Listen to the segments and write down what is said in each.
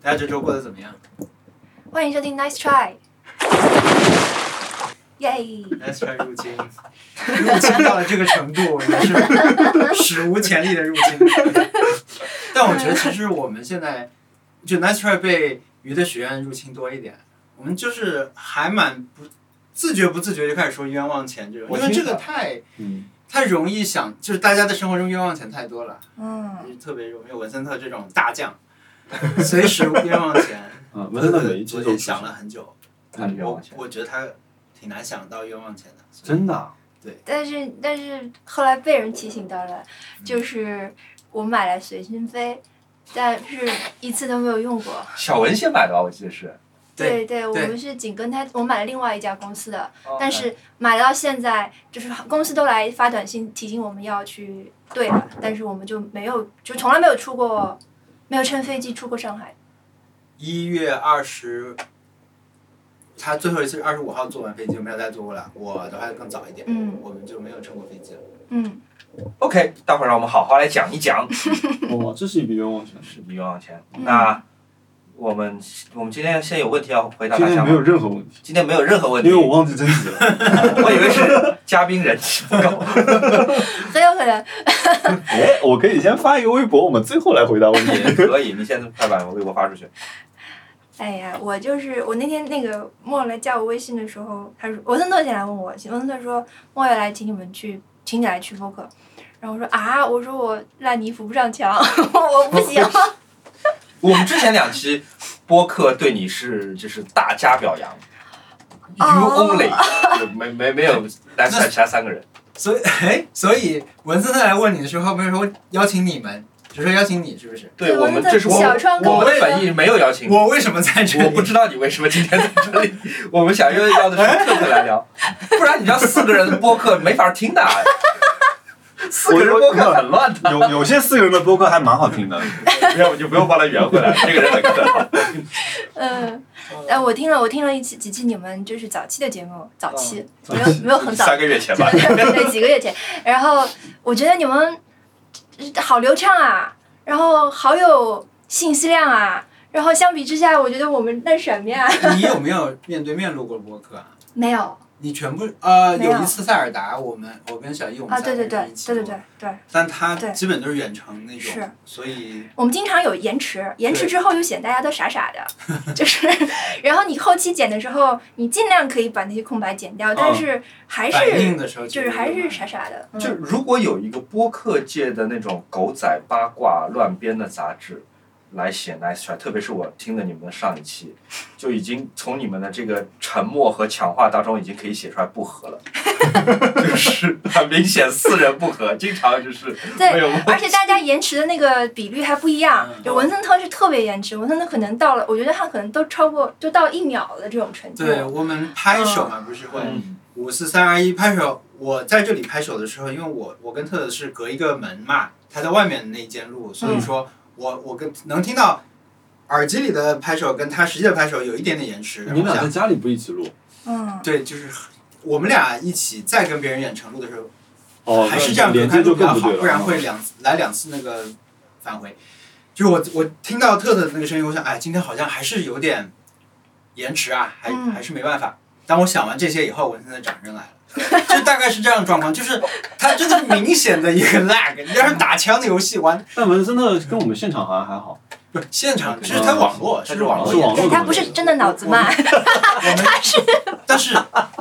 大家这周过得怎么 样欢迎收听 Nice Try。耶！ ？Nice try 入侵，入侵到了这个程度，也 是史无前例的入 侵。但我觉得其实我们现在就 Nice try 被娱乐学院入侵多一点，我们就是还蛮不自觉不自觉就开始说冤枉钱这种，我因为听这个到太嗯，太容易想，就是大家的生活中冤枉钱太多了。嗯，就特别容易。文森特这种大将，随时冤枉钱。啊，文森特每一集我都也出想现了很久，他嗯冤枉钱，我觉得他挺难想到冤枉钱的。真的啊但是但是后来被人提醒到了，就是我买了随心飞，但是一次都没有用过。小文先买的吧，我记得是。对对对，我对们是紧跟他，我买了另外一家公司的，哦但是买到现在就是公司都来发短信提醒我们要去对了，但是我们就没有，就从来没有出过，没有乘飞机出过上海。一月二十，他最后一次二十五号坐完飞机就没有再坐过了。我的话更早一点，嗯我们就没有乘过飞机了。嗯， OK，待会儿让我们好好来讲一讲哦，这是一笔冤枉钱。是冤枉钱。嗯那我们我们今天现在有问题要回答今大天家没有吗？任何问题，今天没有任何问因题，为我忘记征集了。我以为是嘉宾人气不 高。很有可能。 哎，我可以先发一个微博，我们最后来回答 问也题。可以，你现在快把微博发出去。哎呀，我就是我那天那个莫来加我微信的时候，他说文森特先来问我，文森特说莫要来请你们去，请你来去 v o c 然后我说啊，我说我烂泥扶不上墙， 我不行。我们之前两期播客对你是就是大加表扬，You 哦 only，就 没没没有来自其他三个人。所以，哎，所以文森特来问你的时候，他没有说邀请你们，只说邀请你，是不是？对我我们们在这是我小窗口我们里本意没有邀请你，我为什么在这里？我不知道你为什么今天在这里，我们想要要的是特特来聊，不然你知道四个人的播客没法听的，四个人播客很乱的，有有些四个人的播客还蛮好听的，要不就不用帮他圆回来，这个人很可好。嗯，哎，我听了我听了一期几期你们就是早期的节目，哦早期没有没有很早，，三个月前吧对几个月前，然后我觉得你们好流畅啊，然后好有信息量啊，然后相比之下，我觉得我们那什么呀， 你有没有面对面录过播客啊？没有你全部呃，没有有一次塞尔达，我们我跟小易我们啊，三对个对对人一起对录对对对，但它对基本都是远程那种是，所以我们经常有延迟，延迟之后又显大家都傻傻 的，就是，然后你后期剪的时候，你尽量可以把那些空白剪掉，但是还是、哦反应的时候就是还是傻傻。傻 的，嗯就如果有一个播客界的那种狗仔八卦乱编的杂志来写 Nice Try，特别是我听了你们的上一期，就已经从你们的这个沉默和强化当中，已经可以写出来不合了，就是很明显四人不合，经常就是没有对，而且大家延迟的那个比率还不一样嗯，有文森特是特别延迟，文森特可能到了，我觉得他可能都超过就到一秒的这种程度。哦对我们拍手嘛，不是会嗯五四三二一拍手。我在这里拍手的时候，因为我我跟特特是隔一个门嘛，他在外面那间录，所以说嗯我我跟能听到耳机里的拍手跟他实际的拍手有一点点延迟。然后 你我俩想在家里不一起录？嗯，对，就是我们俩一起再跟别人远程录的时候，哦，还是这样连分开接就录比更较不好对，了，啊不然会两次来两次那个返回。就是我我听到特特的那个声音，我想，哎，今天好像还是有点延迟啊，还、嗯还是没办法。当我想完这些以后，文森的掌声来了，就大概是这样的状况，就是他真的明显的一个 lag。你要是打枪的游戏玩，但文森特跟我们现场好像还好，不是现场，就是他网络，他是是网是络延网络对迟。他不是真的脑子慢，我们是， 但是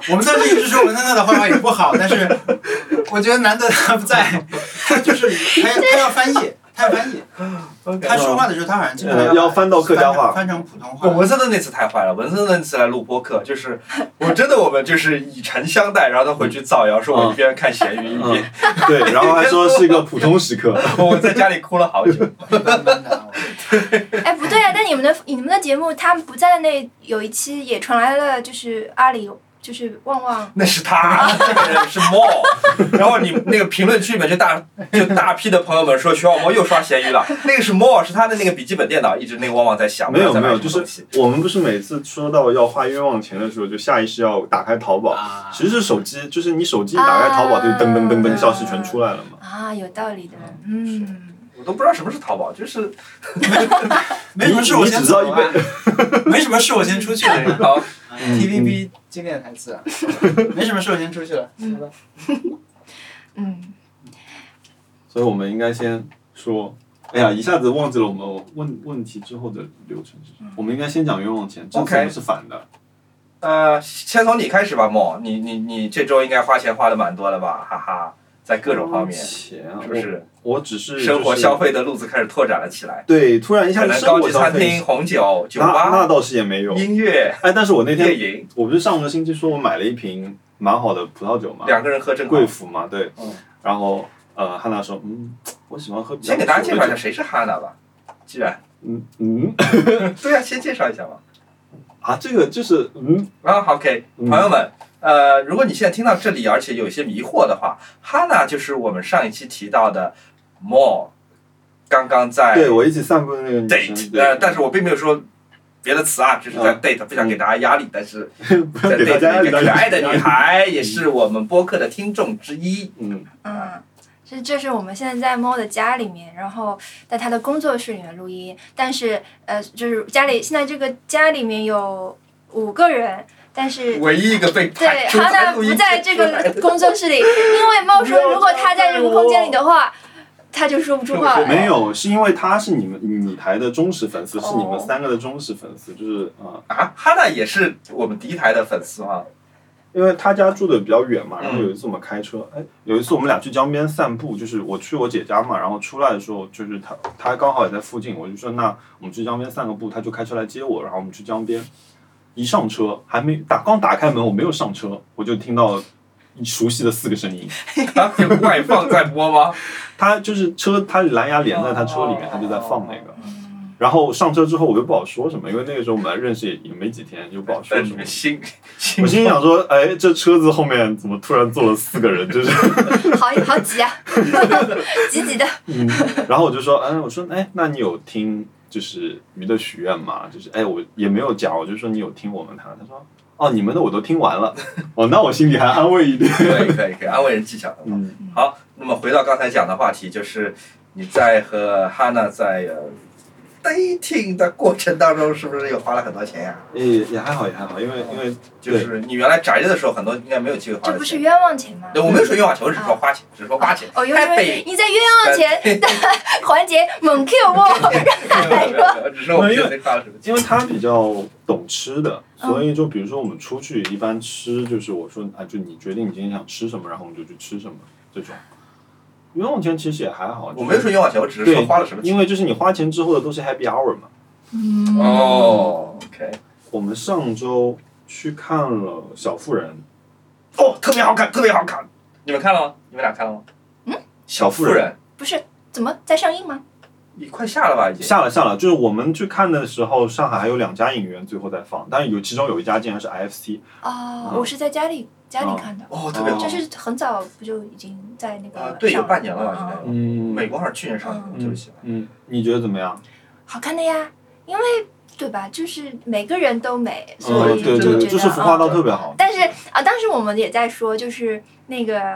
我们在这里是说文森特的画画也不好，但是我觉得难得他不在，他就是他要他要翻译，他要翻译。他说话的时候，他好像经常呃要要翻到客家话翻成普通话。我文森特那次太坏了，文森特那次来录播客，就是我真的我们就是以诚相待，然后他回去造谣说我一边看咸鱼一嗯边，对，然后还说是一个普通时刻，我在家里哭了好久。慢慢的啊哎，不对啊！但你们的你们的节目，他们不在的那有一期也传来了，就是阿里，就是旺旺， 那是他，那个人是 Mo。然后你那个评论区里面就大就大批的朋友们说徐小魔又刷咸鱼了，那个是 Mo，是他的那个笔记本电脑一直那个汪汪在响，没不有知没道在买有，就什么东西是我们不是每次说到要花冤枉钱的时候，就下意识要打开淘宝，我其实是手机，就是你手机打开淘宝，它就噔噔噔噔消息全出来了嘛。啊，有道理的，嗯，我都不知道什么是淘宝，就是没什么事，我先你只知走道一啊。没什么事，我先出去了呀。好，啊嗯 TVB 经典台词啊，没什么事，我先出去了。好吧嗯，所以我们应该先说，哎呀，一下子忘记了我们问问题之后的流程是什么。我们应该先讲冤枉钱，这次 OK 我们是反的。呃，先从你开始吧，梦，你你你这周应该花钱花的蛮多的吧，哈哈，在各种方面，是钱啊，不是我我只是生活就是消费的路子开始拓展了起来？对，突然一可下子能生高活级消餐费厅、红酒、酒那那吧、倒是也没有。音乐、哎，但是我那夜天营，我不是上个星期说我买了一瓶蛮好的葡萄酒嘛，两个人喝正好贵。妇嘛，对嗯。然后呃，汉娜说，嗯，我喜欢喝比较先给大家介绍一酒下的酒。谁是哈娜吧，既然 嗯嗯对啊，先介绍一下吧。啊，这个就是嗯啊好，OK，嗯朋友们，呃，如果你现在听到这里，而且有一些迷惑的话，Hanna 就是我们上一期提到的 More，刚刚在对我一起散步的那个女生 date，，对呃，但是我并没有说别的词啊，只是在嗯 date，不想给大家压力，但是不在要 给大 date 家的一个可爱的压女力 孩，也是我们播客的听众之一。嗯，嗯，这这是我们现在在猫的家里面，然后在他的工作室里面录音，但是呃，就是家里现在这个家里面有五个人，但是唯一一个被对， 排除哈娜在录不音在间这出来个的工作室里，因为猫说如果他在这个空间里的话，他就说不出话对来。没有，是因为她是你们你台的忠实粉丝，是你们哦三个的忠实粉丝，就是啊，啊，哈娜也是我们第一台的粉丝啊，因为她家住的比较远嘛，然后嗯有一次我们开车，哎，有一次我们俩去江边散步，就是我去我姐家嘛，然后出来的时候，就是她她刚好也在附近，我就说那我们去江边散个步，她就开车来接我，然后我们去江边，一上车还没打刚打开门，我没有上车，我就听到熟悉的四个声音，啊有外放在播吗？她就是车，她蓝牙连在她车里面，她就在放那个。嗯然后上车之后我就不好说什么，因为那个时候我们认识也也没几天，就不好 说在什里么面。心我心心想说，哎，这车子后面怎么突然坐了四个人？就是，好好挤啊， 挤挤的。嗯，然后我就说，哎，我说，哎，那你有听就是鱼的许愿吗？就是，哎，我也没有讲，我就说你有听我们谈。他说，哦，你们的我都听完了。哦，那我心里还安慰一点。可以可以可以，安慰人技巧很好。嗯，好，那么回到刚才讲的话题，就是你在和哈娜在呃 dating 的过程当中，是不是有花了很多钱呀、也也还好，也还好，因为因为就是你原来宅着的时候，很多应该没有机会花这的不是嗯钱。冤枉钱吗？对，我没有说冤枉钱，我只是说花钱，只是说花 钱。哦，因太为北，你在冤枉钱的 环节猛 Q 我。没 有没有没有，只是我们觉得花了什么钱。因为他比较懂吃的，嗯所以就比如说我们出去一般吃，就是我说啊，就你决定你今天想吃什么，然后我们就去吃什么这种。冤枉钱其实也还好，我没有说冤枉钱，我只是说对花了什么钱。因为就是你花钱之后的都是 happy hour 嘛。嗯，哦，OK，我们上周去看了《小妇人》，哦，特别好看，特别好看。你们看了吗？你们俩看了吗？嗯，小妇人，不是，怎么在上映吗？你快下了吧，已经。下了下了，就是我们去看的时候，上海还有两家影院最后在放，但是有其中有一家竟然是 IFC，啊，嗯我是在家里家里看的，哦，特别好。这是很早不就已经在那呃啊个，对，有上半年了吧，应该有。嗯美国好像去年上映，我特别喜欢。嗯，你觉得怎么样？好看的呀，因为对吧？就是每个人都美，嗯所，以对就觉对对，得就是服化嗯道特别好。但是啊，当时我们也在说，就是那个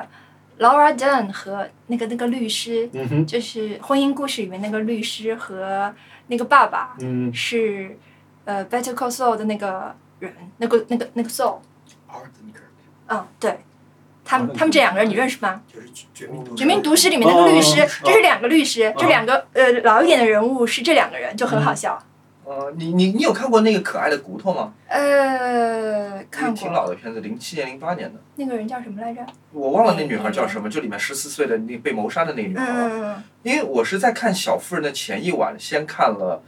Laura Dern 和那个那个律师，嗯哼，就是《婚姻故事》里面那个律师和那个爸爸嗯，是呃 Better Call Saul 的那个人，那个那个那个 Saul，嗯，对。他们他们这两个人你认识吗？就是绝哦绝命毒《师绝命毒师》里面那个律师哦，这是两个律师，这哦嗯两个呃老一点的人物是这两个人，就很好笑。呃，你你你有看过那个可爱的骨头吗？呃，看挺过老的片子，零七年零八年的，那个人叫什么来着？我忘了那女孩叫什么，就里面十四岁的那被谋杀的那个女嗯孩嗯了。嗯嗯，因为我是在看《小妇人》的前一晚，先看了。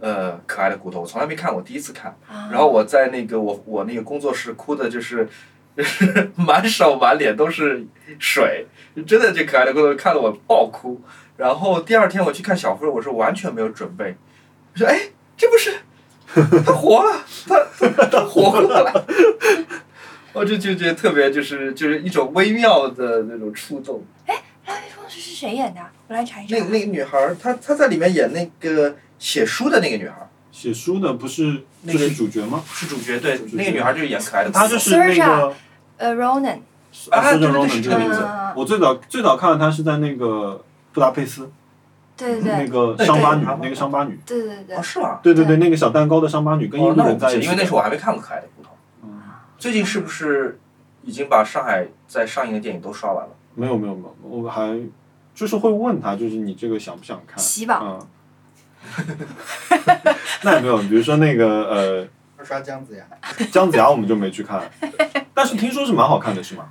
呃，可爱的骨头，我从来没看过，第一次看。啊然后我在那个我我那个工作室哭的，就是 就是满手满脸都是水，真的这可爱的骨头看得我爆哭。然后第二天我去看小妇人，我是完全没有准备，我说哎，这不是他活了，他他他活过来 了，我就就觉得特别就是就是一种微妙的那种触动。哎，当时是谁演的？我来查一查那。那个女孩儿，她她在里面演那个写书的那个女孩儿写书的不是那个就是主角吗？是主角，对主，角那个女孩儿就是演可爱的他骨头就是那 Saoirse 个呃，Ronan，啊，苏对珊对·罗嗯对，南是这这个个名名字字。我最早最早看到他是在那个布达佩斯，对对那对个对伤疤对女对，那个伤疤女，对对对哦，，是吗？对对对对，那个小蛋糕的伤疤女跟哦英，那国我人不在记一得，起因为那时候我还没看过《可爱的骨头》。嗯最近是不是已经把上海在上映的电影都刷完 了？没有没有没有，我还就是会问他，就是你这个想不想看？喜宝嗯，那也没有，比如说那个二刷姜子牙，呃姜子牙，我们就没去 看，但是听说是蛮好看的，是吗？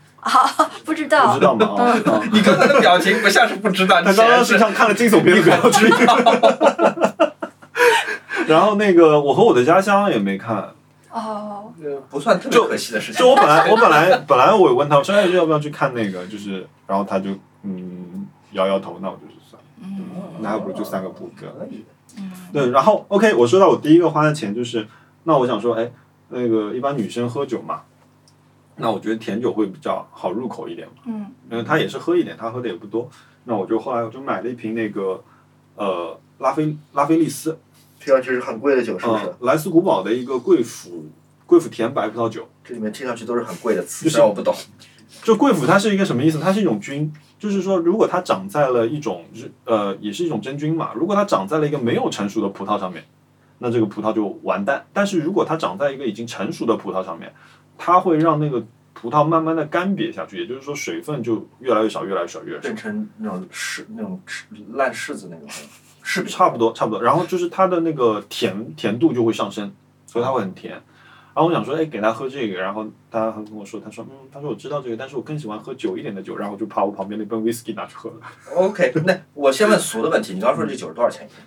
不知不道知，道吗？啊啊你刚才的表情不像是不知道，他你刚显刚然是是像看了惊悚片的表情。 然后那个《我和我的家乡》也没看，哦，呃不算特别可惜的事情就。我本来我本来本来我也问他，我说哎要不要去看那个，就是然后他就嗯摇摇头，那我就是算了，嗯那还不如就三个扑克。可以的。嗯，对，然后 OK，我说到我第一个花的钱就是，那我想说，哎，那个一般女生喝酒嘛，那我觉得甜酒会比较好入口一点嘛，嗯因为她也是喝一点，她喝的也不多，那我就后来我就买了一瓶那个呃拉菲拉菲利斯，听上去是很贵的酒，是不是？呃，莱斯古堡的一个贵腐贵腐甜白葡萄酒。这里面听上去都是很贵的词，就是虽然我不懂。就贵腐它是一个什么意思？它是一种菌，就是说如果它长在了一种就是呃也是一种真菌嘛，如果它长在了一个没有成熟的葡萄上面，那这个葡萄就完蛋。但是如果它长在一个已经成熟的葡萄上面，它会让那个葡萄慢慢的干瘪下去，也就是说水分就越来越少，越来越少，越来越少变。成那种柿那种柿烂柿子那 种，柿饼差不多差不多。然后就是它的那个甜甜度就会上升，所以它会很甜。然后我想说，哎，给他喝这个，然后他跟我说，他说，嗯，他说我知道这个，但是我更喜欢喝久一点的酒，然后我就把我旁边那杯 whisky 拿去喝了。 OK，那我先问俗的问题，你刚刚说这酒是多少钱一瓶？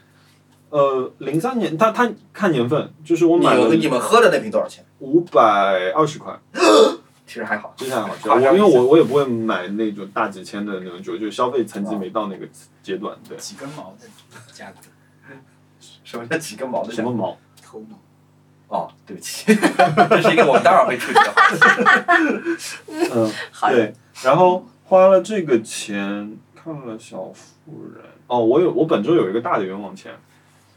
呃，零三年，他他看年份，就是我买了你你们喝的那瓶多少钱？五百二十块，其实还好，这下还好吃。我夸张一因为下我我也不会买那种大几千的那种酒，就是消费层级没到那个阶段。对，几根毛的价格，什么叫几根毛的什钱？么毛？头毛。哦，对不起， 这是一个我们待会儿会处理 的话题。 嗯，好对，然后花了这个钱看了《小妇人》哦，我有我本周有一个大的冤枉钱，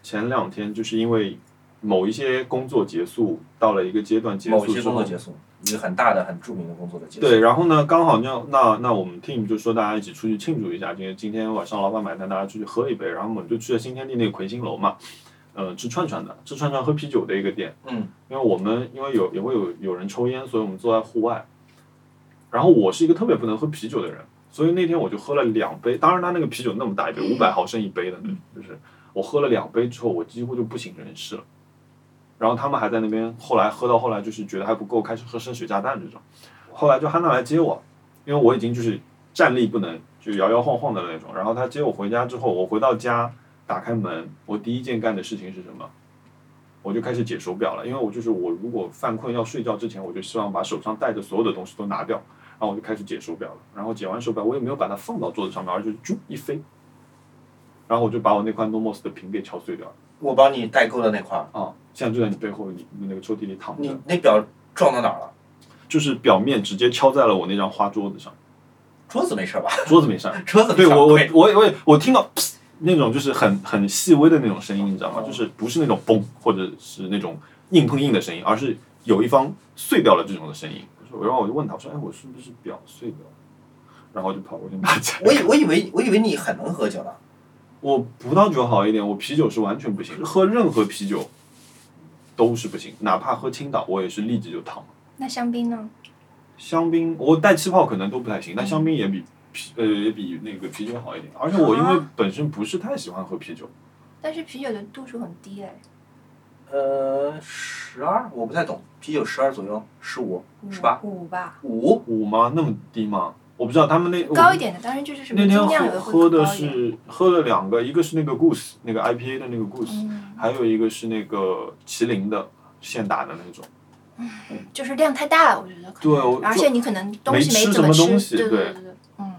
前两天就是因为某一些工作结束到了一个阶段结某束些之工作后，结束，一个很大的、很著名的工作的结束。对，然后呢刚好那那那我们 team 就说大家一起出去庆祝一下，今天今天晚上老板买单，大家出去喝一杯，然后我们就去了新天地那个魁星楼嘛，呃，吃串串的，吃串串喝啤酒的一个店。嗯，因为我们因为有也会有有人抽烟，所以我们坐在户外。然后我是一个特别不能喝啤酒的人，所以那天我就喝了两杯。当然，他那个啤酒那么大一杯，五百毫升一杯的，就是我喝了两杯之后，我几乎就不省人事了。然后他们还在那边，后来喝到后来就是觉得还不够，开始喝生水炸弹这种。后来就汉娜来接我，因为我已经就是站立不能，就摇摇晃晃的那种。然后她接我回家之后，我回到家打开门，我第一件干的事情是什么？我就开始解手表了，因为我就是我如果犯困要睡觉之前，我就希望把手上戴的所有的东西都拿掉，然后我就开始解手表了。然后解完手表，我也没有把它放到桌子上面，而是啾一飞，然后我就把我那块 NoMos 的屏给敲碎掉了。我帮你代购的那块儿，啊，现在就在你背后你你那个抽屉里躺着你，那表撞到哪儿了？就是表面直接敲在了我那张花桌子上，桌子没事吧？ 桌子没事儿。桌子对我我对我我也我听到噗那种就是很很细微的那种声音，你知道吗？就是不是那种嘣或者是那种硬碰硬的声音，而是有一方碎掉了这种的声音。我说然后我就问他，我说哎，我是不是表碎掉了？然后就跑过去拿起来。我以我以为我以为你很能喝酒呢。我葡萄酒好一点，我啤酒是完全不行，喝任何啤酒都是不行，哪怕喝青岛，我也是立即就躺了。那香槟呢？香槟我带气泡可能都不太行，但香槟也比啤呃也比那个啤酒好一点。而且我因为啊本身不是太喜欢喝啤酒。但是啤酒的度数很低哎，呃，十二，我不太懂，啤酒十二左右，十五、五十八、五吧，五，五吗？那么低吗？我不知道他们那我高一点的当然就是什么那精天酿也喝会喝的高一点是喝了两个，一个是那个 Goose 那个 IPA 的那个 Goose，、嗯，还有一个是那个麒麟的现打的那种。就是量太大了，我觉得可对，能。我而且你可能东西没吃怎么什么东西对对对对，嗯，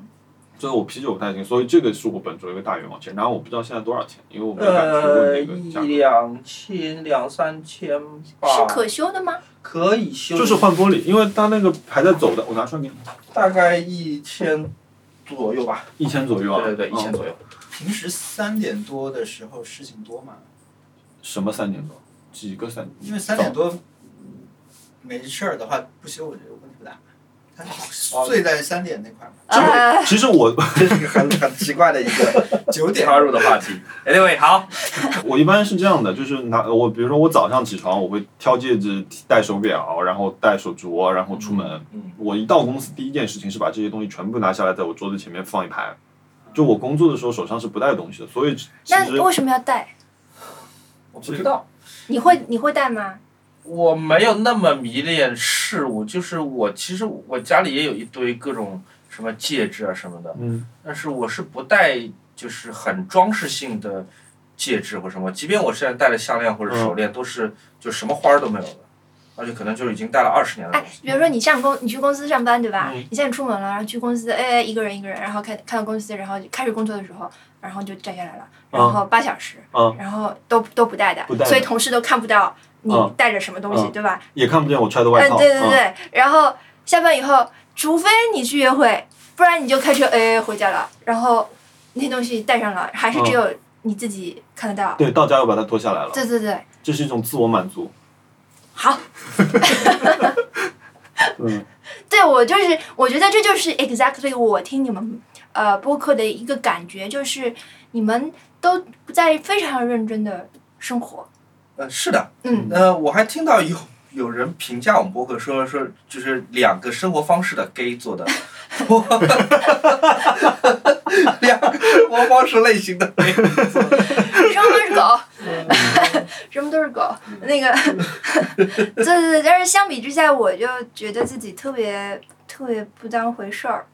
所以我啤酒不太行，所以这个是我本周一个大冤枉钱。然后我不知道现在多少钱，因为我没有敢去呃，问那一个价格。两千两三千吧，是可修的吗？可以修，就是换玻璃，因为它那个还在走的，我拿出来给你，大概一千左右吧。一千左右啊，对对对，一千嗯左右。平时三点多的时候事情多嘛，什么三点多？几个三？因为三点多没事儿的话不修，我觉得问题不大。它碎在三点那块儿，啊，其实我这是个很很奇怪的一 个九点插入的话题。Anyway，好，我一般是这样的，就是拿我比如说我早上起床，我会挑戒指、戴手表，然后戴手镯，然后出门。嗯，我一到公司第一件事情是把这些东西全部拿下来，在我桌子前面放一排。就我工作的时候手上是不带东西的，所以其实那为什么要戴？我不知道，你会你会戴吗？我没有那么迷恋事物，就是我其实我家里也有一堆各种什么戒指啊什么的，嗯，但是我是不戴就是很装饰性的戒指或什么，即便我现在戴的项链或者手嗯链都是就什么花儿都没有的，而且可能就已经戴了二十年的哎东西。，比如说你上公，你去公司上班对吧？嗯你现在出门了，然后去公司，哎，一个人一个人，然后看看到公司，然后就开始工作的时候，然后就摘下来了，然后八小时，嗯然后都都不带的，啊不带的所以同事都看不到你嗯带着什么东西，嗯对吧？也看不见我穿的嗯外，套。对对对。然后下班以后，除非你去约会，不然你就开车哎回家了，然后那东西带上了，还是只嗯有你自己看得到嗯。对，到家又把它脱下来了，对对对，这是一种自我满足。好。嗯，对我就是，我觉得这就是 exactly 我听你们呃播客的一个感觉，就是你们都在非常认真的生活。呃，是的，嗯呃，我还听到有有人评价我们博客说说，就是两个生活方式的 gay 做的，两个生活方式类型的 gay 做的，什么都是狗，什么都是狗。那个， 对对对，但是相比之下，我就觉得自己特别特别不当回事儿，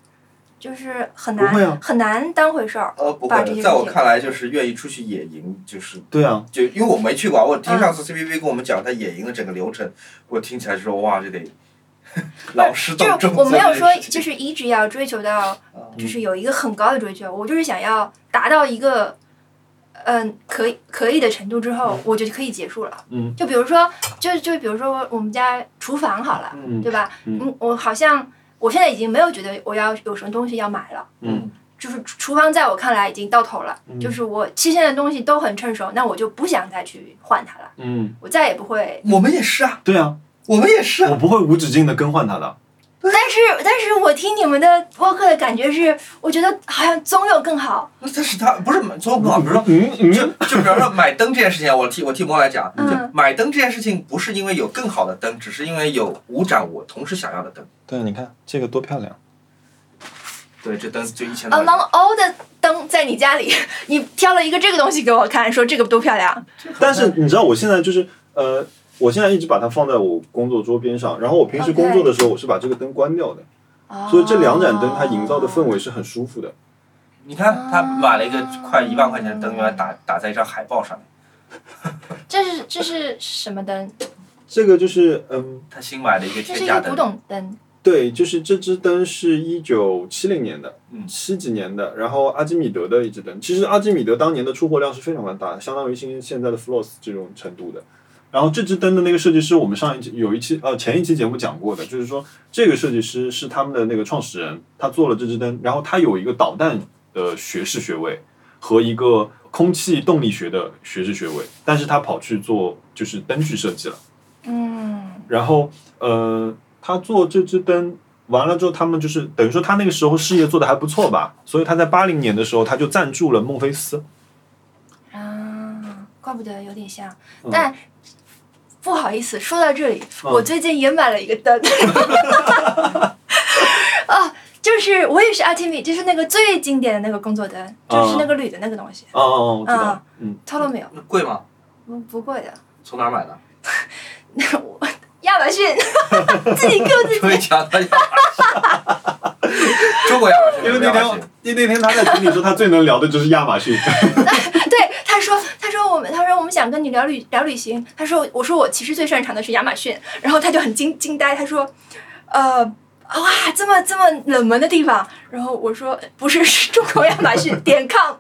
就是很不会难、啊很难当回事儿。呃，不把这些会，在我东西看来就是愿意出去野营，就是 对啊，就因为我没去过啊，我听嗯上次 C P P 跟我们讲他野营的整个流程，我听起来就说哇，这得 老师就当是正我没有说，这就是一直要追求到啊，嗯就是有一个很高的追求，我就是想要达到一个，嗯，可以可以的程度之后，我就可以结束了。嗯就比如说，就就比如说我们家厨房好了，嗯对吧？嗯嗯，我好像我现在已经没有觉得我要有什么东西要买了。嗯就是厨房在我看来已经到头了，嗯就是我期限的东西都很趁手，那我就不想再去换它了，嗯，我再也不会。我们也是啊，对啊，我们也是啊我，不会无止境的更换它的。但是，但是我听你们的播客的感觉是，我觉得好像总有更好。那但是他不是从我不是说。嗯就嗯，就比方说买灯这件事情，我替我替莫来讲，嗯就买灯这件事情不是因为有更好的灯，只是因为有五盏我同时想要的灯。对，你看这个多漂亮。对，这灯就一千多， Among all 的灯在你家里， 你挑了一个这个东西给我看，说这个多漂亮。但是你知道，我现在就是呃，我现在一直把它放在我工作桌边上，然后我平时 OK 工作的时候，我是把这个灯关掉的，所以这两盏灯它营造的氛围是很舒服的。你看他哦买了一个快一万块钱的灯，用来打打在一张海报上面。这是这是什么灯？这个就是嗯，他新买了一个这天是一价个古灯，董灯。对，就是这支灯是一九七零年的，嗯七几年的，然后阿基米德的一支灯。其实阿基米德当年的出货量是非常的大，相当于现现在的 Floss 这种程度的。然后这支灯的那个设计师，我们上一期有一期呃前一期节目讲过的，就是说这个设计师是他们的那个创始人，他做了这支灯，然后他有一个导弹的学士学位和一个空气动力学的学士学位，但是他跑去做就是灯具设计了。嗯，然后呃，他做这支灯完了之后，他们就是等于说他那个时候事业做得还不错吧，所以他在八零年的时候他就赞助了孟菲斯。啊，怪不得有点像，嗯但。不好意思，说到这里，嗯我最近也买了一个灯， 啊，就是我也是阿提米，就是那个最经典的那个工作灯，嗯就是那个铝的那个东西，哦哦，我知道啊，嗯，透露没有？那贵吗？不不贵的，从哪儿买的？ 我亚马逊 自己 Q 自己，终于讲到亚马 逊，中国亚马逊，因为那亚天马逊因为那天他在群里说他最能聊的就是亚马 逊，对，他说，他说我们，他说我们想跟你聊旅聊旅行。他说，我说我其实最擅长的是亚马逊，然后他就很惊惊呆，他说，呃，哇，这么这么冷门的地方。然后我说，不是，是中国亚马逊 点 com。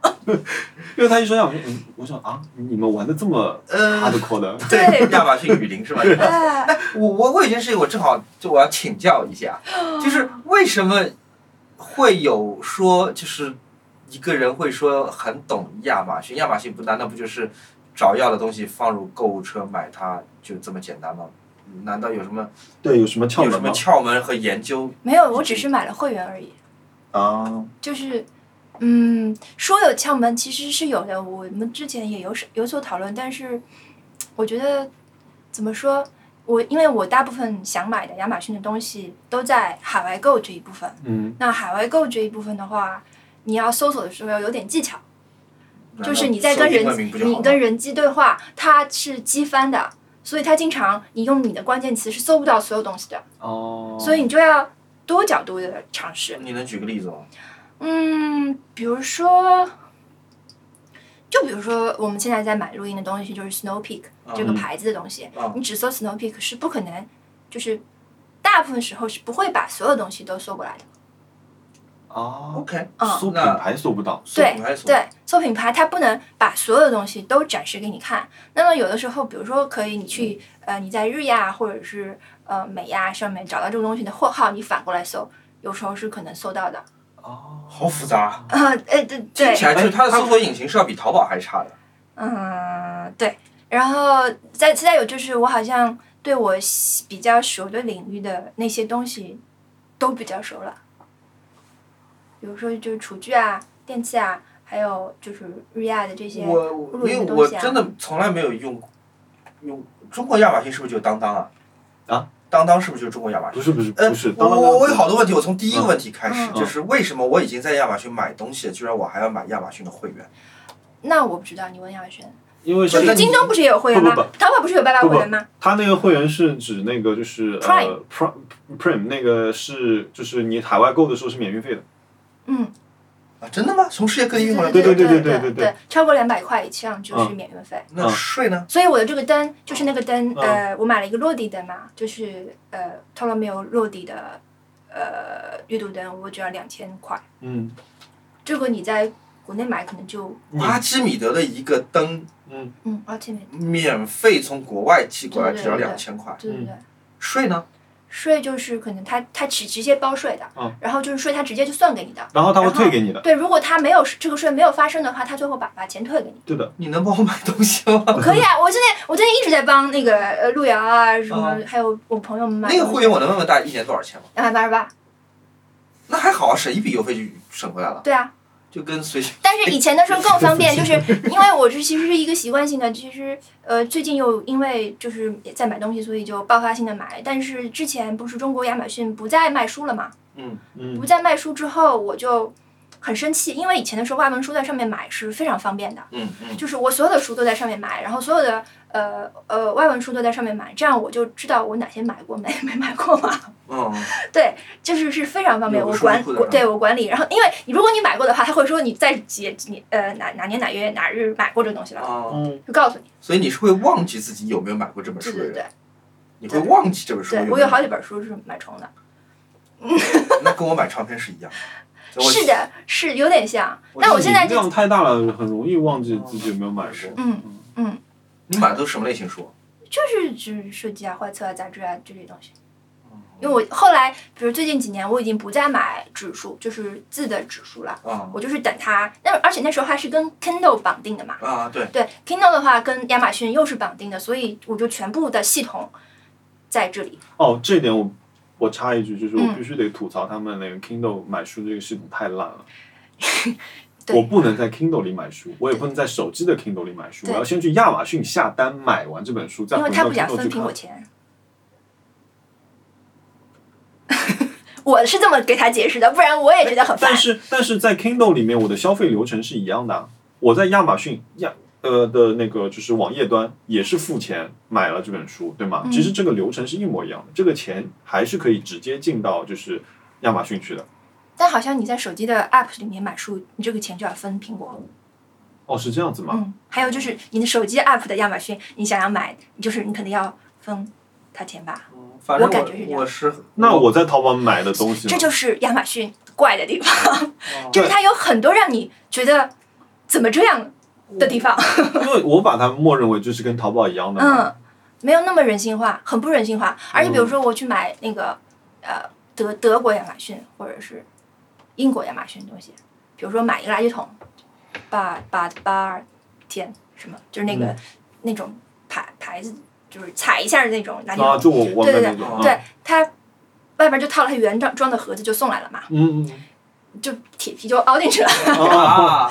因为他一说亚马逊，嗯我想啊，你们玩的这么呃， hardcore 的，对亚马逊雨林是吧？哎，我我我有一件事情，我正好就我要请教一 下，就是为什么会有说，就是一个人会说很懂亚马逊？亚马逊不难道不就是找要的东西放入购物车买它就这么简单吗？嗯难道有什么对，有什么窍有什门么吗？窍门和研究？没有，我只是买了会员而已。啊，就是，嗯，说有窍门其实是有的，我们之前也有是有所讨论，但是我觉得怎么说，我因为我大部分想买的亚马逊的东西都在海外购这一部分，嗯，那海外购这一部分的话，你要搜索的时候要有点技巧。难道就是你在跟搜英人文名不就好你吗跟人机对话，它是机翻的，所以它经常你用你的关键词是搜不到所有东西的，哦，所以你就要多角度的尝试。你能举个例子吗？嗯，比如说，就比如说我们现在在买录音的东西，就是 Snow Peak 这个嗯牌子的东西，啊你只搜 Snow Peak 是不可能，就是大部分时候是不会把所有东西都搜过来的。哦， ，OK，嗯，搜品那牌搜不到，对搜还是搜对，做品牌它不能把所有东西都展示给你看。那么有的时候，比如说可以你去呃你在日亚或者是呃美亚上面找到这个东西的货号，你反过来搜，有时候是可能搜到的。哦，好复杂，啊、 呃，对听对，起来哎就是它的搜索引擎是要比淘宝还差的。嗯，对。然后再再有就是，我好像对我喜比较熟的领域的那些东西都比较熟了，比如说就是厨具啊、电器啊，还有就是日亚的这些。我录我音因的东为我西啊真的从来没有用用中国亚马逊是不是就当当啊？啊，当当是不是就是中国亚马逊？不是不是呃不是，我当当我我有好多问题，我从第一个问题开始，嗯嗯就是为什么我已经在亚马逊买东西了，居然我还要买亚马逊的会员？那我不知道，你问亚轩。因为就是是京东不是也有会员吗不不不？淘宝不是有八八会员吗？他那个会员是指那个就是呃 Prime Prime Prime 那个是就是你海外购的时候是免运费的，嗯，啊，真的吗？从世界各地运过来？对对对对对对对对，超过两百块以上就是免运费。那税呢？所以我的这个灯就是那个灯，嗯呃，我买了一个落地灯嘛，就是呃，t o l o m e o 落地的呃阅读灯，我只要两千块。嗯这个你在国内买可能就嗯阿基米德的一个灯嗯，嗯，而且没免费从国外寄过来，对对只要对两千块，对对嗯对，税呢？税就是可能他他直直接包税的嗯，然后就是税他直接就算给你的。然后他会然后退给你的，对，如果他没有这个税没有发生的话，他最后把把钱退给你。对的，你能帮我买东西吗？ 可以啊，我最近我最近一直在帮那个呃路遥啊，什么、哦还有我朋友们买那个会员我能问问大家一年多少钱吗？两百八十八，那还好啊，省一笔邮费就省回来了，对啊。就跟随行但是以前的时候更方便，就是因为我是其实是一个习惯性的，其实呃最近又因为就是也在买东西，所以就爆发性的买。但是之前不是中国亚马逊不再卖书了嘛？嗯，嗯不再卖书之后，我就很生气，因为以前的时候外文书在上面买是非常方便的。嗯嗯，就是我所有的书都在上面买，然后所有的呃呃外文书都在上面买，这样我就知道我哪些买过没没买过嘛。嗯，就是是非常方便，有个我数据管库的我是吧对我管理。然后，因为你如果你买过的话，他会说你在几几年呃哪哪年哪月哪日买过这个东西了，哦，嗯就告诉你。所以你是会忘记自己有没有买过这本对书的对人，对，你会忘记这本书对没我有买好几本书是买重的。 那跟我买唱片是一样。所以我是，的，是有点像。但觉我得现在你就量太大了，很容易忘记自己有没有买过。是嗯，你买的都是什么类型书？就是就是设计啊、画册啊、杂志啊这些东西。因哦为我后来，比如最近几年，我已经不再买指数，就是字的指数了。啊我就是等它，那而且那时候还是跟 Kindle 绑定的嘛，啊，对，对，Kindle 的话跟亚马逊又是绑定的，所以我就全部的系统在这里。哦，这一点我我插一句，就是我嗯必须得吐槽他们那个 Kindle 买书这个系统太烂了。 对我不能在 Kindle 里买书，我也不能在手机的 Kindle 里买书，我对要先去亚马逊下单买完这本书，再因回为他到不想 Kindle 分去苹果看。钱。 我是这么给他解释的，不然我也觉得 很烦但。是但是在 Kindle 里面，我的消费流程是一样的啊。我在亚马逊亚呃的那个就是网页端也是付钱买了这本书，对吗？嗯其实这个流程是一模一样的，这个钱还是可以直接进到就是亚马逊去的。但好像你在手机的 App 里面买书，你这个钱就要分苹果。哦，是这样子吗？嗯，还有就是你的手机 App 的亚马逊，你想要买，就是你肯定要分他钱吧。嗯反正我感觉是这我样我是 那我在淘宝买的东西呢，这就是亚马逊怪的地方，哦就是它有很多让你觉得怎么这样的地方。因为我把它默认为就是跟淘宝一样的嘛。嗯，没有那么人性化，很不人性化。而嗯且比如说我去买那个、呃德德国亚马逊或者是英国亚马逊的东西，比如说买一个垃圾桶，嗯把把把天什么，就是那个、那种牌牌子就是踩一下的那种打地啊，鼠。就我我们哎对那对种，啊对他外边就套了他原装装的盒子就送来了嘛，嗯嗯就铁皮就凹进去了。 嗯啊， 啊，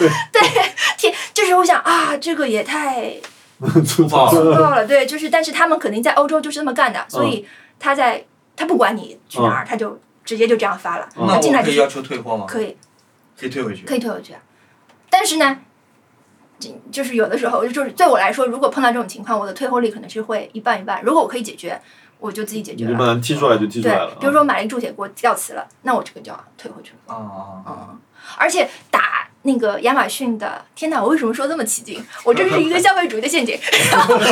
铁就是我想啊，这个也太 粗暴粗暴了，对，就是但是他们肯定在欧洲就是这么干的，所以他在他不管你去哪儿，他就直接就这样发了，嗯那进来我就可以是要求退货吗？可以可以退回去。可以退回去，但是呢。就就是有的时候，就是对我来说，如果碰到这种情况，我的退货率可能是会一半一半。如果我可以解决，我就自己解你决就了。把它踢出来就踢出对来了，，啊比如说我买了一个铸铁锅掉瓷了，那我这个就要退回去了。啊啊啊！嗯，而且打那个亚马逊的，天哪！我为什么说这么起劲？我这是一个消费主义的陷阱。 然后，然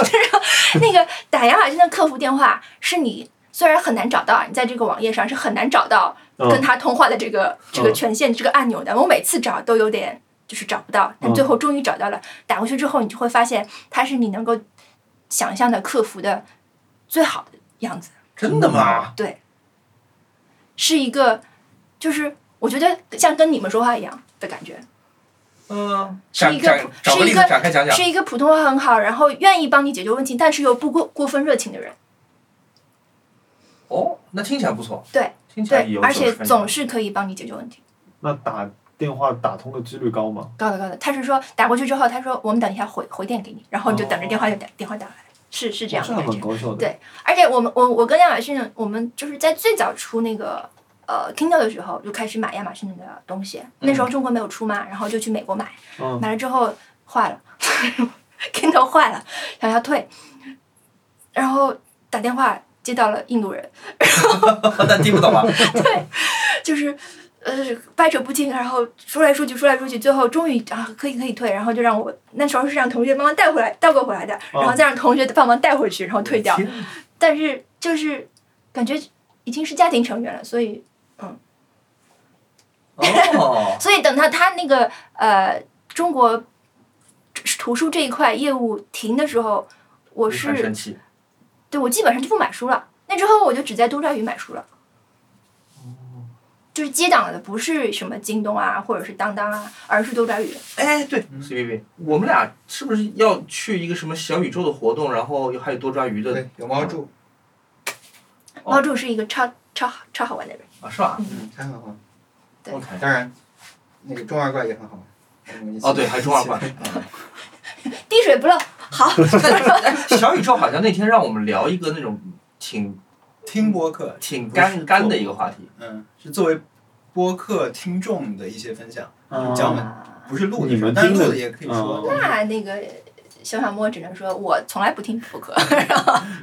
后那个打亚马逊的客服电话是你。虽然很难找到，你在这个网页上是很难找到嗯跟他通话的这个、这个嗯权限、这个按钮的。我每次找都有点就是找不到，但最嗯后终于找到了。打过去之后，你就会发现它是你能够想象的客服的最好的样子。真的嗯吗？是一个，就是我觉得像跟你们说话一样的感觉，嗯，是一个展展找是一例子个展开讲讲是。一个普通话很好，然后愿意帮你解决问题，但是又不过过分热情的人。哦，那听起来不错。对，听起来对有，而且总是是可以帮你解决问题。那打电话打通的几率高吗？高的高的，他是说打过去之后，他说我们等一下回回电给你，然后你就等着哦电话就打、电话打来，是是这哦这样的感很觉。高效的，对而且我们我我跟亚马逊，我们就是在最早出那个呃 Kindle 的时候就开始买亚马逊的东西，那时候中国没有出嘛，然后就去美国买。嗯，买了之后坏了 ，Kindle 坏了，想要退，然后打电话接到了印度人， 但听 不懂啊。就是呃掰扯不清，然后说来说去说来说去，最后终于啊可以可以退，然后就让我那时候是让同学帮忙带回来带过回来的，然后再让同学帮忙带回去，然后退掉，天但是就是感觉已经是家庭成员了，所以哦，所以等到他那个呃中国图书这一块业务停的时候，我你是很。生气。对我基本上就不买书了。那之后我就只在多抓鱼买书了。就是接档的不是什么京东啊，或者是当当啊，而是多抓鱼。哎，对嗯，C B B，我们俩是不是要去一个什么小宇宙的活动，然后还有多抓鱼的对，有猫住，哦猫柱是一个超超超好玩的人，啊？是吧嗯，它很好玩。对？OK。 当然，那个中二怪也很好玩。我们一起哦，对，还中二怪。 滴水不漏。好，哎小宇宙好像那天让我们聊一个那种挺听播客，挺不干是干的一个话题。嗯，是作为播客听众的一些分享，嗯讲嗯完不是录你的，们但是听的录的也可以啊说。嗯那那个小小莫只能说，我从来不听播客。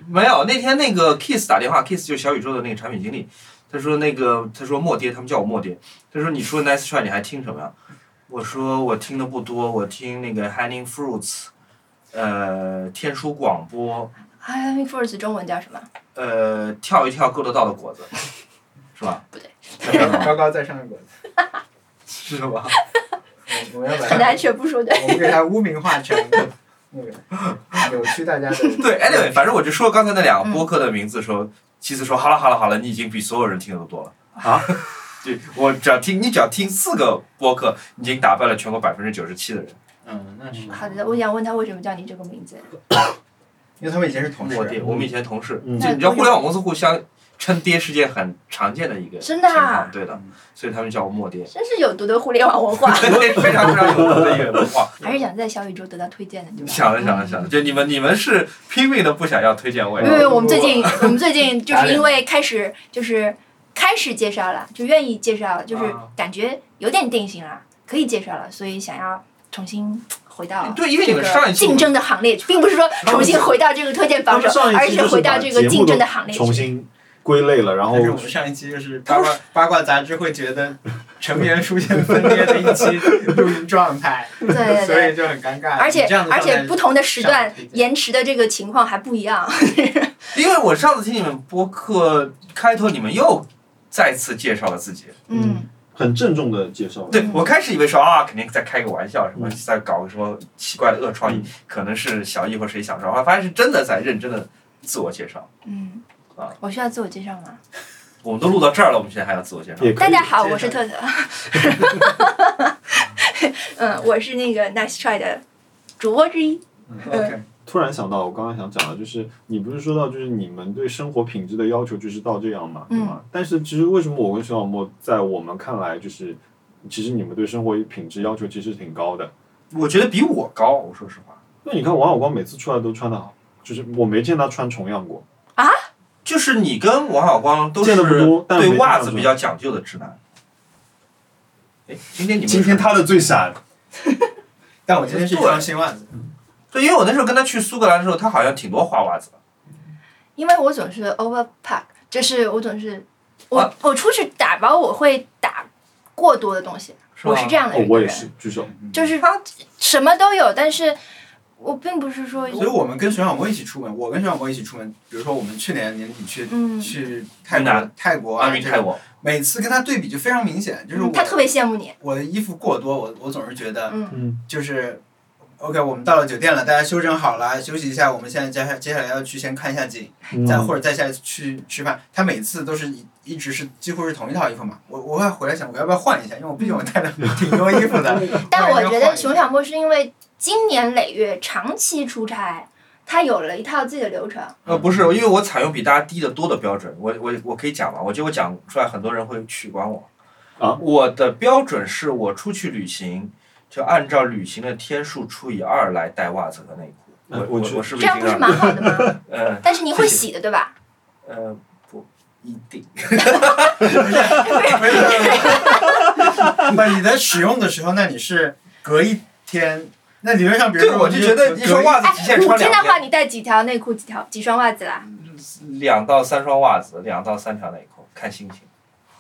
没有，那天那个 Kiss 打电话，Kiss 就是小宇宙的那个产品经理，他说那个他说莫爹，他们叫我莫爹，他说你除了 Nice Try 你还听什么呀？我说我听的不多，我听那个 Hanging Fruits，呃，天书广播， I am first 中文叫什么？呃，跳一跳够得到的果子，是吧？不对，啊 高高在上的果子，是吧？ 我我要把很难它，全部说对。我们给它污名化成那 个扭曲大家的。对，anyway，反正我就说刚才那两个播客的名字的时候，其实说好了好了好了，你已经比所有人听得都多了啊！ 对，我只要听你只要听四个播客，你已经打败了全国百分之九十七的人。嗯，那是好的，我想问他为什么叫你这个名字？因为他们以前是同我爹，事。我们以前同事，嗯就你知道互联网公司互相称爹是件很常见的一个真的啊情况对的，所以他们叫我莫爹，真是有毒的互联网文化。 对，非常非常有毒的一个文化。还是想在小宇宙得到推荐的，对吧？想了想了想了，就你们你们是拼命的不想要推荐我因为呀，我们最近，我们最近就是因为开始就是开始介绍了，就愿意介绍了，就是啊感觉有点定型了，可以介绍了，所以想要重新回到哎对，因为你这们上个一期竞争的行列，并不是说重新回到这个推荐榜首他们，上而一期就是是回到把这个节目竞争都的行列去。重新归类了，然后但是我们上一期就是八卦八卦杂志会觉得成员出现分裂的一期录音状态，对 对所对。以就很尴尬。而且你这样的而状态且不同的时段上推荐延迟的这个情况还不一样，因为我上次听你们播客开头，你们又再次介绍了自己。嗯，很郑重的介绍。对嗯我开始以为说啊，肯定在开个玩笑，什么嗯在搞个什么奇怪的恶创意，嗯可能是小易或谁想说，后来发现是真的在认真的自我介绍。嗯啊，我需要自我介绍吗？我们都录到这儿了，我们现在还要自我介绍。也可大以家好，介绍我是特特， 嗯，我是那个 Nice Try 的主播之一， OK，突然想到，我刚刚想讲的就是，你不是说到就是你们对生活品质的要求就是到这样嘛，对吗？但是其实为什么我跟徐小沫在我们看来就是，其实你们对生活品质要求其实挺高的。我觉得比我高，我说实话，那你看王小光每次出来都穿的好，就是我没见他穿重样过。就是你跟王小光都是见得不多但是对没袜见子得多比较讲究的直男。哎，今天你们今天他的最闪，但我今天是一双新袜子，对，因为我那时候跟他去苏格兰的时候，他好像挺多花袜子的。因为我总是 overpack，就是我总是我、啊我出去打包我会打过多的东西，是我吗是这样的一哦个人，，我也是，举手。就是什么都有，但是我并不是说嗯所以我们跟熊小莫一起出门，我跟熊小莫一起出门，比如说我们去年年底去嗯，去泰云南国、泰国阿啊，云这泰种国，每次跟他对比就非常明显，就是嗯我他特别羡慕你，我的衣服过多，我我总是觉得嗯嗯，就是，OK，我们到了酒店了，大家休整好了，休息一下。我们现在接下接下来要去先看一下景，嗯再嗯或者再下去吃饭。他每次都是一一直是几乎是同一套衣服嘛。我我会回来想，我要不要换一下？因为我毕竟我 带了挺多衣服的。但我觉得熊熊小莫是因为经年累月长期出差，他有了一套自己的流程，呃，不是，因为我采用比大家低得多的标准，我我我可以讲嘛，我觉得我讲出来很多人会取关我。啊，我的标准是我出去旅行，就按照旅行的天数除以二来带袜子和内裤。嗯我我我觉我是不这是样已经不是让？蛮好的 吗？呃但是你会谢谢洗的对吧？呃，不一定。不是， 不，你在使用的时候，那你是隔一天。那理论上，比如对，说我就觉得隔一双袜子哎极限，五穿天两的话，天，你带几条内裤、几条几双袜子啦？两到三双袜子，两到三条内裤，看心情。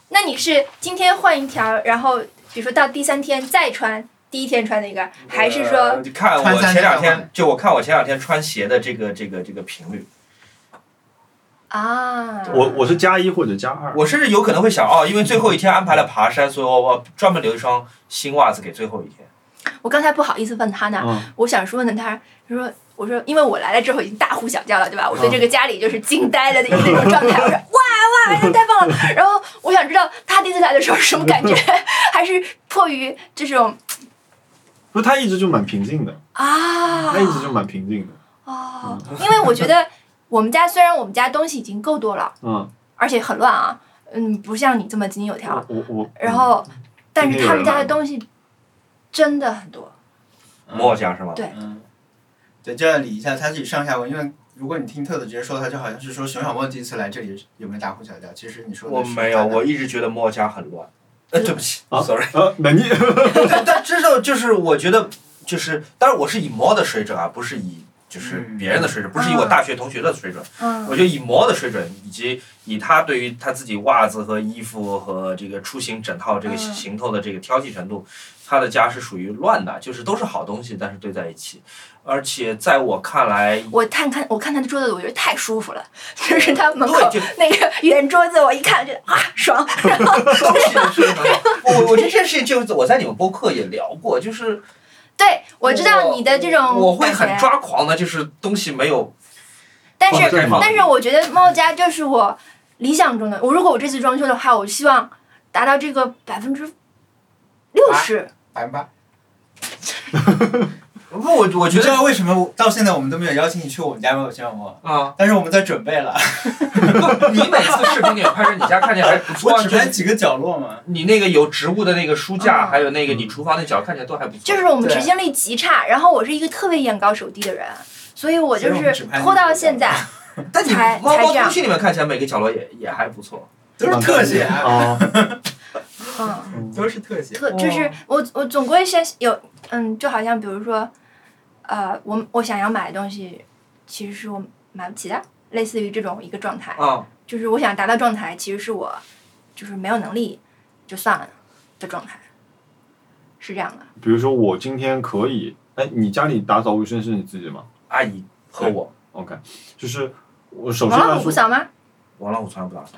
那你是今天换一条，然后比如说到第三天再穿第一天穿的一个，还是说呃你看穿我三前两天天，就我看我前两天穿鞋的这个这个这个频率，啊？呃我我是加一或者加二。我甚至有可能会想哦，因为最后一天安排了爬山，所以我我专门留一双新袜子给最后一天。我刚才不好意思问他呢，嗯，我想说呢，他他说我说因为我来了之后已经大呼小叫了，对吧？嗯我对这个家里就是惊呆了的那种状态，我说哇哇，太棒 了！然后我想知道他第一次来的时候是什么感觉，还是迫于这种不是他一直就蛮平静的，啊他一直就蛮平静的。哦，因为我觉得我们家虽然我们家东西已经够多了，嗯，而且很乱啊，嗯，不像你这么井井有条，我我我。然嗯后，但今是天有他们人家来的东西真的很多。莫讲是吗？对嗯，对，这要理一下他自己上下文，因为如果你听特的直接说他，就好像是说熊小莫第一次来这里有没有大呼小叫，其实你说的我是没他有，的我一直觉得莫家很乱。呃，对不起、 啊 s o r r y 呃，那你但但这种就是我觉得就是，当然我是以模的水准啊，不是以就是嗯别人的水准，不是以我大学同学的水准。我嗯，觉得以模的水准，以及以他对于他自己袜子和衣服和这个出行整套这个嗯行头的这个挑剔程度，他的家是属于乱的，就是都是好东西，但是堆在一起。而且在我看来，我看看我看他的桌子，我觉得太舒服了， 就是他门口 对就那个圆桌子，我一看就啊爽。然后东西是很好 我我觉得这件事情就是我在你们播客也聊过，就是对，我知道你的这种我会感很觉抓狂的，就是东西没有但是哦对吗但是我觉得猫家就是我理想中的。我如果我这次装修的话，我希望达到这个百分之六十。百分八。不，我我你觉知得道为什么到现在我们都没有邀请你去我们家没有熊小莫？啊，但是我们在准备了，你每次视频里拍摄你家看起来还不错我啊，只就是拍几个角落嘛。你那个有植物的那个书架，嗯还有那个你厨房那角看起来都还不错。就是我们对执行力极差，然后我是一个特别眼高手低的人，所以我就所以我们是只拍拖那到个现在。但你才猫才猫这样通讯里面看起来每个角落也也还不错。都是特 写啊， 啊，嗯。都是特写。特就是我我总归先有嗯，就好像比如说，呃，我我想要买的东西，其实是我买不起的，类似于这种一个状态，啊，就是我想达到状态，其实是我就是没有能力就算了的状态，是这样的。比如说我今天可以，哎，你家里打扫卫生是你自己吗阿姨和我， ？OK，就是我首王先老啊五来不说，扫吗？王老五从来不打扫。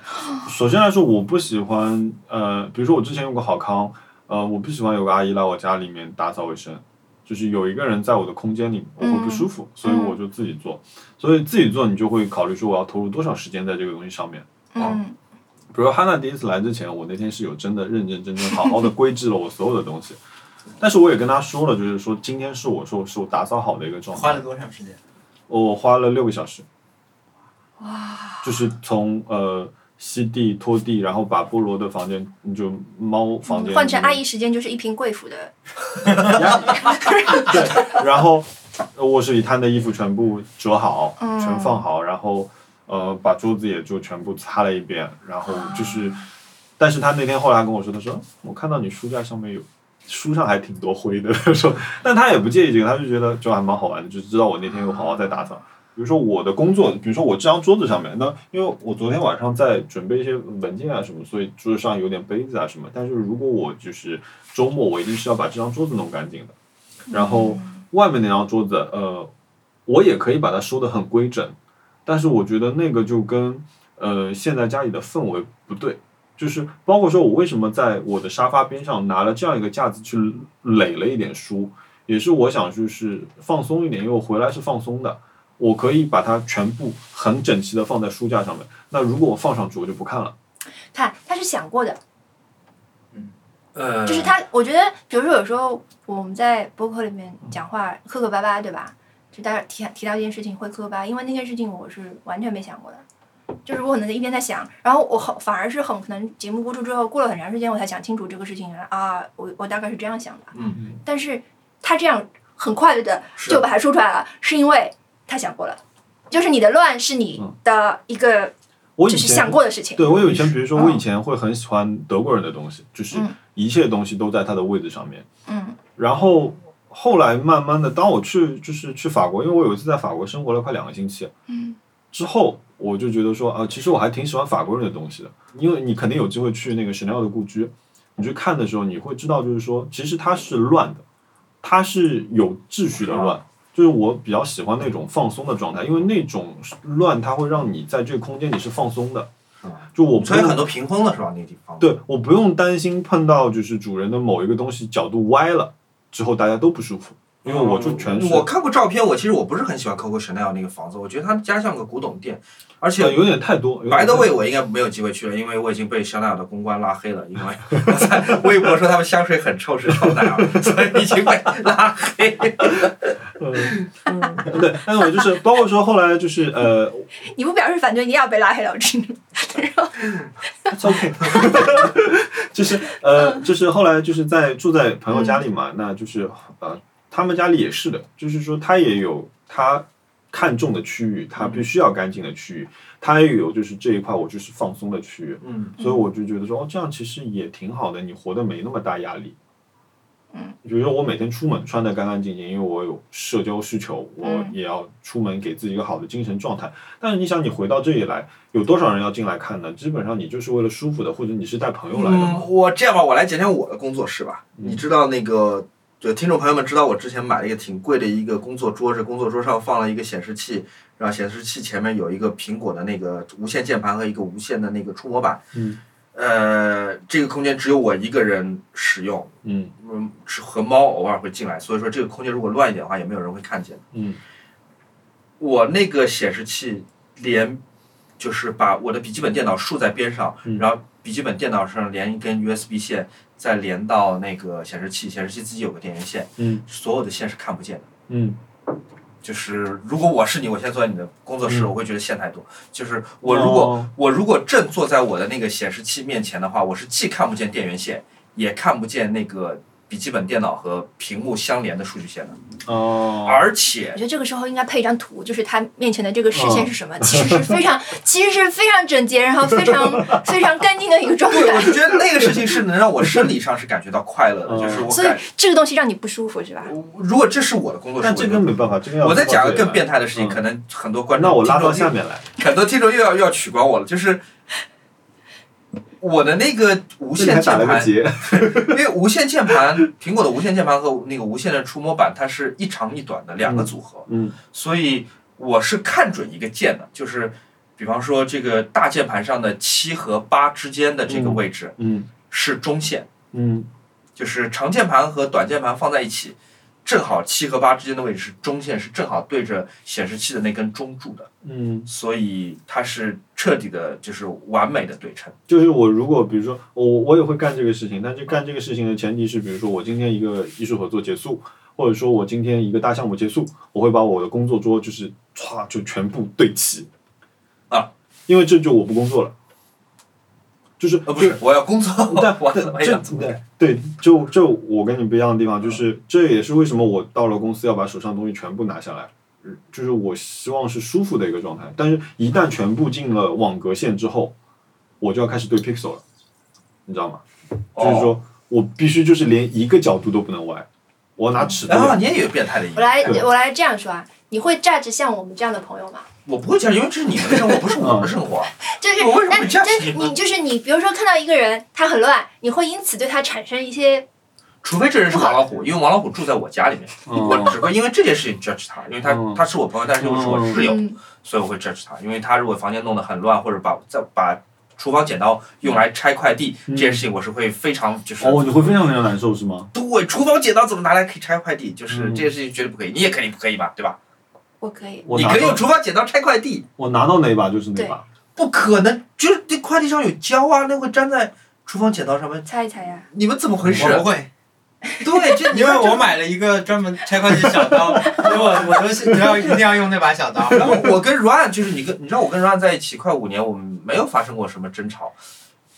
首先来说，我不喜欢，呃，比如说我之前用过好康，呃，我不喜欢有个阿姨来我家里面打扫卫生，就是有一个人在我的空间里，我嗯会不舒服，所以我就自己做，所以自己做你就会考虑说我要投入多少时间在这个东西上面。哦嗯比如汉娜第一次来之前，我那天是有真的认认真真好好的规制了我所有的东西，但是我也跟她说了，就是说今天是我说是我打扫好的一个状花态了，多长时间？我花了六个小时。哇！就是从呃吸地拖地，然后把菠萝的房间，就猫房间嗯换成阿姨时间就是一瓶贵妇的， 对，然后呃卧室里摊的衣服全部折好，嗯全放好，然后呃把桌子也就全部擦了一遍，然后就是，但是他那天后来跟我说，他说我看到你书架上面有。书上还挺多灰的， 他说，但他也不介意这个，他就觉得就还蛮好玩的，就是知道我那天有好好在打扫。比如说我的工作，比如说我这张桌子上面，那因为我昨天晚上在准备一些文件啊什么，所以桌子上有点杯子啊什么。但是如果我就是周末，我一定是要把这张桌子弄干净的。然后外面那张桌子，呃，我也可以把它收得很规整，但是我觉得那个就跟呃现在家里的氛围不对，就是包括说我为什么在我的沙发边上拿了这样一个架子去垒了一点书，也是我想就是放松一点，因为我回来是放松的。我可以把它全部很整齐的放在书架上面。那如果我放上去，我就不看了。看他是想过的，嗯呃，就是他，我觉得，比如说有时候我们在博客里面讲嗯话磕磕巴巴，对吧？就大家提提到一件事情会磕磕巴，因为那件事情我是完全没想过的，就是我可能一边在想，然后我很反而是很可能节目播出之后，过了很长时间我才想清楚这个事情啊，我我大概是这样想的。嗯，但是他这样很快的是就把它说出来了，是因为他想过了，就是你的乱是你的一个嗯我以就是前想过的事情，对我以前，比如说嗯我以前会很喜欢德国人的东西，就是嗯一切东西都在它的位置上面。嗯然后后来慢慢的，当我去就是去法国，因为我有一次在法国生活了快两个星期嗯之后，我就觉得说啊、其实我还挺喜欢法国人的东西的，因为你肯定有机会去那个 Chanel 的故居，你去看的时候，你会知道就是说，其实它是乱的，它是有秩序的乱。就是我比较喜欢那种放松的状态，因为那种乱它会让你在这个空间里是放松的嗯。就我不所以用很多屏风了是吧？那个地方，对，我不用担心碰到就是主人的某一个东西角度歪了之后大家都不舒服，因为我就全是、嗯我看过照片，我其实我不是很喜欢 Coco Chanel 那个房子，我觉得他们家像个古董店，而呃且。有点太多。有点白的太味我应该没有机会去了，因为我已经被香奈儿的公关拉黑了，因为我在微博说他们香水很臭是臭奈儿，所以已经被拉黑。多，嗯， 对。但是我就是包括说后来就是 呃你不表示反对，你也要被拉黑了，我知道。 ，it's OK，就是嗯呃就是后来就是在住在朋友家里嘛，那就是呃他们家里也是的，就是说他也有他看重的区域，他嗯必须要干净的区域，他也有就是这一块我就是放松的区域。嗯，所以我就觉得说，哦，这样其实也挺好的，你活得没那么大压力。嗯，比如说我每天出门穿的干干净净，因为我有社交需求，我嗯也要出门给自己一个好的精神状态。但是你想，你回到这里来，有多少人要进来看呢？基本上你就是为了舒服的，或者你是带朋友来的嘛。嗯，我这样吧，我来讲讲我的工作室吧。嗯你知道那个，就听众朋友们知道，我之前买了一个挺贵的一个工作桌子，工作桌上放了一个显示器，然后显示器前面有一个苹果的那个无线键盘和一个无线的那个触摸板。嗯呃，这个空间只有我一个人使用，嗯嗯，是和猫偶尔会进来，所以说这个空间如果乱一点的话，也没有人会看见。嗯我那个显示器连就是把我的笔记本电脑竖在边上，嗯然后笔记本电脑上连一根 USB 线，再连到那个显示器，显示器自己有个电源线，嗯所有的线是看不见的。嗯，就是如果我是你，我现在坐在你的工作室，嗯我会觉得线太多。就是我如果、哦我如果正坐在我的那个显示器面前的话，我是既看不见电源线，也看不见那个笔记本电脑和屏幕相连的数据线的，哦，而且我觉得这个时候应该配一张图，就是他面前的这个视嗯线是什么，其实是非 常，其实是非常整洁，然后非常非常干净的一个状 对，我态。就觉得那个事情是能让我生理上是感觉到快乐的，嗯就是我所以感， 这个东西让你不舒服是吧？我如果这是我的工作室，但这个没办法，这个要我再讲个更变变态的事情，嗯可能很多观众那我拉到听众下面来，又，很多听众又要又要取关我了，就是。我的那个无这里线还打键了个盘，因结，为无线键盘，苹果的无线键盘和那个无线的触摸板，它是一长一短的两个组合，嗯所以我是看准一个键的，就是比方说这个大键盘上的七和八之间的这个嗯位置嗯是中线，嗯就是长键盘和短键盘放在一起，正好七和八之间的位置是中线，是正好对着显示器的那根中柱的，嗯。所以它是彻底的，就是完美的对称。就是我如果比如说我我也会干这个事情，但是干这个事情的前提是，比如说我今天一个艺术合作结束，或者说我今天一个大项目结束，我会把我的工作桌就是歘就全部对齐啊，因为这就我不工作了，就是呃，不是，我要工作， 但 我怎么这样？怎么样嗯对 对，就就我跟你不一样的地方，就是这也是为什么我到了公司要把手上的东西全部拿下来，嗯就是我希望是舒服的一个状态。但是，一旦全部进了网格线之后，我就要开始对 pixel 了，你知道吗？就是哦说我必须就是连一个角度都不能歪，我拿尺度量。啊，你也有变态的一我面。来对我来这样说啊，你会 judge 像我们这样的朋友吗？我不会这样，因为这是你们的生活，不是我的生活。嗯就是我为什么但会 judge 就是你呢你就是你，比如说看到一个人他很乱，你会因此对他产生一些除非这人是王老虎，因为王老虎住在我家里面，我嗯只会因为这件事情 judge 他，因为他嗯他是我朋友，但是又是我室友，嗯所以我会 judge 他。因为他如果房间弄得很乱，或者把再把厨房剪刀用来拆快递嗯这件事情，我是会非常就是哦，你会非常非常难受是吗？对，厨房剪刀怎么拿来可以拆快递？就是嗯这件事情绝对不可以，你也肯定不可以吧，对吧？我可以，我你拿可以到用厨房剪刀拆快递，我拿到哪一把就是哪一把，不可能，就是那快递上有胶啊，那会粘在厨房剪刀上面。猜一猜呀、你们怎么回事？我不会，对，这因为我买了一个专门拆快递小刀， 我我都是你要一定要用那把小刀。然后我跟 Ryan 就是你跟你知道我跟 Ryan 在一起快五年，我们没有发生过什么争吵。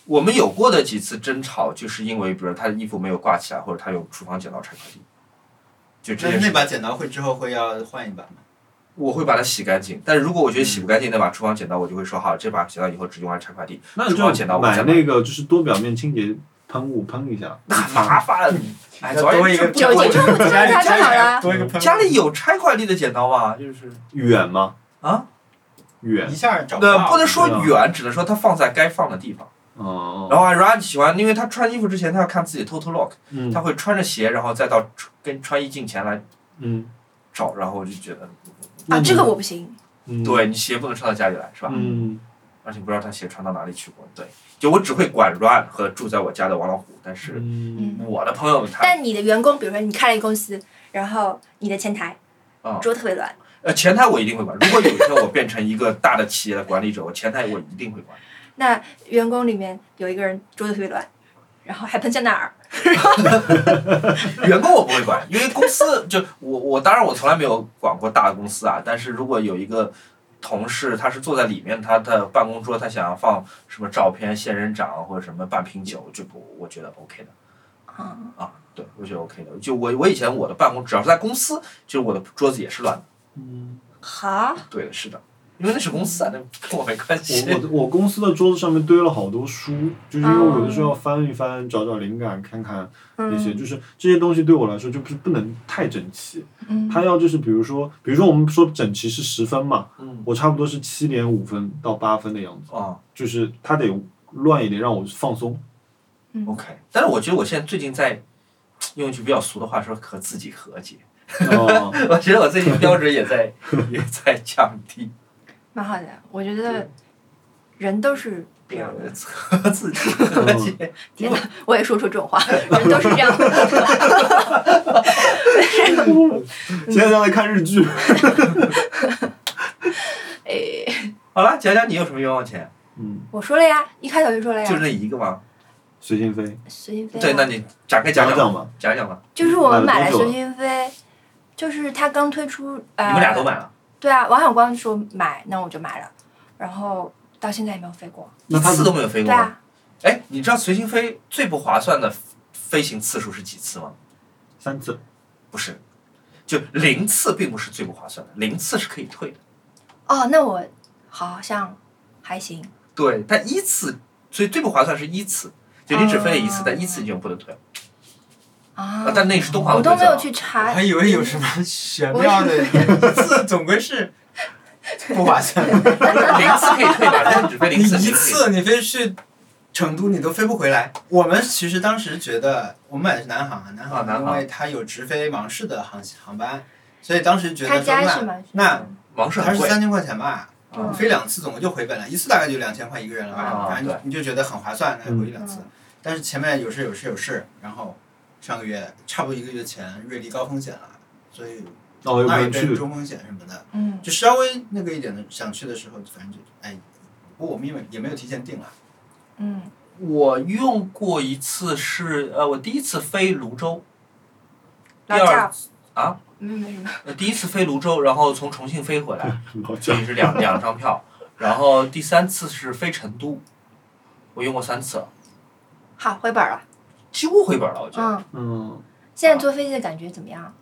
我们有过的几次争吵，就是因为比如他的衣服没有挂起来，或者他用厨房剪刀拆快递，就这但件是事那把情，剪刀会之后会要换一把吗？我会把它洗干净。但是如果我觉得洗不干净，那把厨房剪刀我就会说好，这把剪刀以后只用来拆快递，那你厨房剪刀就我买再那个就是多表面清洁喷雾喷一下，那麻烦。哎，多昨天一个就酒精冲 不冲家里它就好了。啊多一个喷家里有拆快递的剪刀吗？就是远吗？啊，远一，下找对，到不能说对啊远，只能说它放在该放的地方。嗯，然后 Ryan 喜欢，因为他穿衣服之前他要看自己 total look。嗯他会穿着鞋，然后再到出跟穿衣镜前来嗯，找，然后我就觉得，啊，那这个你我不行，嗯对你鞋不能穿到家里来，是吧？嗯而且不知道他鞋穿到哪里去过。对，就我只会管 Run 和住在我家的王老虎，但是嗯嗯我的朋友他但你的员工，比如说你开了一个公司，然后你的前台啊、桌特别乱，呃，前台我一定会管。如果有一天我变成一个大的企业的管理者，我前台我一定会管。那员工里面有一个人桌子特别乱，然后还喷香奈儿，员工我不会管，因为公司就我我当然我从来没有管过大的公司啊，但是如果有一个同事他是坐在里面，他的办公桌他想要放什么照片、仙人掌或者什么半瓶酒，就不我觉得 OK 的啊，啊，对我觉得 OK 的。就我我以前我的办公只要是在公司，就是我的桌子也是乱的，嗯，好，对的，是的，因为那是公司啊，那跟我没关系。我我的我公司的桌子上面堆了好多书，就是因为我有的时候要翻一翻，找找灵感，看看那些，嗯就是这些东西对我来说就不不能太整齐，嗯，它要就是比如说，比如说我们说整齐是十分嘛，嗯我差不多是七点五分到八分的样子，啊就是它得乱一点让我放松， ，OK，但是我觉得我现在最近在用一句比较俗的话说和自己和解。 哦， 我觉得我最近标准也 在也在降低，蛮好的，我觉得人都是这样的，测自己和解。天哪，我也说出这种话， 人都是这样的，现在在看日剧，哎，好了，讲讲你有什么冤枉钱？嗯，我说了呀，一开头就说了呀，就那一个吗？随心飞，随心啊飞啊，对，那你展开哎讲讲，讲讲吧，讲讲吧。就是我们买买了了多久随了心飞，就是他刚推出，你呃，们俩都买了，对啊，王小光说买，那我就买了，然后到现在也没有飞过。那一他次都没有飞对过吗。啊，哎，你知道随心飞最不划算的飞行次数是几次吗？三次，不是，就零次并不是最不划算的，零次是可以退的。哦，那我好像还行。对，但一次，所以最不划算是一次，就你只飞了一次哦，但一次你就不能退了。啊啊，，但那是东航我的都规没则有啊。去我查还，以为有什么玄妙的，这总归是不划算。零次可以退吧？如果你只飞零你次，一你可以次你飞去成都，你都飞不回来。我们其实当时觉得，我们买的是南航啊，南啊南航因航为它有直飞芒市的航航班，所以当时觉他得说家是那吗？那王是它哦很是贵。三千块钱吧，嗯你飞两次总共就回本了，一次大概就两千块一个人了吧啊，反正对你就觉得很划算，那嗯回去两次。但是前面有事有事有事，然后上个月差不多一个月前瑞丽高风险了，所以哦，又不那能也去是，中风险什么的，嗯，就稍微那个一点的想去的时候，反正就哎，不过我们因为也没有提前定啊了，嗯我用过一次是呃，我第一次飞泸州，第老赵，二啊，嗯，没什么。呃第一次飞泸州，然后从重庆飞回 来，老所蒋以是两两张票。然后第三次是飞成都，我用过三次了，好，回本儿了。几乎回本了，我觉得。嗯，嗯，现在坐飞机的感觉怎么样？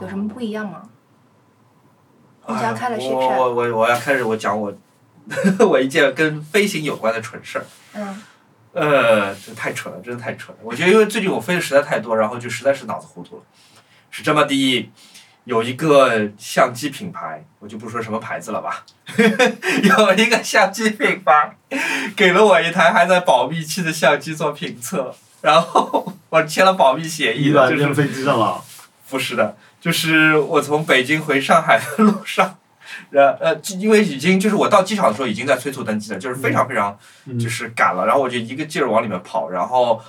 有什么不一样吗？嗯你家开了哎是呀不是我我我我要开始我讲我 我一件跟飞行有关的蠢事儿。嗯，呃，这太蠢了，真的太蠢了。我觉得因为最近我飞的实在太多，然后就实在是脑子糊涂了。是这么的，有一个相机品牌，我就不说什么牌子了吧， 有一个相机品牌给了我一台还在保密期的相机做评测，然后我签了保密协嗯一议来的，就是扔飞机上了，不是的，就是我从北京回上海的路上，呃呃，因为已经就是我到机场的时候已经在催促登机了，就是非常非常嗯就是赶了，然后我就一个劲儿往里面跑，然后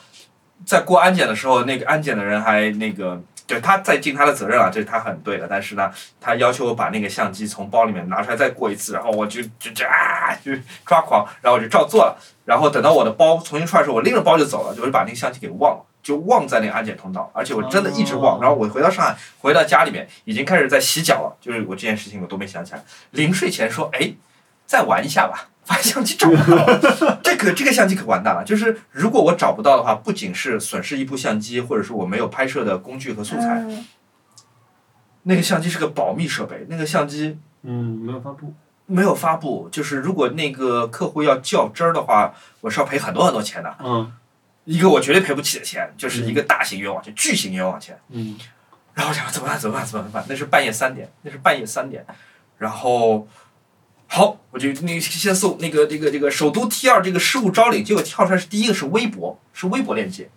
在过安检的时候，那个安检的人还那个。就是他在尽他的责任啊，这是他很对的。但是呢，他要求我把那个相机从包里面拿出来再过一次，然后我就就就啊，就抓狂，然后我就照做了。然后等到我的包重新出来的时候，我拎着包就走了，就是把那个相机给忘了，就忘在那个安检通道，而且我真的一直忘。哦然后我回到上海，回到家里面已经开始在洗脚了，就是我这件事情我都没想起来。临睡前说，哎，再玩一下吧， 把相机找不到了，这可这个相机可完蛋了。就是如果我找不到的话，不仅是损失一部相机，或者是我没有拍摄的工具和素材，嗯那个相机是个保密设备，那个相机嗯，没有发布，没有发布，就是如果那个客户要较真儿的话，我是要赔很多很多钱的。嗯一个我绝对赔不起的钱，就是一个大型冤枉钱，巨型冤枉钱。嗯，然后我想怎么办？怎么办？怎么办？那是半夜三点，那是半夜三点。然后，好，我就那先搜那个这个这个首都 T 二这个失物招领，结果跳出来是第一个是微博，是微博链接。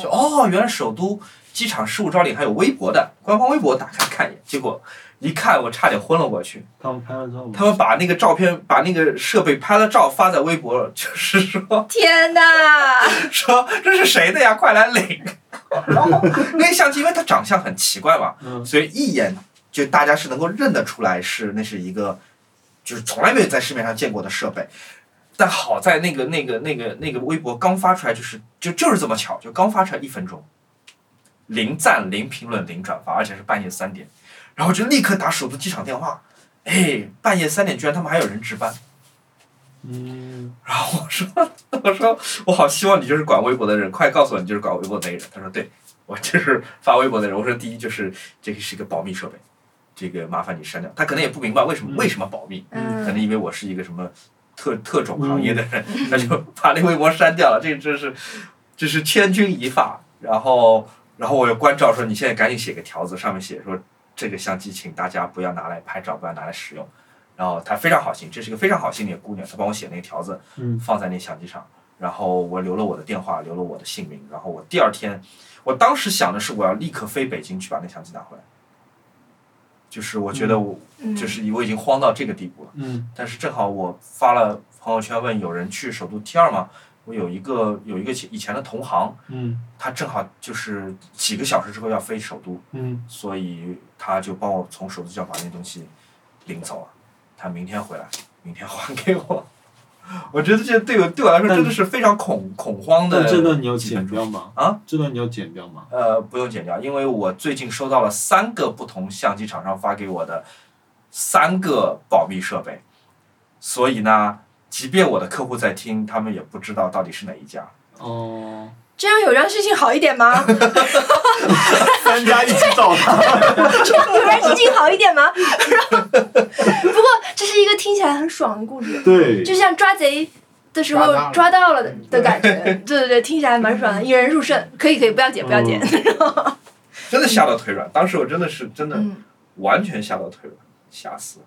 就哦，哦，原来首都机场失物招领还有微博的官方微博，打开看一眼。结果一看，我差点昏了过去。他们拍了照吗？他们把那个照片，把那个设备拍了照发在微博，就是说天哪！说这是谁的呀？快来领！ 然后那个相机，因为它长相很奇怪嘛，嗯所以一眼就大家是能够认得出来是那是一个，就是从来没有在市面上见过的设备。但好在那个那个那个那个微博刚发出来，就是就就是这么巧，就刚发出来一分钟，零赞、零评论、零转发，而且是半夜三点，然后就立刻打首都机场电话，哎，半夜三点居然他们还有人值班，嗯，然后我说， 我说我好希望你就是管微博的人，快告诉我你就是管微博的那个人。他说对，我就是发微博的人。我说第一就是这个是一个保密设备，这个麻烦你删掉。他可能也不明白为什么、嗯为什么保密，可嗯能因为我是一个什么特特种行业的人，那就把那微博删掉了。这个真是，这是千钧一发。然后，然后我又关照说，你现在赶紧写个条子，上面写说这个相机请大家不要拿来拍照，不要拿来使用。然后她非常好心，这是一个非常好心的姑娘，她帮我写那个条子，嗯放在那相机上。然后我留了我的电话，留了我的姓名。然后我第二天，我当时想的是我要立刻飞北京去把那相机拿回来，就是我觉得我、嗯就是我已经慌到这个地步了。嗯但是正好我发了朋友圈问有人去首都 T 二吗？我有一个有一个以前的同行，嗯他正好就是几个小时之后要飞首都，嗯，所以他就帮我从首都机场把那东西领走了。他明天回来，明天还给我。 我觉得这对我对我来说但真的是非常恐恐慌的但这段你有几分剪钟。掉吗？啊，这段你有剪掉吗？呃，不用剪掉，因为我最近收到了三个不同相机厂商发给我的三个保密设备，所以呢，即便我的客户在听，他们也不知道到底是哪一家。 哦，这样有让事情好一点 吗？三家一起找他，这样有让事情好一点吗？然后， 不过这是一个听起来很爽的故事，对， 就像抓贼的时抓到候了抓到了的的感 觉。对对对，听起来蛮爽的，一人入胜，可以可以，不要剪不要剪。真的吓到腿软，当时我真的是真的嗯，完全吓到腿软，吓死了。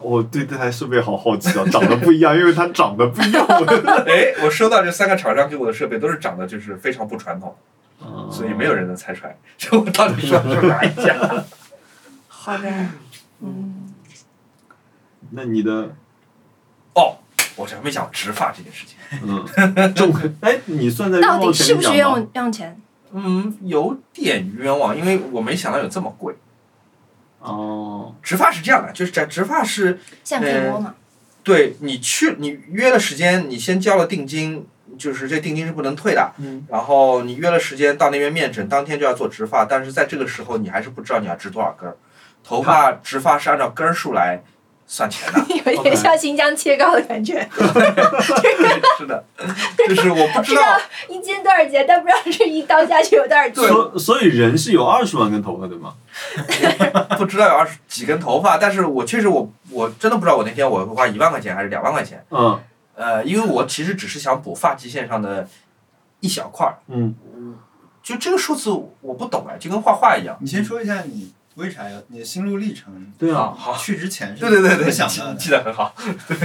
我对这台设备好好奇哦，长得不一样，因为它长得不一 样，哎，我收到这三个厂商给我的设备都是长得就是非常不传统，我所以没有人能猜出来， 这我到底说的是哪一家。好的，嗯，那你的哦，我这还没讲植发这件事情。嗯，中哎，你算在到愿底望是前不面是讲冤吗？枉冤枉钱？嗯，有点冤枉，因为我没想到有这么贵。哦，植发是这样的，就是这植发是现在可以摸吗？对你去你约了时间，你先交了定金，就是这定金是不能退的。嗯，然后你约了时间到那边面诊，当天就要做植发，但是在这个时候你还是不知道你要植多少根儿，头发植发是按照根儿数来算钱的。 有点像新疆切糕的感觉，是的，就是我不知道，一斤多少钱，但不知道是一刀下去有多少斤。所所以人是有二十万根头发的嘛？不知道有二十几根头发，但是我确实我我真的不知道我那天我花一万块钱还是两万块钱，嗯呃，因为我其实只是想补发际线上的一小块儿，嗯，就这个数字我不懂哎，就跟画画一样。你先说一下你为啥要你的心路历程，对啊，啊，好，去之前是对对对怎么对，想记的？记得很好。对，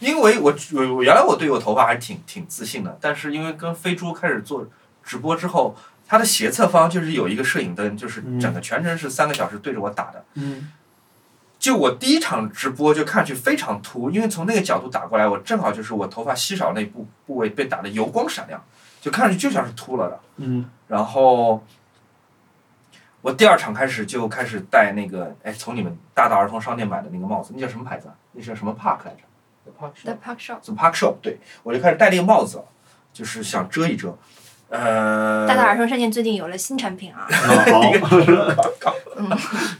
因为我我我原来我对我头发还挺挺自信的，但是因为跟飞猪开始做直播之后，他的斜侧方就是有一个摄影灯，就是嗯整个全程是三个小时对着我打的。嗯就我第一场直播就看去非常突，因为从那个角度打过来，我正好就是我头发稀少那部部位被打的油光闪亮，就看上去就像是秃了的。 嗯然后我第二场开始就开始戴那个，哎，从你们大大儿童商店买的那个帽子，那叫什么牌子啊？那叫什么 Park 来着？The Park The Park Shop， The Park Shop，对我就开始戴那个帽子了，就是想遮一遮。呃，大大儿童商店最近有了新产品啊，嗯， 好，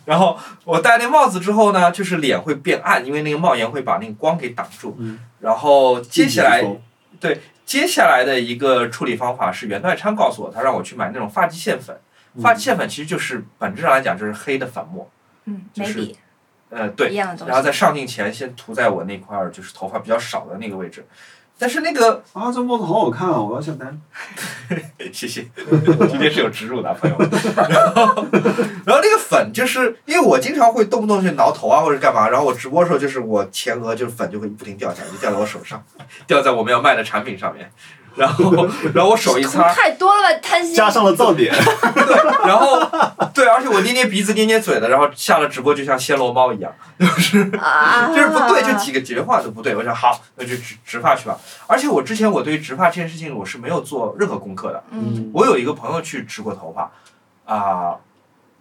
然后我戴那帽子之后呢，就是脸会变暗，因为那个帽檐会把那个光给挡住。嗯然后接下来一起去接下来的一个处理方法是袁代昌告诉我，他让我去买那种发际线粉。嗯发际线粉其实就是本质上来讲就是黑的粉末，嗯，就眉是笔呃，对一，样的然东西。后在上镜前先涂在我那块儿，就是头发比较少的那个位置。但是那个， 啊，这帽子好好看啊，我要下单。谢谢，我今天是有植入的啊 朋友们。然后， 然后那个粉就是因为我经常会动不动去挠头啊或者干嘛，然后我直播的时候就是我前额就是粉就会不停掉下来，就掉在我手上，掉在我们要卖的产品上面。然后， 然后我手一图擦，太多了吧，贪心。 加上了噪点，然后，对，而且我捏捏鼻子、捏捏嘴的，然后下了直播就像暹罗猫一样，啊，就是不对，这几个结话都不对。我想好，那就植植发去吧。而且我之前我对于植发这件事情我是没有做任何功课的。嗯，我有一个朋友去植过头发，啊、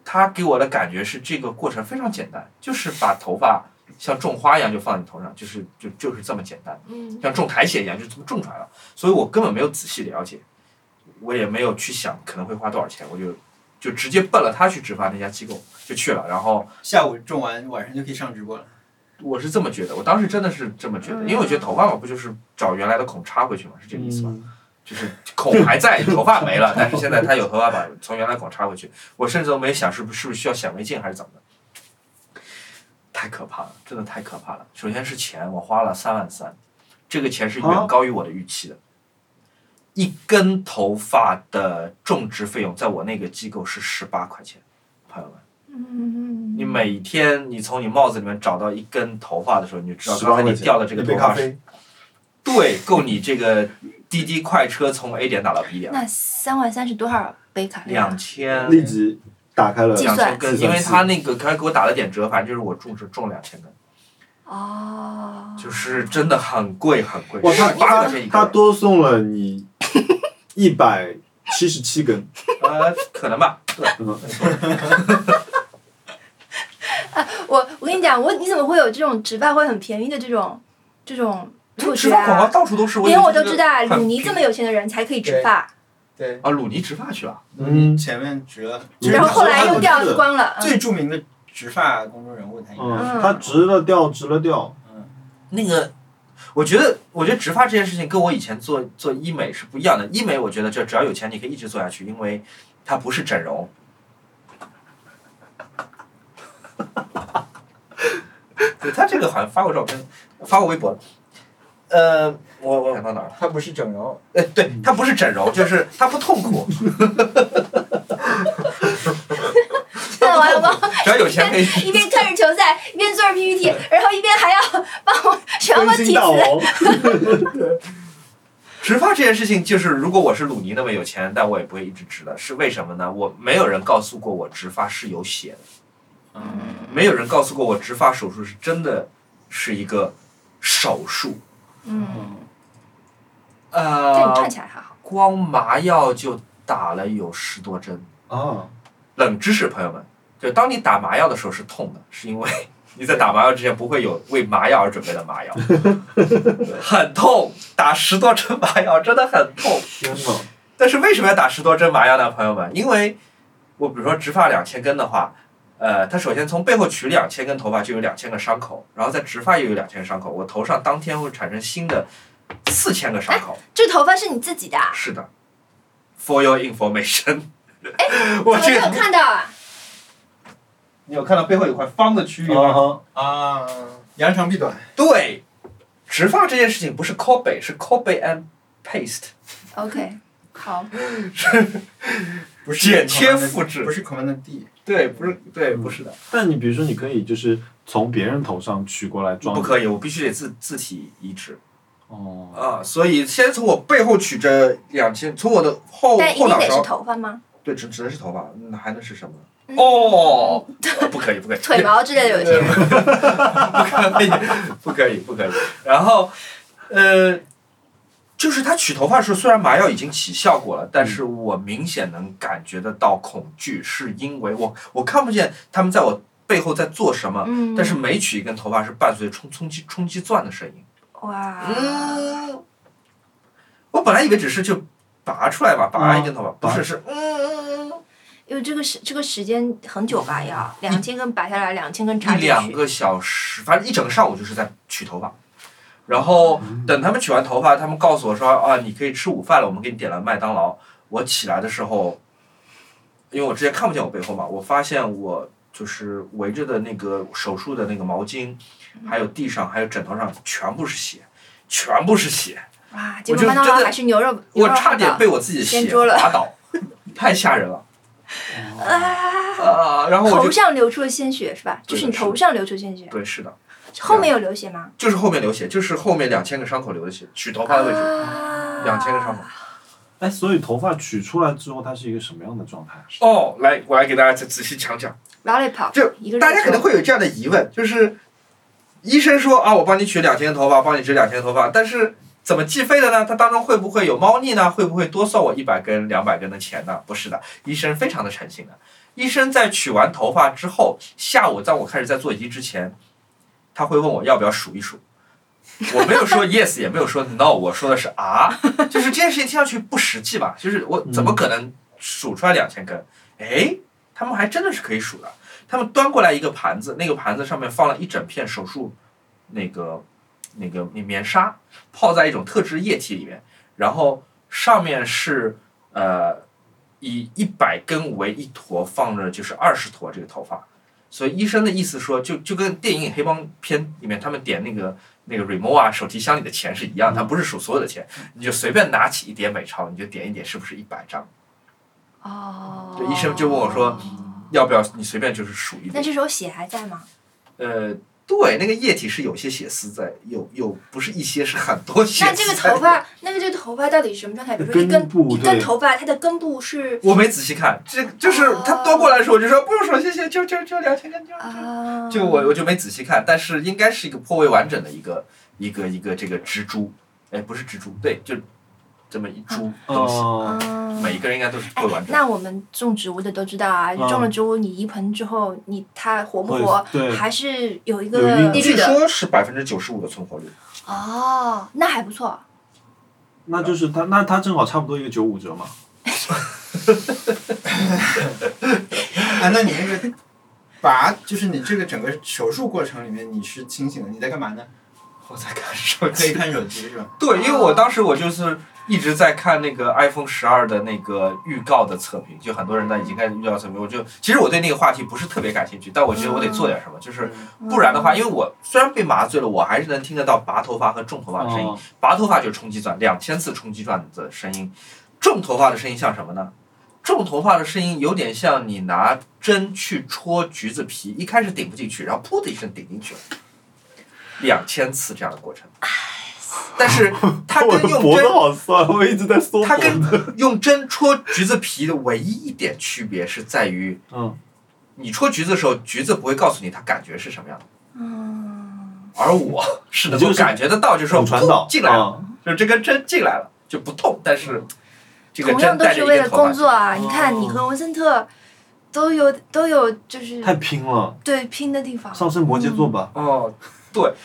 他给我的感觉是这个过程非常简单，就是把头发像种花一样就放在你头上，就是就就是这么简单。嗯像种苔藓一样，就这么种出来了。所以我根本没有仔细了解，我也没有去想可能会花多少钱，我就就直接奔了他去植发那家机构就去了。然后下午种完，晚上就可以上直播了。我是这么觉得，我当时真的是这么觉得，嗯因为我觉得头发嘛，不就是找原来的孔插回去嘛，是这个意思吧？嗯就是孔还在， 头发没了，但是现在他有头发把从原来孔插回去。我甚至都没想是不是是不是需要显微镜还是怎么的，太可怕了，真的太可怕了。首先是钱，我花了三万三，这个钱是啊远高于我的预期的。一根头发的种植费用，在我那个机构是十八块钱，朋友们，嗯，你每天你从你帽子里面找到一根头发的时候，你就知道18刚才你块钱掉的这个一杯头咖发是啡，对够你这个滴滴快车从 A 点打到 B 点了。那三万三是多少杯咖啡啊？两千立即打开了计两算千根，因为他那个他给我打了点折，反正就是我种是种两千根，哦，就是真的真的很贵很贵，哇，他十八块他钱一他根，多送了你 一百七十七根，呃，可能吧，对，嗯，我我跟你讲，我你怎么会有这种植发会很便宜的这种这种触植觉发广告啊？到处都是，连我我以都为这知个道啊，很鲁尼这么有钱的人才可以植发，对，啊，鲁尼植发去了，嗯前面植了，对然后后来又用掉光了。嗯最著名的植发公众人物，他应该是嗯嗯，他直了掉，直了掉，那个。我觉得，我觉得植发这件事情跟我以前做做医美是不一样的。医美，我觉得这只要有钱，你可以一直做下去，因为它不是整容。对他这个好像发过照片，发过微博。呃，我我想到哪儿了？他不是整容，哎，对，它不是整容，就是它不痛苦，那我要帮只要有钱可以。一边看着球赛，一边做着 PPT，然后一边还要帮 我全我更体新哦大词。王， 植发这件事情，就是如果我是鲁尼那么有钱，但我也不会一直植的，是为什么呢？我没有人告诉过我植发是有血的，嗯，没有人告诉过我植发手术是真的是一个手术。嗯，但你呃站，起来还好。光麻药就打了有十多针。啊，冷知识，朋友们，就当你打麻药的时候是痛的，是因为 你在打麻药之前不会有为麻药而准备的麻药，很痛，打十多针麻药真的很痛。天呐，但是为什么要打十多针麻药呢，朋友们？因为我比如说植发两千根的话，呃，它首先从背后取两千根头发就有两千个伤口，然后在植发又有两千个伤口，我头上当天会产生新的四千个伤口。这头发是你自己的啊？哎 是的，for your information，哎我我没这有个看到啊。你有看到背后有块方的区域吗？啊啊，扬长避短，对，植发这件事情不是 copy，是 copy and paste， OK，好，哦不是剪贴 Command- 复制不。是 Command D，对，不是，对，不是的，但你比如说，你可以就是从别人头上取过来装，不可以，我必须得自自体移植哦，啊。所以先从我背后取这两千，从我的后但一后定脑得是勺，头发吗？对，只只能是头发，那还能是什么？嗯 哦，不可以，不可以，腿毛之类的有些人，可以， 不可以，不可以。然后，呃，就是他取头发的时候，虽然麻药已经起效果了，但是我明显能感觉得到恐惧，是因为我我看不见他们在我背后在做什么，嗯，但是每取一根头发是伴随冲冲击冲击钻的声音。哇，嗯，我本来以为只是就拔出来吧，拔一根哦头发，不是嗯是因为这个时这个时间很久吧，要两千根拔下来，两千根插一进两去，个小时，反正一整个上午就是在取头发。然后嗯等他们取完头发，他们告诉我说啊，你可以吃午饭了，我们给你点了麦当劳。我起来的时候，因为我之前看不见我背后嘛，我发现我就是围着的那个手术的那个毛巾，还有地上还有枕头上全部是血，全部是血。哇，结我果就麦当劳真的还是牛肉，牛我肉差汉点堡被我自己的掀血桌了打 倒，太吓人了啊，啊！然后我头就上流出了鲜血是吧？对就是的你是头上流出鲜血，对，是的，后面有流血吗？就是后面流血，就是后面两千个伤口流的血，取头发的位置，啊，两千个伤口。哎，所以头发取出来之后，它是一个什么样的状态？哦，来，我来给大家再仔细讲讲。 ，lollipop，就一个大家肉可能会有这样的疑问，就是医生说啊，我帮你取两千个头发，帮你植两千个头发，但是怎么计费的呢？它当中会不会有猫腻呢？会不会多算我一百根、两百根的钱呢？不是的，医生非常的诚信的。医生在取完头发之后，下午在我开始在做移植前，他会问我要不要数一数。我没有说 yes，也没有说 no，我说的是啊，就是这件事情听上去不实际嘛，就是我怎么可能数出来两千根？哎，他们还真的是可以数的。他们端过来一个盘子，那个盘子上面放了一整片手术那个那个棉纱，泡在一种特制液体里面，然后上面是呃以一百根为一坨放着就是二十坨这个头发，所以医生的意思说，就就跟电影黑帮片里面他们点那个那个 remo 啊手提箱里的钱是一嗯样，他不是数所有的钱，你就随便拿起一叠美钞，你就点一点，是不是一百张？哦，对，医生就问我说，要不要你随便就是数一点那。这时候血还在吗？呃，对，那个液体是有些血丝在，有有不是一些，是很多血那丝。这个头，发，那个这个头发到底什么状态？比如说一根根部一根对头发，它的根部是我没仔细看，这就是哦他端过来的时候，我就说不用说，谢谢，就就就两千根，就就啊，嗯就我我就没仔细看，但是应该是一个颇为完整的一个一个一个这个蜘蛛，哎，不是蜘蛛，对，就这么一株东西，哦，啊每一个人应该都是哎颇为完整的。哦那我们种植物的都知道啊，嗯种了植物，你移盆之后，你它活不会活，对还是有一有一个定规律据的。说是百分之九十五的存活率，哦，那还不错。那就是它，那它正好差不多一个九五折嘛。啊，那你那个拔，就是你这个整个手术过程里面，你是清醒的，你在干嘛呢？我在看手可以看手机是 吧？对，因为我当时我就是一直在看那个 iPhone 十二的那个预告的测评，就很多人呢已经开始预告测评，我就其实我对那个话题不是特别感兴趣，但我觉得我得做点什么，就是不然的话，因为我虽然被麻醉了，我还是能听得到拔头发和种头发的声音。哦拔头发就是冲击钻，两千次冲击钻的声音。种头发的声音像什么呢？种头发的声音有点像你拿针去戳橘子皮，一开始顶不进去，然后噗的一声顶进去了，两千次这样的过程。但是它 我跟的用脖子针，好酸，我一直在缩它脖跟子。用针戳橘子皮的唯一一点区别是在于，嗯，你戳橘子的时候，橘子不会告诉你它感觉是什么样的，嗯，而我是能够你就是感觉得到，就是说骨传导噗进来了。啊就是这根针进来了就不痛，但是这个同针样都带是着一为根了头发工作啊。哦你看，你和文森特都有都有就是太拼了，对拼的地方。上升摩羯座吧。哦，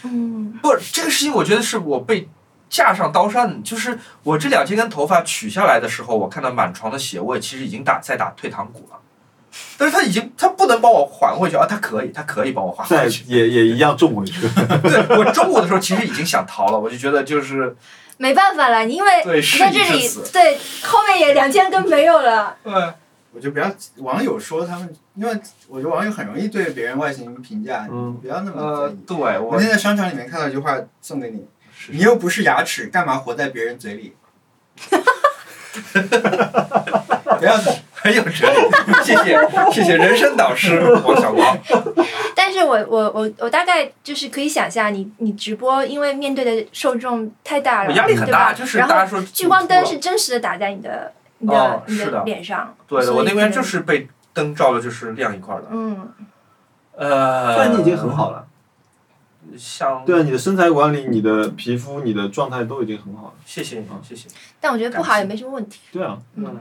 嗯，不，这个事情我觉得是我被架上刀山，就是我这两千根头发取下来的时候，我看到满床的血味，其实已经打在打退堂鼓了。但是他已经，他不能帮我还回去啊！他可以，他可以帮我还再回去。也也一样中 回去。对我中午的时候其实已经想逃了，我就觉得就是没办法了，因为对你是在一这阵里死，对后面也两千根没有了，对我就不要网友说他们，因为我觉得网友很容易对别人外形评价，嗯不要那么呃在意。，对我我那天在商场里面看到一句话送给你：是 你又不是牙齿，干嘛活在别人嘴里？不要很有哲理，谢谢谢谢人生导师王小光。但是我我我我大概就是可以想象你你直播，因为面对的受众太大了，我压力很大，对吧就是然大后家说聚光灯是真实的打在你的你的、哦你是的的脸上，对的，所以我那边可能就是被灯照的，就是亮一块儿的。嗯，呃，但你已经很好了，像对啊，你的身材管理、你的皮肤、你的状态都已经很好了。谢谢嗯谢谢。但我觉得不好也没什么问题，对啊，嗯，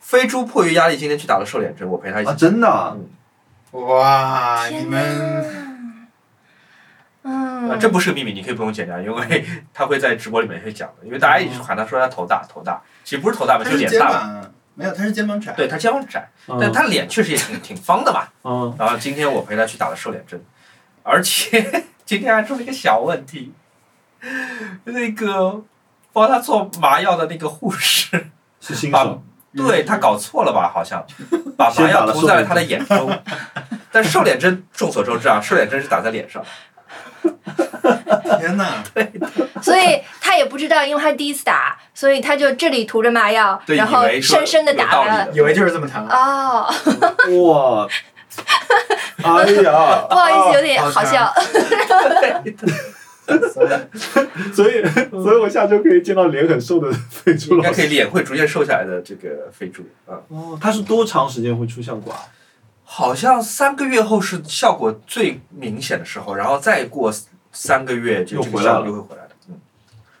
飞猪迫于压力今天去打了瘦脸针，我陪他一啊，起。真的啊，嗯哇，你天们呐嗯、啊啊，这不是秘密，你可以不用剪掉，因为 他会在直播里面会讲的，因为大家一直喊他说他头大头大，其实不是头大吧，他就是是脸肩大吧。膀没有，他是肩膀窄。对他肩膀窄，但嗯他脸确实也挺挺方的嘛。嗯，然后今天我陪他去打了瘦脸针，而且 今天还出了一个小问题，那个帮他做麻药的那个护士，是新把手，对他搞错了吧？好像把麻药涂在了他的眼周， 但瘦脸针众所周知啊，瘦脸针是打在脸 上，天哪，所以他也不知道，因为他第一次打，所以他就这里涂着麻药，对，然后以为说深深的有打道了。理以为的。就是这么啊谈。哦， 哇，哎呀，不好意思，有点好好像笑。 所以，所以我下周可以见到脸很瘦的 飞猪应老该可师。以脸会逐渐瘦下来的这个飞猪啊，哦，他是多长时间会出效果啊？好像三个月后是效果最明显的时候，然后再过三个月就又这个回来效果了又会回来的。嗯，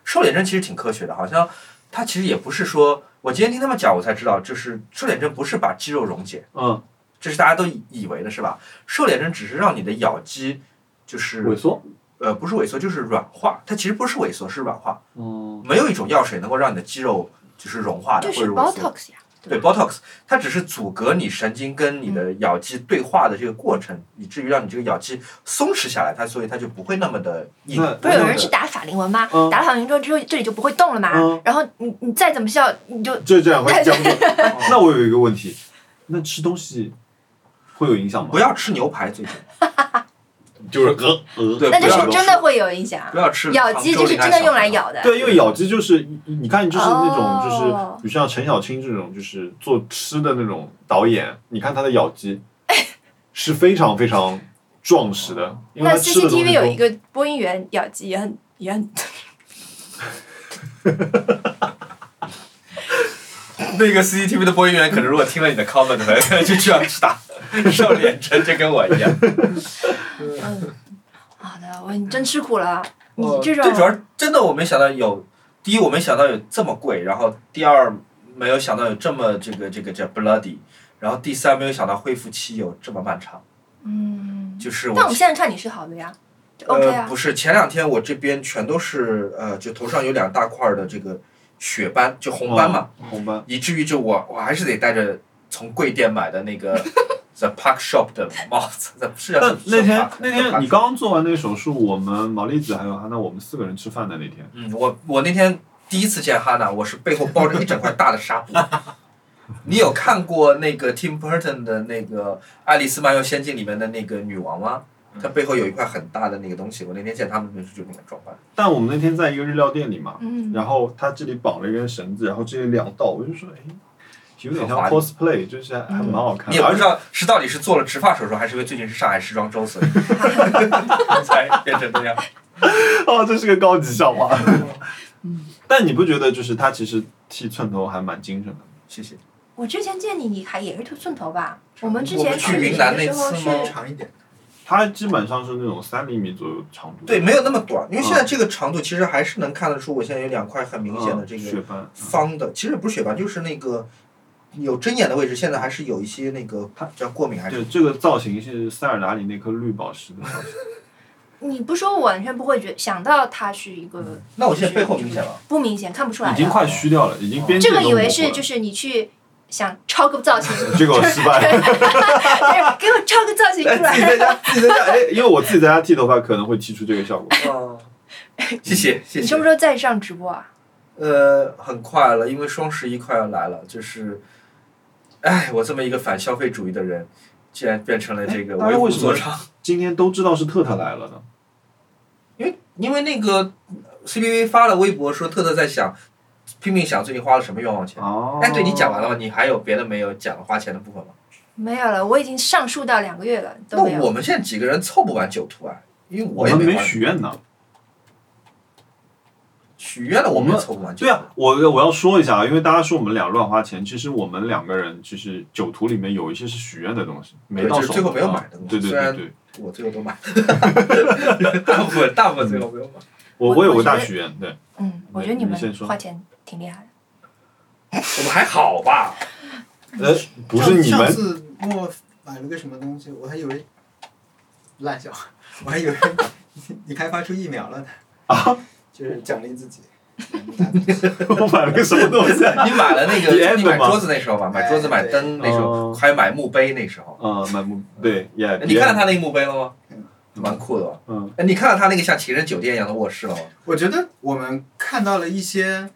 瘦脸针其实挺科学的，好像它其实也不是说，我今天听他们讲我才知道，就是瘦脸针不是把肌肉溶解，嗯，这是大家都以以为的是吧？瘦脸针只是让你的咬肌就是萎缩。呃不是萎缩就是软化，它其实不是萎缩是软化，哦，没有一种药水能够让你的肌肉就是融化的就或是者萎缩。 Botox 呀，对 Botox，它只是阻隔你神经跟你嗯的咬肌对话的这个过程，以至于让你这个咬肌松弛下来，它所以它就不会那么的硬。那不是有人 去打法令纹吗？嗯打了法令纹之后，这里就不会动了吗？嗯然后你你再怎么笑，你就 就这样会僵住。 哎那我有一个问题，那吃东西会有影响吗？ 不要吃牛排，最近就是鹅鹅，对那就不要是吃真的会有影响不。要吃咬肌就是真的用来。咬的。对，因为咬肌就是你你看，就是那种就是，哦比如像陈小青这种，就是做吃的那种导演，你看他的咬 肌是非常非常壮实的，因那为他吃的东 CCTV 西有一多。个播音员咬肌也很也很，那个 CCTV 的播音员可能如果听了你的 comment，可能就这样去打 瘦脸针，就跟我一样。嗯，好的，我你真吃苦了，你呃这最主种要是真的我没想到有，第一我没想到有这么贵，然后第二没有想到有这么这个这个叫 bloody，然后第三没有想到恢复期有这么漫长，嗯，就是但我我们。现在看你是好的呀，就 OK 呃，啊不，是，前两天我这边全都是呃，就头上有两大块儿的这个血斑，就红斑嘛，嗯红斑，以至于就我我还是得戴着从贵店买的那个 The Park Shop 的帽子， 是叫但 The 那天 Park- 那 The Park 天你刚刚做完那个手术，我们毛栗子还有哈娜，我们四个人吃饭的那天，嗯，我我那天第一次见哈娜，我是背后包着一整块大的纱布。你有看过那个 Tim Burton 的那个《爱丽丝漫游仙境》里面的那个女王吗？她背后有一块很大的那个东西。我那天见他们的时候就那个装扮。但我们那天在一个日料店里嘛，嗯，然后他这里绑了一根绳子，然后这里两道，我就说，哎，有点像很华丽 cosplay，就是还还蛮好看你也的，不而知且道是到底是做了植发手术，还是因为最近是上海时装周，所以才变成那样。 哦，这是个高级笑话。但你不觉得就是他其实剃寸头还蛮精神的吗？谢谢。我之前见你，你还也是寸寸头吧？我们之我前们去旅云行南的时那候次是吗长一点。他基本上是那种三厘米左右长度的，对，没有那么短，因为嗯现在这个长度其实还是能看得出，我现在有两块很明显的这嗯个血斑，嗯方的，其实不是血斑，就是那个有针眼的位置，现在还是有一些那个叫过敏还是对，这个造型是塞尔达里那颗绿宝石的造型。你不说，我完全不会觉想到他是一个那我现在背后明显了，不明显看不出来已经的。快虚掉了，已经边界啊这个都以模为糊是了就是你去想抄个造型，结果失败了。 哎给我抄个造型哎，出自己来。 在家，自己在家，哎，因为我自己在家剃头发可能会剃出这个效果。 哦，谢谢谢你什么谢。时候再上直播啊？呃，很快了，因为双十一快要来了，就是，哎，我这么一个反消费主义的人，竟然变成了这个哎大家为虎为什么作伥。今天都知道是特特来了呢，因为那个 CBV 发了微博说特特在想，拼命想最近花了什么冤枉钱。哦，哎，对你讲完了吗？你还有别的没有讲花钱的部分吗？没有了，我已经上树到两个月了那都没有。我们现在几个人凑不完九图啊，因为我也们没没花许愿呢。许愿了，我们我也们凑不完九对图。啊，我我要说一下啊，因为大家说我们俩乱花钱，其实我们两个人就是酒徒里面有一些是许愿的东西，没对到就是手，最后没有啊买的东西对虽对对然对，我最后都买， 大部分大部分最后没有买。我我我有个我觉大得许愿，对，嗯，我你觉得你们你先说花钱挺厉害的。我们还好吧？呃，不是你上们次我买了个什么东西，我还以为烂笑话，我还以为 你你开发出疫苗了呢。啊，就是奖励自己。买个大东西我 买了个什么东西？你买了那 The 个， end 你买吗桌子那时候吧，买桌子哎买对灯那时候，哦还买墓碑那时候。啊，买木对也，你看了他那个墓碑了吗嗯？蛮酷的吧？嗯，哎，你看了他那个像情人酒店一样的卧室了吗？我觉得我们看到了一些，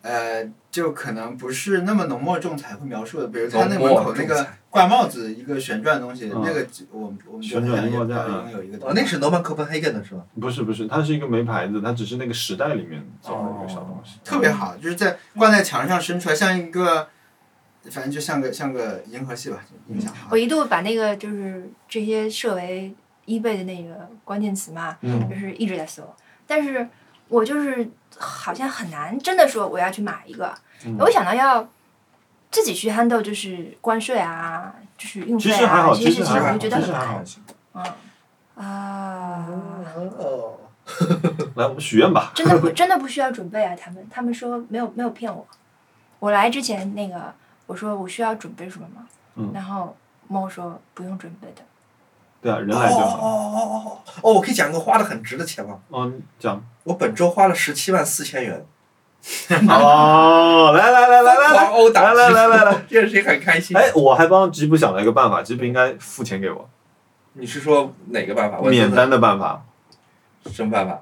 呃，就可能不是那么浓墨重彩会描述的，比如他那门口那浓墨重个彩挂帽子一个旋转的东西，嗯那个我们我们觉得旋它转也荧幕架它拥有一个东哦西。，那是 Norman Copenhagen 的是吧？不是不是，它是一个没牌子，它只是那个时代里面造哦的一个小东西，特别好，就是在挂在墙上伸出来，像一个，反正就像个像个银河系吧，影响哦我一度把那个就是这些设为 eBay 的那个关键词嘛，嗯就是一直在搜，但是我就是好像很难真的说我要去买一个，嗯我想到要自己去 handle 就是关税啊，就是运其费实还啊好，这些其事实情，还我好，就其觉得实很还烦嗯好。 啊。哦，来，我们许愿吧。真的不真的不需要准备啊！他们他们说没有没有骗我，我来之前那个我说我需要准备什么吗？嗯然后猫说不用准备的，对啊，人哦来就哦好。哦哦哦！哦，我可以讲一个花的很值的钱吗？哦嗯，讲。 我本周花了十七万四千元，哦，来来来来来狂来殴打来来来来 来，这件事情很开心。哎，我还帮吉普想了一个办法，吉普应该付钱给我，你是说哪个办法？我免单的办法。什么办法？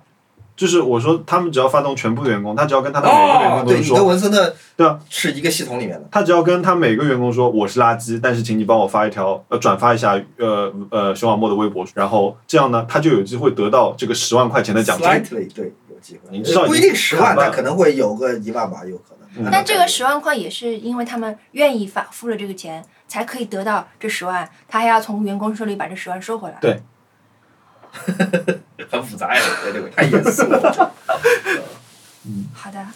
就是我说，他们只要发动全部的员工，他只要跟他的每个员哦工，都对，是你跟说，文森特对啊，是一个系统里面的。他只要跟他每个员工说我是垃圾，但是请你帮我发一条，呃，转发一下，呃呃，熊小莫的微博，然后这样呢，他就有机会得到这个十万块钱的奖金。 Slightly 对，有机会。你知道不一已经定十万，砍半但可能会有个一万吧，有可嗯能。但这个十万块也是因为他们愿意发付了这个钱，才可以得到这十万，他还要从员工手里把这十万收回来。很复杂呀，这个太严肃了。好的，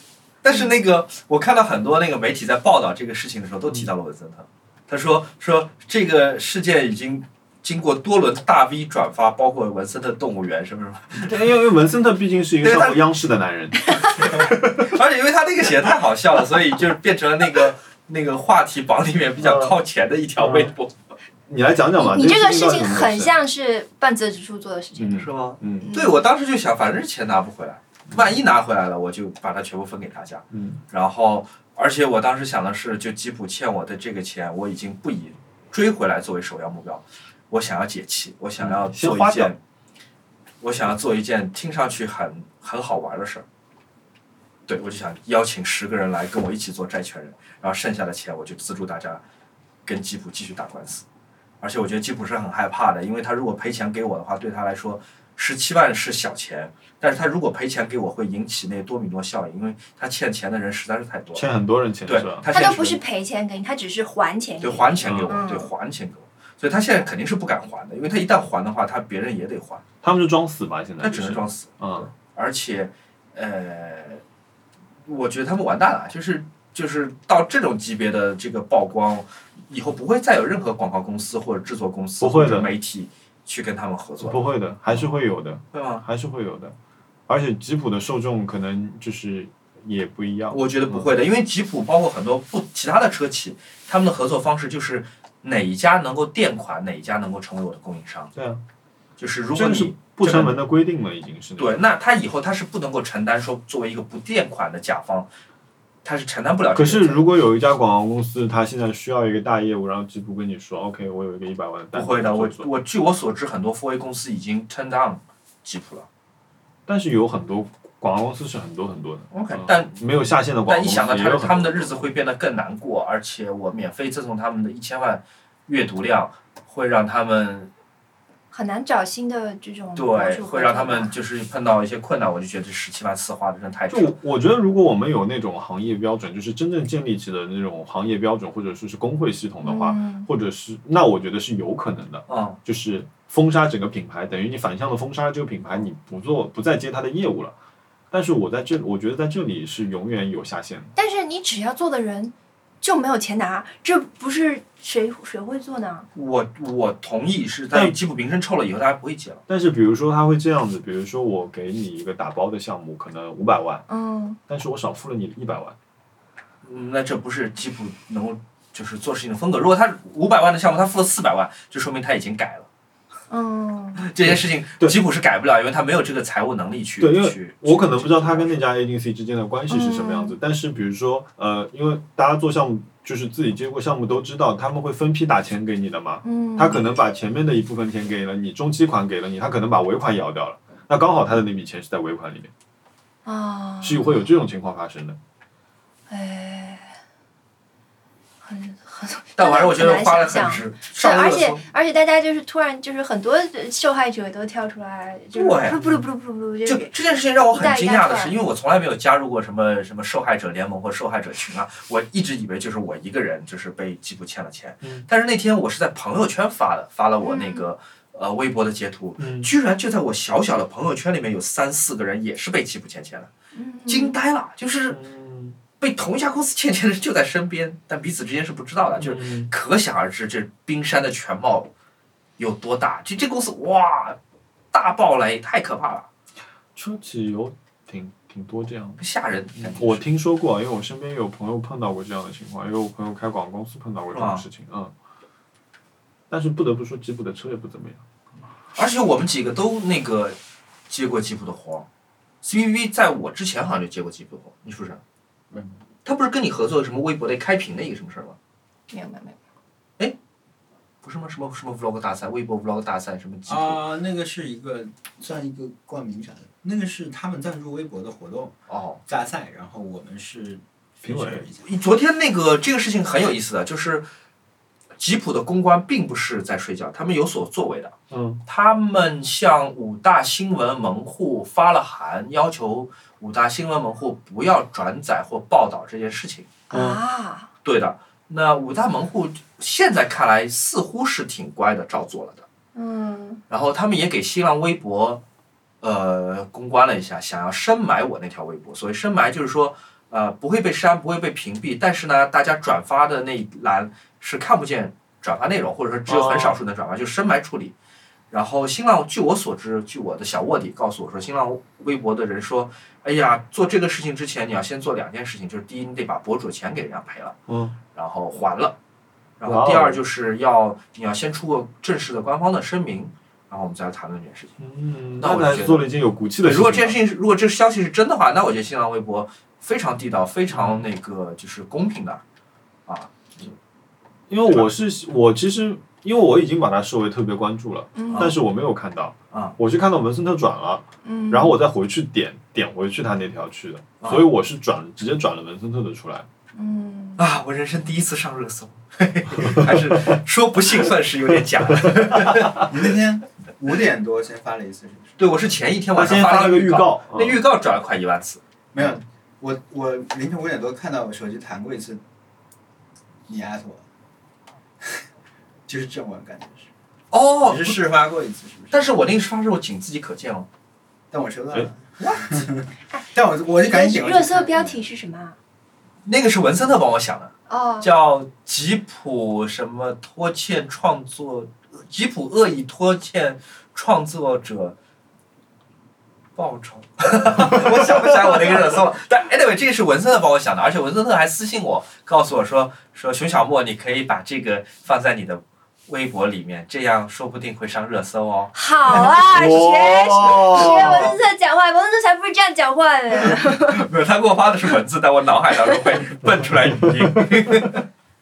但是那个，我看到很多那个媒体在报道这个事情的时候，都提到了文森特。他说说这个事件已经经过多轮大 V 转发，包括文森特动物园什么什么，因为因为文森特毕竟是一个对他上过央视的男人， 而且因为他那个写的太好笑了，所以就变成了那个那个话题榜里面比较靠前的一条微博，嗯你来讲讲吧。你你这个事事到底情怎么啊很回事，像是半泽直树做的事情。嗯是吗？嗯对，我当时就想，反正钱拿不回来，万一拿回来了，我就把它全部分给大家。嗯然后，而且我当时想的是，就吉普欠我的这个钱，我已经不以追回来作为首要目标，我想要解气，我想要嗯先做花一掉件，我想要做一件听上去很很好玩的事儿。对，我就想邀请十个人来跟我一起做债权人，然后剩下的钱我就资助大家跟吉普继续打官司。而且我觉得吉普是很害怕的，因为他如果赔钱给我的话，对他来说十七万是小钱，但是他如果赔钱给我，会引起那多米诺效应，因为他欠钱的人实在是太多了。欠很多人啊钱对是吧？，他他现在都不是赔钱给你，他只是还钱给对你。还钱给我，嗯对还钱给我，所以他现在肯定是不敢还的，因为他一旦还的话，他别人也得还，他们就装死吧，现在他就只是能装死。嗯而且，呃，我觉得他们完蛋了，就是就是到这种级别的这个曝光，以后不会再有任何广告公司或者制作公司不会或者的媒体去跟他们合作了，不会的，还是会有的，会吗？还是会有的。而且吉普的受众可能就是也不一样。我觉得不会嗯的，因为吉普包括很多不其他的车企，他们的合作方式就是哪一家能够垫款，哪一家能够成为我的供应商。对啊，就是如这果个是你不成文的规定了，已经是那种对，那他以后他是不能够承担说作为一个不垫款的甲方，他是承担不了这个可责是任。如果有一家广告公司，它现在需要一个大业务，然后季度跟你说，OK，我有一个一百万的单不子，会的，你我做我据我所知，很多 4A 公司已经 turn down 吉普了。但是有很多广告公司是很多很多的 OK，嗯但没有下线的广告但一公司想到也他有很多他们的日子会变得更难过，而且我免费赠送他们的一千万阅读量，会让他们很难找新的这种模对，式合会让作他吧们就是碰到一些困难，我就觉得这十七万四花的真的太值就了。我我觉得，如果我们有那种行业标准，就是真正建立起的那种行业标准，或者说是工会系统的话，嗯或者是那我觉得是有可能的，嗯，就是封杀整个品牌，等于你反向的封杀这个品牌，你不做不再接它的业务了。但是我在这，我觉得在这里是永远有下限的。但是你只要做的人就没有钱拿，这不是谁谁会做呢？我我同意是，但但吉普名声臭了以后，大家不会接了。但是比如说他会这样子，比如说我给你一个打包的项目，可能五百万，嗯，但是我少付了你一百万，嗯那这不是吉普能够就是做事情的风格。如果他五百万的项目，他付了四百万，就说明他已经改了。嗯，这件事情对吉普是改不了，因为他没有这个财务能力去对因为去。我可能不知道他跟那家 agency 之间的关系是什么样子，嗯但是比如说，呃，因为大家做项目就是自己接过项目都知道，他们会分批打钱给你的嘛。嗯他可能把前面的一部分钱给了你，中期款给了你，他可能把尾款也要掉了。那刚好他的那笔钱是在尾款里哦面，啊，是会有这种情况发生的。哎，很很，但反正我觉得花很了很难想象值。是，上而热且搜而且大家就是突然就是很多受害者都跳出来，就是对不噜不噜不噜不噜，就给这件事情让我很惊讶一代一的代是，传因为我从来没有加入过什么什么受害者联盟或受害者群啊，我一直以为就是我一个人就是被吉普欠了钱。嗯但是那天我是在朋友圈发的，发了我那个、嗯呃微博的截图，嗯，居然就在我小小的朋友圈里面有三四个人也是被吉普欠钱的，嗯惊呆了，就是被同一家公司欠钱的人就在身边，但彼此之间是不知嗯道的，就是是可想而知，这冰山的全貌有多大。就这公司哇，大爆雷太可怕了，车企有挺挺多这样的。吓人。嗯感觉我听说过，因为我身边有朋友碰到过这样的情况，因为我朋友开广告公司碰到过这种事情，嗯。但是不得不说，吉普的车也不怎么样。而且我们几个都那个接过吉普的活儿，CVV 在我之前好像就接过吉普的活儿，你是不是？嗯，他不是跟你合作什么微博的开屏的一个什么事儿吗？没有没有没有，不是吗？什么什么 vlog 大赛，微博 vlog 大赛，什么吉普？啊、那个是一个算一个冠名啥的，那个是他们赞助微博的活动哦，大赛，然后我们是评委 feature 一下。昨天那个这个事情很有意思的，就是吉普的公关并不是在睡觉，他们有所作为的。嗯，他们向五大新闻门户发了函，要求五大新闻门户不要转载或报道这件事情。嗯啊，对的，那五大门户现在看来似乎是挺乖的，照做了的。嗯然后他们也给新浪微博，呃，公关了一下，想要深埋我那条微博。所谓深埋，就是说，呃，不会被删，不会被屏蔽，但是呢，大家转发的那一栏是看不见转发内容，或者说只有很少数能转发，就深埋处理。然后新浪，据我所知，据我的小卧底告诉我说，新浪微博的人说，哎呀，做这个事情之前，你要先做两件事情，就是第一，你得把博主的钱给人家赔了。嗯，然后还了。然哇后哦第二就是要你要先出个正式的官方的声明，然后我们再来谈论这件事情。嗯，那我那就还觉是得做了一件有骨气的对，事情。如果这件事情是，如果这消息是真的话，那我觉得新浪微博非常地道，非常那个就是公平的。因为我是我其实因为我已经把它视为特别关注了，嗯但是我没有看到啊，我是看到文森特转了，嗯，然后我再回去点点回去他那条去的，啊所以我是转直接转了文森特的出来。嗯，啊，我人生第一次上热搜， 还是说不兴奋是有点假的。 你那天五点多先发了一次，是不是？对，我是前一天他晚先上发了了个预预，告，那嗯预告转了快一万次。没嗯有，我我凌晨五点多看到我手机弹过一次，你艾特我， 就是这种感觉是。哦你，是试发过一次是不是？但是我那个发是我仅自己可见哦。但我收到哎了。 但我我就赶紧点过去热搜看标题是什么啊？那个是文森特帮我想的。哦，叫吉普什么拖欠创作，吉普恶意拖欠创作者报酬。 我想不起来我那个热搜了，但 anyway 这个是文森特帮我想的，而且文森特还私信我，告诉我说说熊小莫，你可以把这个放在你的微博里面，这样说不定会上热搜哦。 好啊，学学哇文字特讲话，文字才不是这样讲话的。没有，他给我发的是文字，但我脑海当中会蹦出来语音。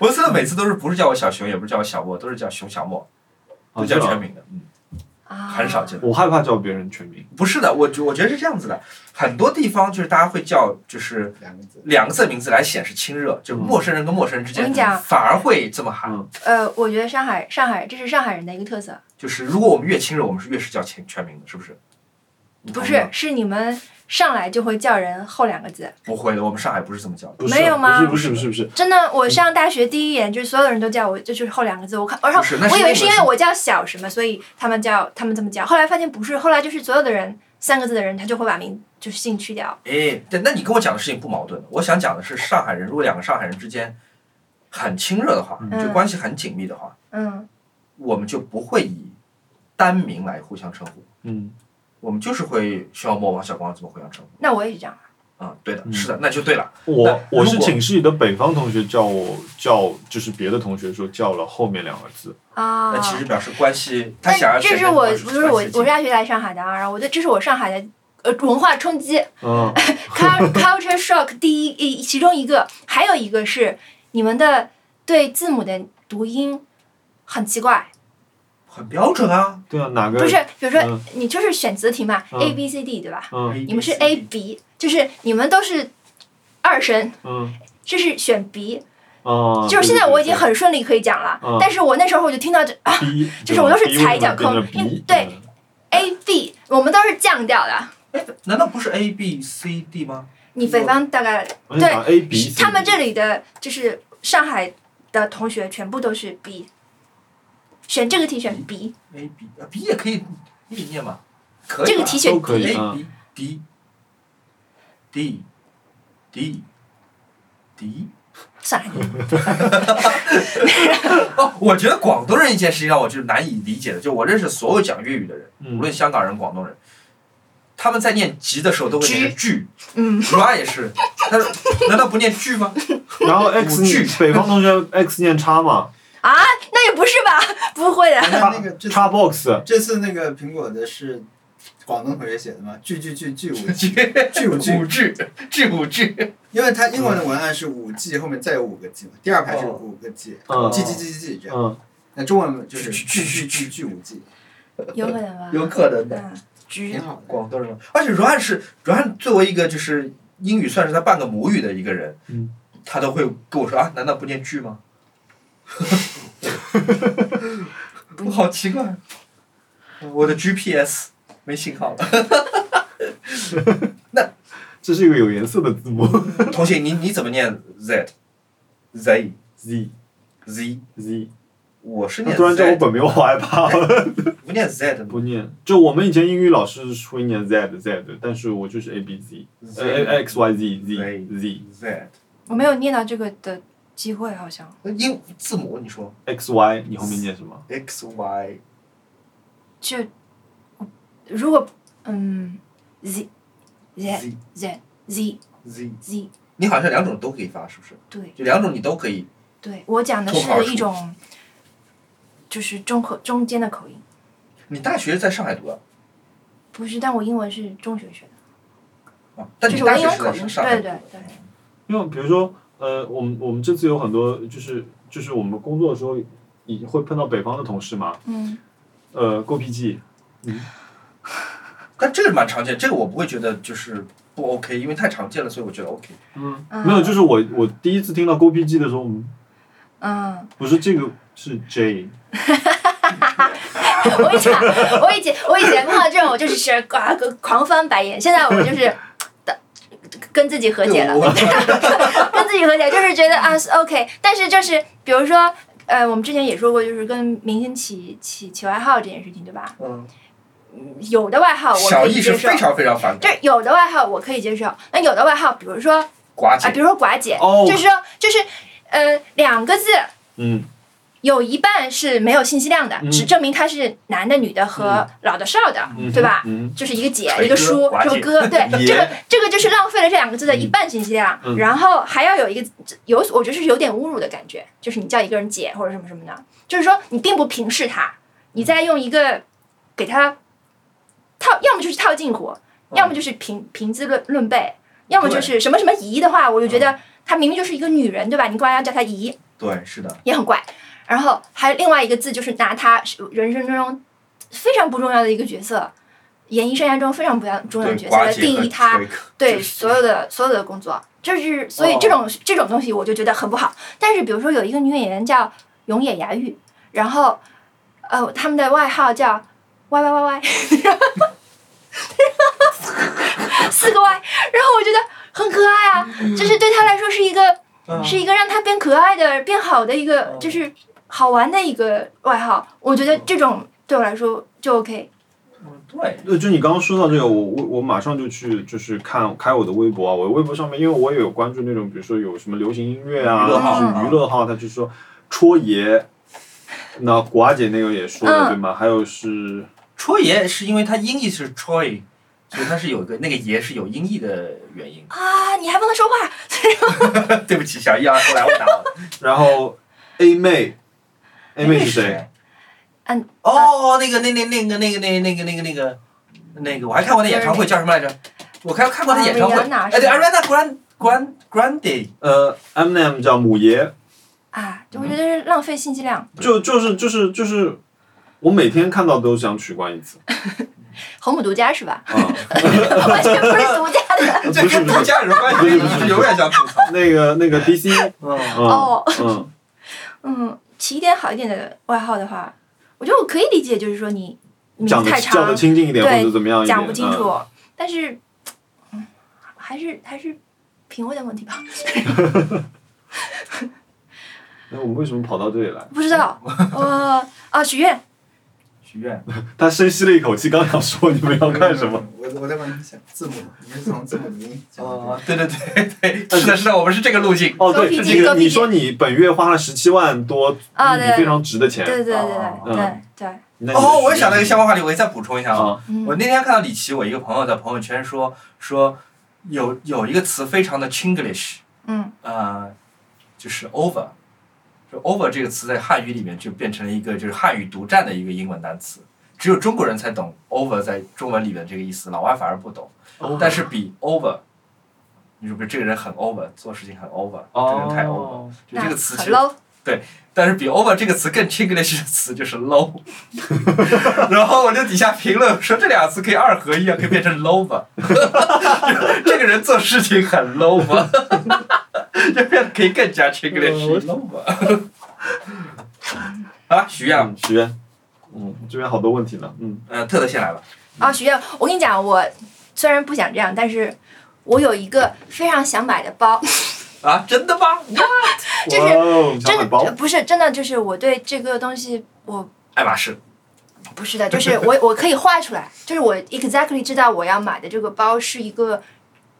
文森特每次都是不是叫我小熊，也不是叫我小莫，都是叫熊小莫，哦都叫是吗全名的，嗯，啊很少见。我害怕叫别人全名。不是的，我觉我觉得是这样子的，很多地方就是大家会叫就是两个字，两个字的名字来显示亲热，就是陌生人跟陌生人之我间跟你讲反而会这么喊。嗯呃，我觉得上海，上海这是上海人的一个特色，就是如果我们越亲热，我们是越是叫全全名的，是不是？你不同意吗是，是你们上来就会叫人后两个字。不会的，我们上海不是这么叫的。不是没有吗不是不是不是不真的，我上大学第一眼就是所有人都叫我，就是后两个字。我看，然后不是那是我以为英文是因为我叫小什么，所以他们叫他们这么叫。后来发现不是，后来就是所有的人三个字的人，他就会把名就是姓去掉。哎，对，那你跟我讲的事情不矛盾。我想讲的是，上海人如果两个上海人之间很亲热的话，嗯就关系很紧密的话，嗯，我们就不会以单名来互相称呼，嗯，我们就是会小莫、王小光这么互相称那我也是这样。呼。啊、对的，嗯是的，那就对了。那我我如是果寝室里的北方同学叫我叫，就是别的同学说叫了后面两个字，啊那其实表示关系，他但想要这是显我，得不关系是我关，系我大学来上海的啊，然后我的这是我上海的呃文化冲击嗯， ，cul-，culture shock 第一一其中一个，还有一个是你们的对字母的读音很奇怪，很标准啊。对啊，哪个不是，比如说嗯你就是选择题嘛嗯，A B C D 对吧？嗯你们是 A B，就是你们都是二声，嗯这是选 B，啊，就是现在我已经对很顺利可以讲了嗯，但是我那时候我就听到这啊对对逼就是我都是对吧踩脚逼为什么控因为变成逼对 A B，我们都是降调的。难道不是 A B C D 吗？你北方大概嗯而且把 A B，他们这里的就是上海的同学全部都是 B，选这个题选 B， A B 啊 B 也可以，可以念嘛？可以这个吧题都选可以 A 啊， B D D D D。算了，哦，我觉得广东人一件事情让我就是难以理解的，就我认识所有讲粤语的人，嗯无论香港人、广东人，他们在念吉的时候都会念句，嗯， r 也是，他说难道不念句吗？ 然后五句 X 北方同学 X 念叉嘛，啊，那也不是吧？ 不会 的，那那个这叉 box，这次那个苹果的是广东同学写的吗？句句句句五句句句五五句，句，句五句，因为它英文的文案是五句后面再有五个句嘛，第二排是五个句，嗯句句句句句这样。嗯，那中文就是句句句句五句，有可能吧？可能的。嗯，挺好的。广东人，而且 Ryan 是 Ryan 作为一个就是英语算是他半个母语的一个人，嗯他都会跟我说啊，难道不念句吗？ 我好奇怪，我的 GPS 没信号了。 这是一个有颜色的字母同学，你你怎么念 Z Z Z Z？ Z，我是他念突然叫我 Z，本名，我好害怕。不念 Z 的 不念，就我们以前英语老师会念 z z，但是我就是 a b z，呃 a x y z z z Z。我没有念到这个的机会，好像那英字母你说 x y，你后面念什么？ X Y 就如果嗯 Z Z Z Z Z Z， Z，你好像两种都可以发，是不是？对就两种你都可以对，我讲的脱口而是出一种就是中口中间的口音，你大学在上海读的不是，但我英文是中学学的。啊？但就你是我大英文学是口在音，上对海读对的对，因为比如说，呃，我们我们这次有很多就是就是我们工作的时候，也会碰到北方的同事嘛，嗯，呃，够脾气，但这个蛮常见，这个我不会觉得就是不 OK，因为太常见了，所以我觉得 OK。嗯，嗯没有，就是我我第一次听到够脾气的时候，嗯嗯，不是这个是 J，我以前我以前我以前碰到这种，我就是是啊狂翻白眼，现在我就是。跟自己和解了对，我跟自己和解就是觉得啊是 OK，但是就是比如说，呃，我们之前也说过，就是跟明星起起起外号这件事情，对吧？嗯，有的外哦号我小可易以是接受非，常非常反就感是有的外号我可以接受，那有的外号，比如说啊、寡姐比如说寡姐，哦就是说就是呃两个字，嗯，有一半是没有信息量的，嗯只证明他是男的、女的和老的、少的，嗯对吧？嗯，就是一个姐，锤一个哥叔，寡一个姐哥，对，爷这个这个就是浪费了这两个字的一半信息量，嗯然后还要有一个有，我觉得是有点侮辱的感觉，就是你叫一个人姐或者什么什么的，就是说你并不平视他，你在用一个给他套，要么就是套近乎，嗯要么就是评评资论论辈，要么就是什么什么姨的话，我就嗯觉得她明明就是一个女人，对吧？你干嘛要叫她姨？对，是的，也很怪。然后还有另外一个字，就是拿他人生中非常不重要的一个角色，演艺生涯中非常不要重要的对，角色来寡姐定和义他锤哥对就是哦所有的所有的工作，这是所以这种、这种东西我就觉得很不好。但是比如说有一个女演员叫永野芽郁，然后呃他们的外号叫 Y Y Y Y，四个 Y，然后我觉得很可爱啊，就是对她来说是一个。嗯是一个让他变可爱的、变好的一个嗯，就是好玩的一个外号。我觉得这种对我来说就 OK。嗯对，对，呃就你刚刚说到这个，我我我马上就去就是看开我的微博啊，我微博上面，因为我也有关注那种，比如说有什么流行音乐啊，娱乐号就是娱乐号，他就说戳爷，那寡姐那个也说嗯。了、对吗？还有是戳爷是因为它音译是 Troy，所以它是有一个那个爷是有音译的原因 啊，你还帮他说话？对不起，小易啊，后来我打了。然后 A 妹，A 妹是谁？谁？嗯。哦，那个那那那个那个那那个那个那个那个，我还看过他演唱会，叫什么来着？我看看过他演唱会。啊 Ariana 哎，对是吗，Ariana Grand Grand Grande。呃，Eminem 叫母爷，啊，我觉得是浪费信息 量。就就是就是就是，我每天看到都想取 关一次红母独家是吧？啊。完全不是独家的呃不是不是家人关不是不是不是 永远想吐槽。那个那个 DC，嗯，嗯、哦。嗯，嗯，起一点好一点的外号的话，我觉得我可以理解，就是说你名讲字的太叫的长，清近一点对或者怎么样一点，讲不清嗯楚。但是，嗯，还是还是品味的问题吧。 那我们为什么跑到这里来？不知道，呃啊，许愿许愿。他深吸了一口气，刚想说你们要干什么？？我我在帮你想字母，你是从字母音讲的。哦，对对对对，是的，是的，我们是这个路径。哦，对，狗屁你狗屁你说你本月花了十七万多，啊，你对非常值的钱。对对对哦对对对，那你哦，我也想到一个相关话题，我再补充一下啊。啊，嗯我那天看到李琦，我一个朋友在朋友圈说说有有一个词非常的 Chinglish，嗯呃，就是 over，就 over 这个词在汉语里面就变成了一个就是汉语独占的一个英文单词，只有中国人才懂 over 在中文里面这个意思，老外反而不懂。但是比 over，你说比如这个人很 over，做事情很 over，这个人太 over，、哦，就这个词其很实 low，但是比 over 这个词更 Chinglish 的词就是 low，然后我就底下评论说这两个词可以二合一啊，可以变成 low 吧。 这个人做事情很 low 吧， 就变得可以更加 Chinglish low 吧。 啊，许愿，嗯许愿，嗯，这边好多问题呢，嗯，呃，特特先来吧。啊，许愿，我跟你讲，我虽然不想这样，但是我有一个非常想买的包，啊，真的吗？就是哇哦，小真海的包呃，不是真的，就是我对这个东西我爱马仕，不是的，就是我我可以画出来，就是我 exactly 知道我要买的这个包是一个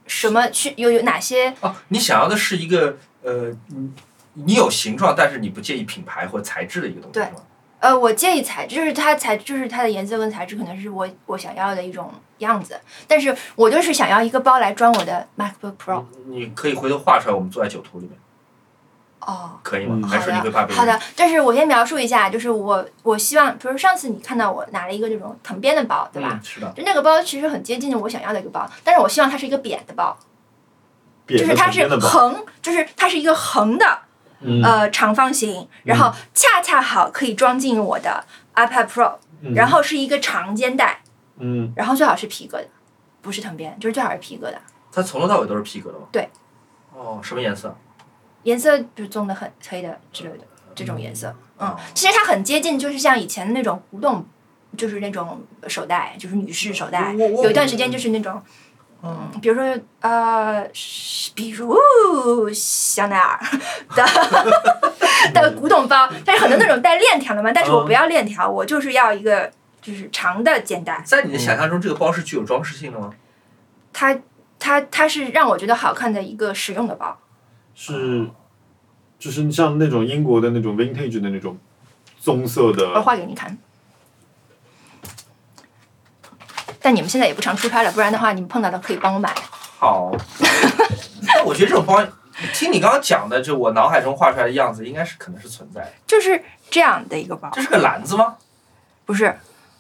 什么是有有哪些哦，你想要的是一个呃，你你有形状，但是你不介意品牌或材质的一个东西，对是吗？呃，我介意材质，就是它材，就是它的颜色跟材质可能是我我想要的一种样子，但是我就是想要一个包来装我的 MacBook Pro。你可以回头画出来，我们做在酒图里面，哦，可以吗？嗯还好是你会的，怕被好的，但是我先描述一下，就是我我希望，比如上次你看到我拿了一个这种藤编的包，对吧？嗯？是的，就那个包其实很接近我想要的一个包，但是我希望它是一个扁的包，扁就的是它旁是边的包，横，就是它是一个横的，嗯呃长方形，然后嗯恰恰好可以装进我的 iPad Pro，、嗯然后是一个长肩带。嗯，然后最好是皮革的，不是藤编，就是最好是皮革的，它从头到尾都是皮革的吗？对。哦，什么颜色？颜色就是棕的很黑的之类的这种颜色。嗯哦，其实它很接近，就是像以前那种古董，就是那种手袋，就是女士手袋。我我有一段时间就是那种，嗯，比如说呃，是比如香奈儿 的的古董包，但是很多那种带链条的嘛，但是我不要链条，我就是要一个就是长的肩带。在你的想象中，这个包是具有装饰性的吗？它它它是让我觉得好看的一个实用的包。是，就是像那种英国的那种 vintage 的那种棕色我的，画给你看。但你们现在也不常出差了，不然的话，你们碰到的可以帮我买。好， 但我觉得这种方，听你刚刚讲的，就我脑海中画出来的样子，应该是可能是存在的。就是这样的一个包，这是个篮子吗？不是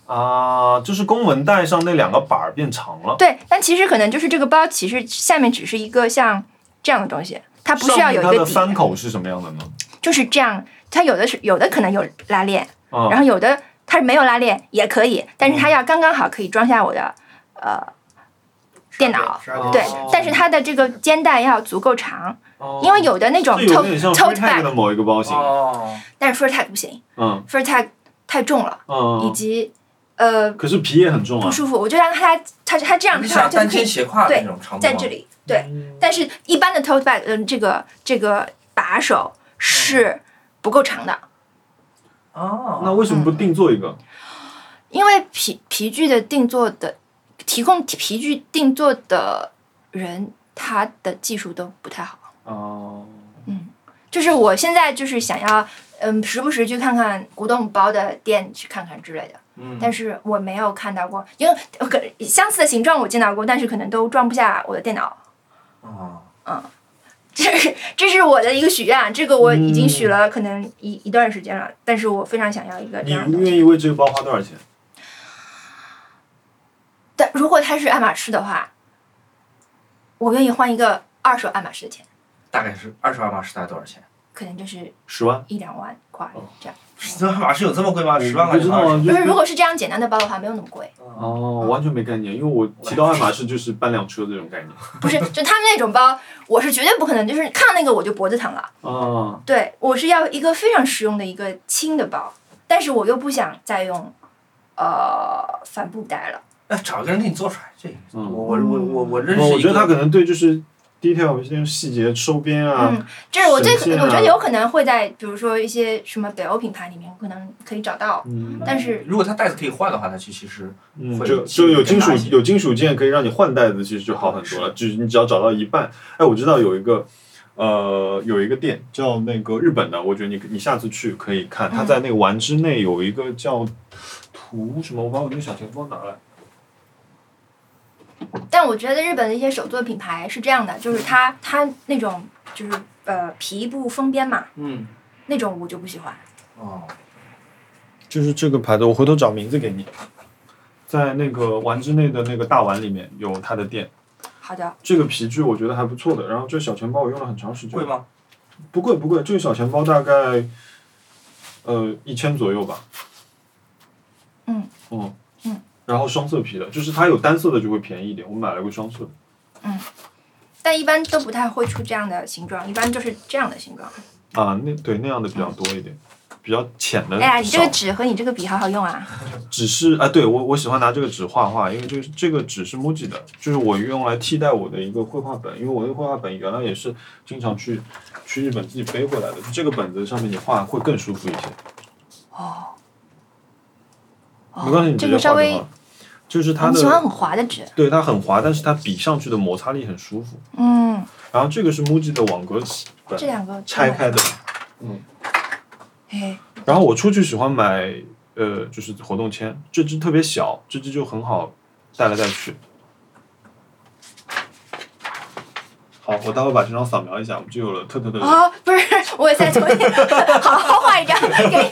啊、就是公文袋上那两个板儿变长了，对，但其实可能就是这个包，其实下面只是一个像这样的东西，它不需要有上面一它个的翻底，口是什么样的呢？就是这样。它有的是有的可能有拉链，啊、然后有的它是没有拉链也可以，但是它要刚刚好可以装下我的呃电脑。十二点对哦，但是它的这个肩带要足够长，哦因为有的那种这有 tote 点像 tote free tag bag，的某一个包型，哦，但是 f r tag 不行嗯 f r tag 太重了，嗯，以及呃可是皮也很重不啊，舒服。我就让它它它这样你的想话就单可肩以斜挎的那种长度吗在这里对，嗯但是一般的 tote bag 嗯这个这个把手是不够长的，哦，那为什么不定做一个？因为皮皮具的定做的提供皮具定做的人，他的技术都不太好。嗯哦、就是我现在就是想要，嗯，时不时去看看古董包的店去看看之类的，嗯但是我没有看到过，因为呃可相似的形状我见到过，但是可能都装不下我的电脑。哦 这是这是我的一个许愿，啊这个我已经嗯许了可能一、一段时间了，但是我非常想要一个这你样的东愿西。意为这个包花多少钱？但如果它是爱马仕的话，我愿意换一个二手爱马仕的钱，大概是二十万码是大概多少钱？可能就是十万？一两万块哦这样。十万码是有这么贵吗？十万我块不钱知道啊，就不是，哎如果是这样简单的包的话，没有那么贵。哦，哦，完全没概念，因为我提到爱马仕就是半辆车这种概念。不是，就他们那种包，我是绝对不可能，就是看到那个我就脖子疼了。啊，对我是要一个非常实用的一个轻的包，但是我又不想再用，呃，帆布袋了。那找一个人给你做出来，这我嗯我我我我认识一个，我觉得他可能对就是 detail 一些细节收边啊，嗯，这是我最可，省线啊我觉得有可能会在比如说一些什么北欧品牌里面，可能可以找到。嗯但是如果他袋子可以换的话，他其其实嗯，会就性能就有更金属大一些有金属件可以让你换袋子，其实就好很多了。就是你只要找到一半，哎，我知道有一个。呃，有一个店叫那个日本的，我觉得你你下次去可以看，它在那个丸之内有一个叫图什么，我把我那个小钱包拿来。但我觉得日本的一些手作品牌是这样的，就是它它那种就是呃皮布封边嘛，嗯那种我就不喜欢。哦就是这个牌子，我回头找名字给你。在那个丸之内的那个大丸里面有它的店，好的，这个皮具我觉得还不错的。然后这小钱包我用了很长时间，贵吗？不贵不贵，这个小钱包大概呃一千左右吧。嗯。哦。嗯。然后双色皮的，就是它有单色的就会便宜一点，我买了个双色。但一般都不太会出这样的形状，一般就是这样的形状。啊，那对那样的比较多一点，比较浅的哎呀，你这嗯少个。纸和你这个笔好好用啊！只是啊，对我我喜欢拿这个纸画画，因为就是这个纸是 MUJI 的，就是我用来替代我的一个绘画本，因为我那个绘画本原来也是经常去去日本自己背回来的，这个本子上面你画会更舒服一些。哦，哦没关系，你直这接个稍画就微好了。就是它你喜欢的，很滑的纸，对它很滑，但是它比上去的摩擦力很舒服。嗯，然后这个是 MUJI 的网格纸本这，两个嗯拆开的。哎，然后我出去喜欢买，呃，就是活动签，这支特别小，这支就很好带来带去。好，我待会把这张扫描一下，我们就有了特特的。哦，不是，我在重新 好好画一张给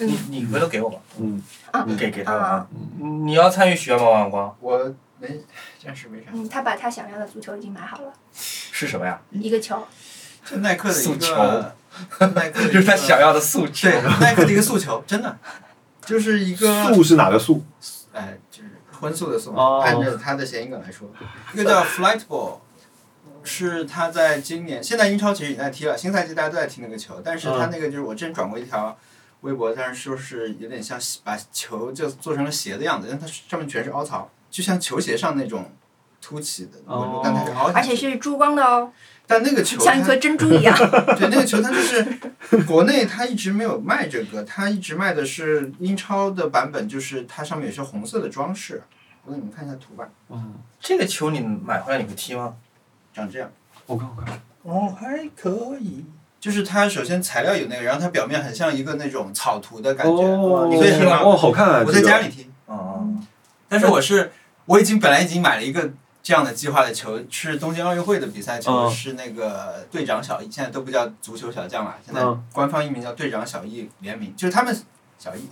你。你你回头给我吧，嗯，给给他吧啊啊！你你要参与许愿吗？王阳光我没，暂时没啥。嗯，他把他想要的足球已经买好了，是什么呀？ 一个球。就耐克的一诉个，耐克的一就 个是他想要的诉求。对耐克的一个诉求，真的就是一个素是哪个素？哎，就是荤素的素，哦按照它的谐音梗来说，一个叫 Flightball，是他在今年，现在英超其实已经在踢了，新赛季大家都在踢那个球，但是他那个就是我之前转过一条微博，但是就是有点像把球就做成了鞋的样子，因为它上面全是凹槽，就像球鞋上那种凸起的纹路哦，但它是凹下而且去的。是珠光的哦，但那个球它像一颗珍珠一样。对，那个球它就是国内它一直没有卖这个，它一直卖的是英超的版本，就是它上面有些红色的装饰。我给你们看一下图吧，嗯，这个球你买回来你会踢吗？长这样，我看我看，哦，还可以。就是它首先材料有那个，然后它表面很像一个那种草图的感觉。哦，你可以听吗哦，好看啊！我在家里听，嗯，但是我是我已经本来已经买了一个这样的计划的球，是东京奥运会的比赛球，嗯是那个队长小易，现在都不叫足球小将了，现在嗯官方译名叫队长小易联名，就是他们小 易，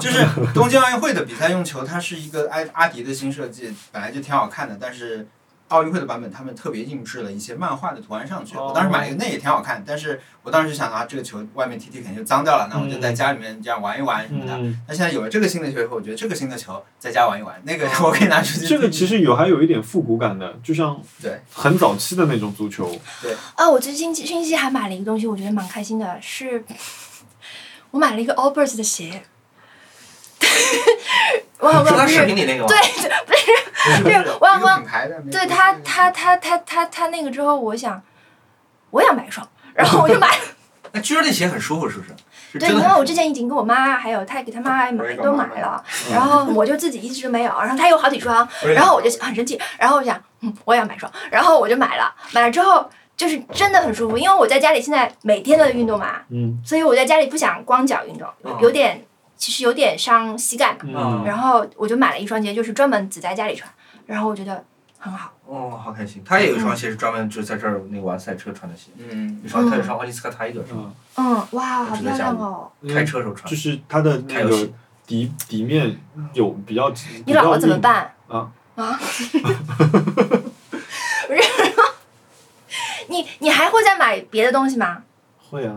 就是东京奥运会的比赛用球，它是一个阿阿迪的新设计，本来就挺好看的，但是。奥运会的版本，他们特别印制了一些漫画的图案上去。哦我当时买了一个，那也挺好看，但是我当时就想啊，这个球外面踢踢肯定就脏掉了，那我就在嗯家里面这样玩一玩什么的。嗯，那现在有了这个新的球以后，我觉得这个新的球在家玩一玩，那个哦我可以拿出去踢。这个其实有还有一点复古感的，就像对很早期的那种足球，啊，我最近近期还买了一个东西，我觉得蛮开心的，是我买了一个 Allbirds 的鞋。我我你说他不视是频里那个吗？是对我一个我品牌嗯的，没有对他他不是他他他他那个之后，我想我也想买一双，然后我就买了。那据说那鞋很舒服，是不是？是对，因真的为很我舒之前已经跟我妈还有她给她妈买都买了，嗯然后我就自己一直没有，然后她有好几双，服然后我就很生气，然后我想，嗯，我也要买一双，然后我就买了，买了之后就是真的很舒服，因为我在家里现在每天都在运动嘛，嗯所以我在家里不想光脚运动，有有点其实有点伤膝盖嘛，嗯然后我就买了一双鞋，就是专门只在家里穿，然后我觉得很好，哦，好开心。他也有一双鞋是专门就在这儿那个玩赛车穿的鞋，嗯，一双他有一双奥利斯卡塔伊德是吗？嗯，嗯，哇，好我只漂在家亮里哦，开车时候穿就。是它的开那游个戏，底底面有比较，你老了怎么比较硬？办？啊 啊！ 不是， 你你还会再买别的东西吗？会啊，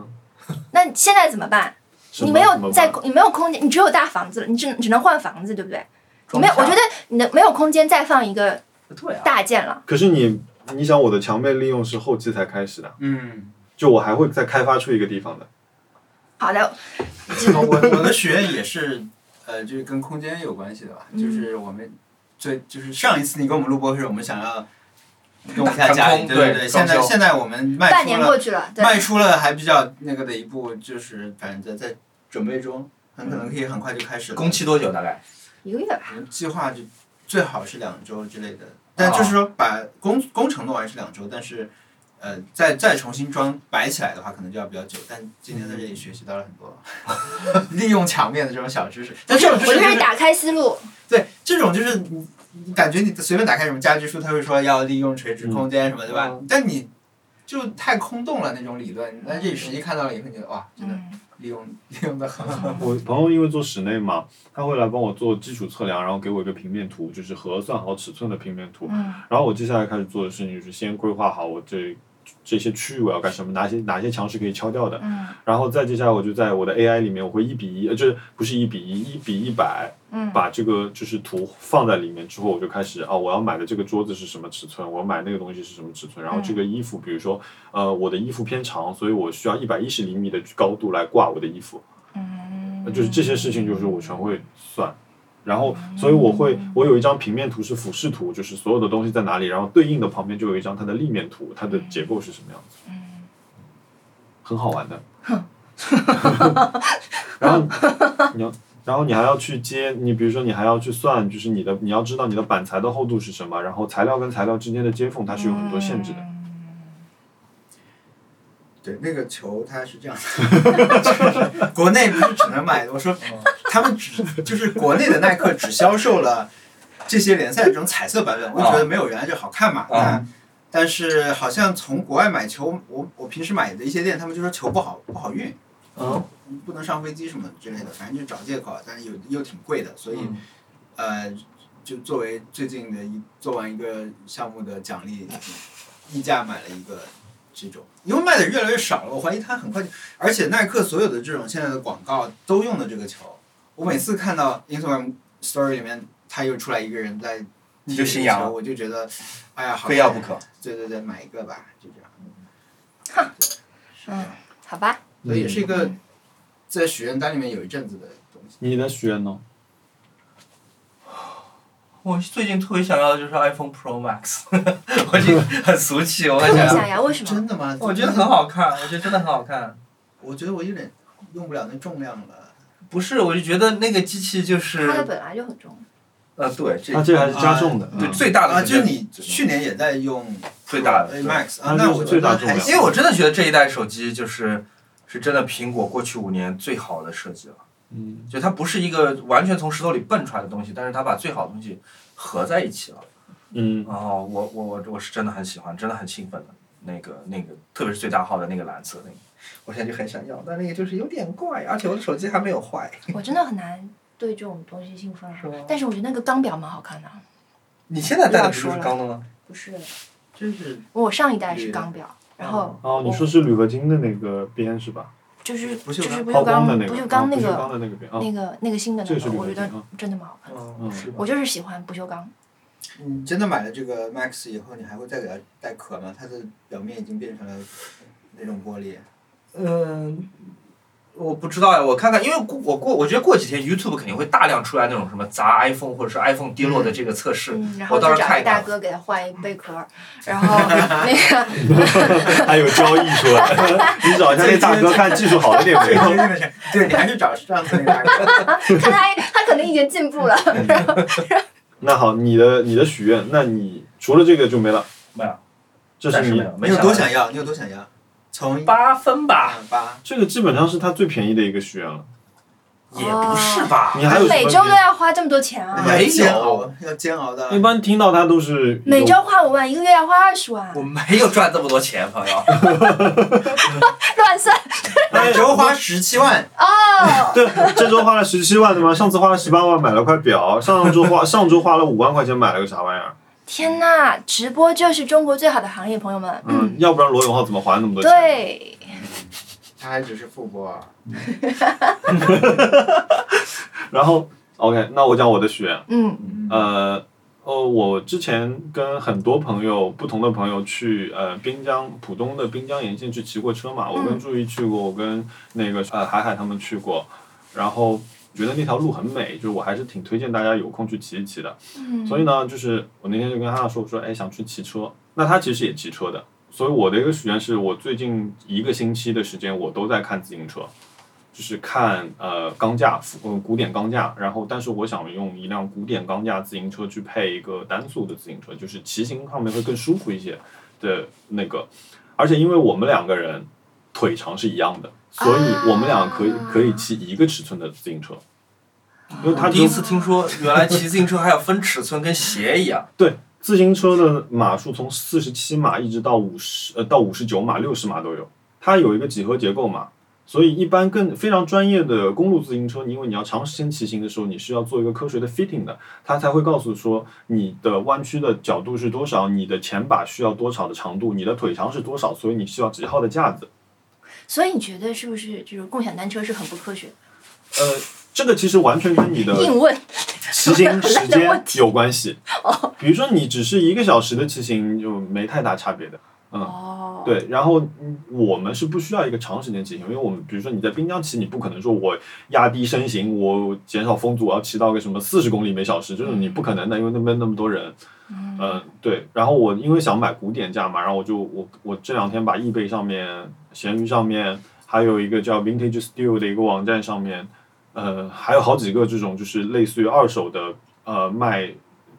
那现在怎么办？什么你没怎么有办在，你没有空间，你只有大房子了，你只只能换房子，对不对？你装没有，不我下觉得你的没有空间再放一个对啊，大件了。可是你你想我的墙被利用是后期才开始的，嗯，就我还会再开发出一个地方的。好的，我我的许愿也是，呃，就是跟空间有关系的吧，嗯就是我们最就是上一次你跟我们录播时，我们想要用一下家里，腾空对对对对，现在装修现在我们迈半出年了过去了，对，迈出了还比较那个的一步，就是反正在在准备中，很可能可以很快就开始了工期多久大概？一个月吧。计划就最好是两周之类的，但哦就是说把工工程弄完是两周，但是呃再再重新装摆起来的话，可能就要比较久。但今天在这嗯里学习到了很多 利用墙面的这种小知识，但这种知我识就就是是打开思路，对这种就是你你感觉你随便打开什么家居书，他会说要利用垂嗯直空间什么，对吧？但你就太空洞了那种理论，你在这里实际看到了以后，你觉得哇，真的嗯，利用利用的很好。我朋友因为做室内嘛，他会来帮我做基础测量，然后给我一个平面图，就是核算好尺寸的平面图。嗯然后我接下来开始做的事情就是先规划好我这这些区域我要干什么，哪些哪些墙是可以敲掉的，嗯然后再接下来我就在我的 AI 里面，我会一比一，呃，就是不是一比一，一比一百，嗯把这个就是图放在里面之后，我就开始啊，我要买的这个桌子是什么尺寸，我要买那个东西是什么尺寸，然后这嗯个衣服，比如说呃，我的衣服偏长，所以我需要一百一十厘米的高度来挂我的衣服，呃嗯，就是这些事情就是我全会算。然后，嗯所以我会，我有一张平面图是俯视图，就是所有的东西在哪里，然后对应的旁边就有一张它的立面图，它的结构是什么样子，嗯很好玩的。然后啊 你要，然后你还要去接，你比如说你还要去算，就是你的你要知道你的板材的厚度是什么，然后材料跟材料之间的接缝它是有很多限制的。嗯对，那个球它是这样的，国内不是只能买？我说他们只就是国内的耐克只销售了这些联赛的这种彩色版本，我就觉得没有原来这好看嘛。啊那但是好像从国外买球，我我平时买的一些店，他们就说球不好不好运，嗯，不能上飞机什么之类的，反正就找借口，啊但是有又挺贵的，嗯所以呃，就作为最近的一做完一个项目的奖励，溢价买了一个这种，因为卖的越来越少了，我怀疑它很快就，而且耐克所有的这种现在的广告都用的这个球，我每次看到 Instagram Story 里面他又出来一个人在踢你这就个心痒球，了，我就觉得，哎呀，好非要看不可。对对对，买一个吧，就这样。嗯，啊好吧，所以也嗯是一个在许愿单里面有一阵子的东西。你的许愿呢？我最近特别想要的就是 iPhone Pro Max，我已 经很俗气，我哎特别想要，想要，为什么？真的吗？我觉得很，好看，我觉得真的很好看。我觉得我有点用不了那重量了。不是，我就觉得那个机器就它的是本来就很重，呃，对，这它啊这个还是加重的，嗯对最大的啊，是就这个你去年也在用最大的 A 对 Max 啊，那那就是我觉最大得重还量行因为我真的觉得这一代手机就是是真的苹果过去五年最好的设计了，嗯，就它不是一个完全从石头里蹦出来的东西，但是它把最好的东西合在一起了。嗯，哦，我我我我是真的很喜欢，真的很兴奋的。那个那个，特别是最大号的那个蓝色那个，我现在就很想要，但那个就是有点怪，而且我的手机还没有坏，我真的很难对这种东西兴奋啊是吗。但是我觉得那个钢表蛮好看的啊，你现在戴的不就是钢的吗？不是，就是我上一代是钢表，然后哦，你说是铝合金的那个边是吧？就是不就锈是不抛锈钢光的那个，不锈啊钢不那锈个钢的那个边啊，那个那个新的这那个是铝个，我合觉金得啊，真的蛮好看的。嗯嗯是吧我就是喜欢不锈钢，你真的买了这个 Max 以后，你还会再给它带壳吗？它的表面已经变成了那种玻璃。嗯，我不知道呀，我看看，因为过我过，我觉得过几天 YouTube 肯定会大量出来那种什么砸 iPhone 或者是 iPhone 跌落的这个测试，嗯，然我后到就时找候看一一大看。哥给他换一贝壳儿，然后那个 还有交易出来， 你找一下那大哥看技术好一点没有？ 对，你还是找上次那个看他他肯定已经进步了。那好，你的你的许愿，那你除了这个就没了，没有，这暂是时没你 有，你没有想多到想要？你有多想要？从八分吧，八，这个基本上是他最便宜的一个许愿了。也不是吧？你还有什么每周都要花这么多钱要啊！没有煎熬，要煎熬的一。般听到他都是每周花五万，一个月要花二十万我，没有赚这么多钱，朋友。乱算每周啊花十七万，哦。 对，这周花了十七万对吗？上次花了十八万买了块表，上周花 上周花了五万块钱买了个啥玩意儿？天呐，直播就是中国最好的行业，朋友们。嗯，要不然罗永浩怎么还那么多钱？，对，他还只是副播。啊然后 OK，那我讲我的许愿，嗯呃。哦，我之前跟很多朋友，不同的朋友去呃滨江浦东的滨江沿线去骑过车嘛，我跟朱毅去过，我跟那个呃海海他们去过，然后觉得那条路很美，就是我还是挺推荐大家有空去骑一骑的。嗯，所以呢，就是我那天就跟他说，我说哎想去骑车，那他其实也骑车的，所以我的一个许愿是我最近一个星期的时间我都在看自行车，就是看呃钢架，呃古典钢架，然后但是我想用一辆古典钢架自行车去配一个单速的自行车，就是骑行上面会更舒服一些的那个，而且因为我们两个人腿长是一样的，所以我们俩可以可以骑一个尺寸的自行车。因为他我第一次听说，原来骑自行车还要分尺寸，跟鞋一样。对，自行车的码数从四十七码一直到五十呃到五十九码、六十码都有，它有一个几何结构嘛，所以一般更非常专业的公路自行车，你因为你要长时间骑行的时候，你是要做一个科学的 fitting 的，它才会告诉说你的弯曲的角度是多少，你的前把需要多少的长度，你的腿长是多少，所以你需要几号的架子。所以你觉得是不是就是共享单车是很不科学的？呃，这个其实完全跟你的硬问，骑行时间有关系。比如说你只是一个小时的骑行，就没太大差别的。哦，对，然后嗯我们是不需要一个长时间骑行，因为我们比如说你在滨江骑，你不可能说我压低身形，我减少风阻，我要骑到个什么四十公里每小时，这种你不可能的，因为那边那么多人。嗯、对。然后我因为想买古典价嘛，然后我就我我这两天把易贝上面、闲鱼上面，还有一个叫 Vintage Steel 的一个网站上面，呃，还有好几个这种就是类似于二手的呃卖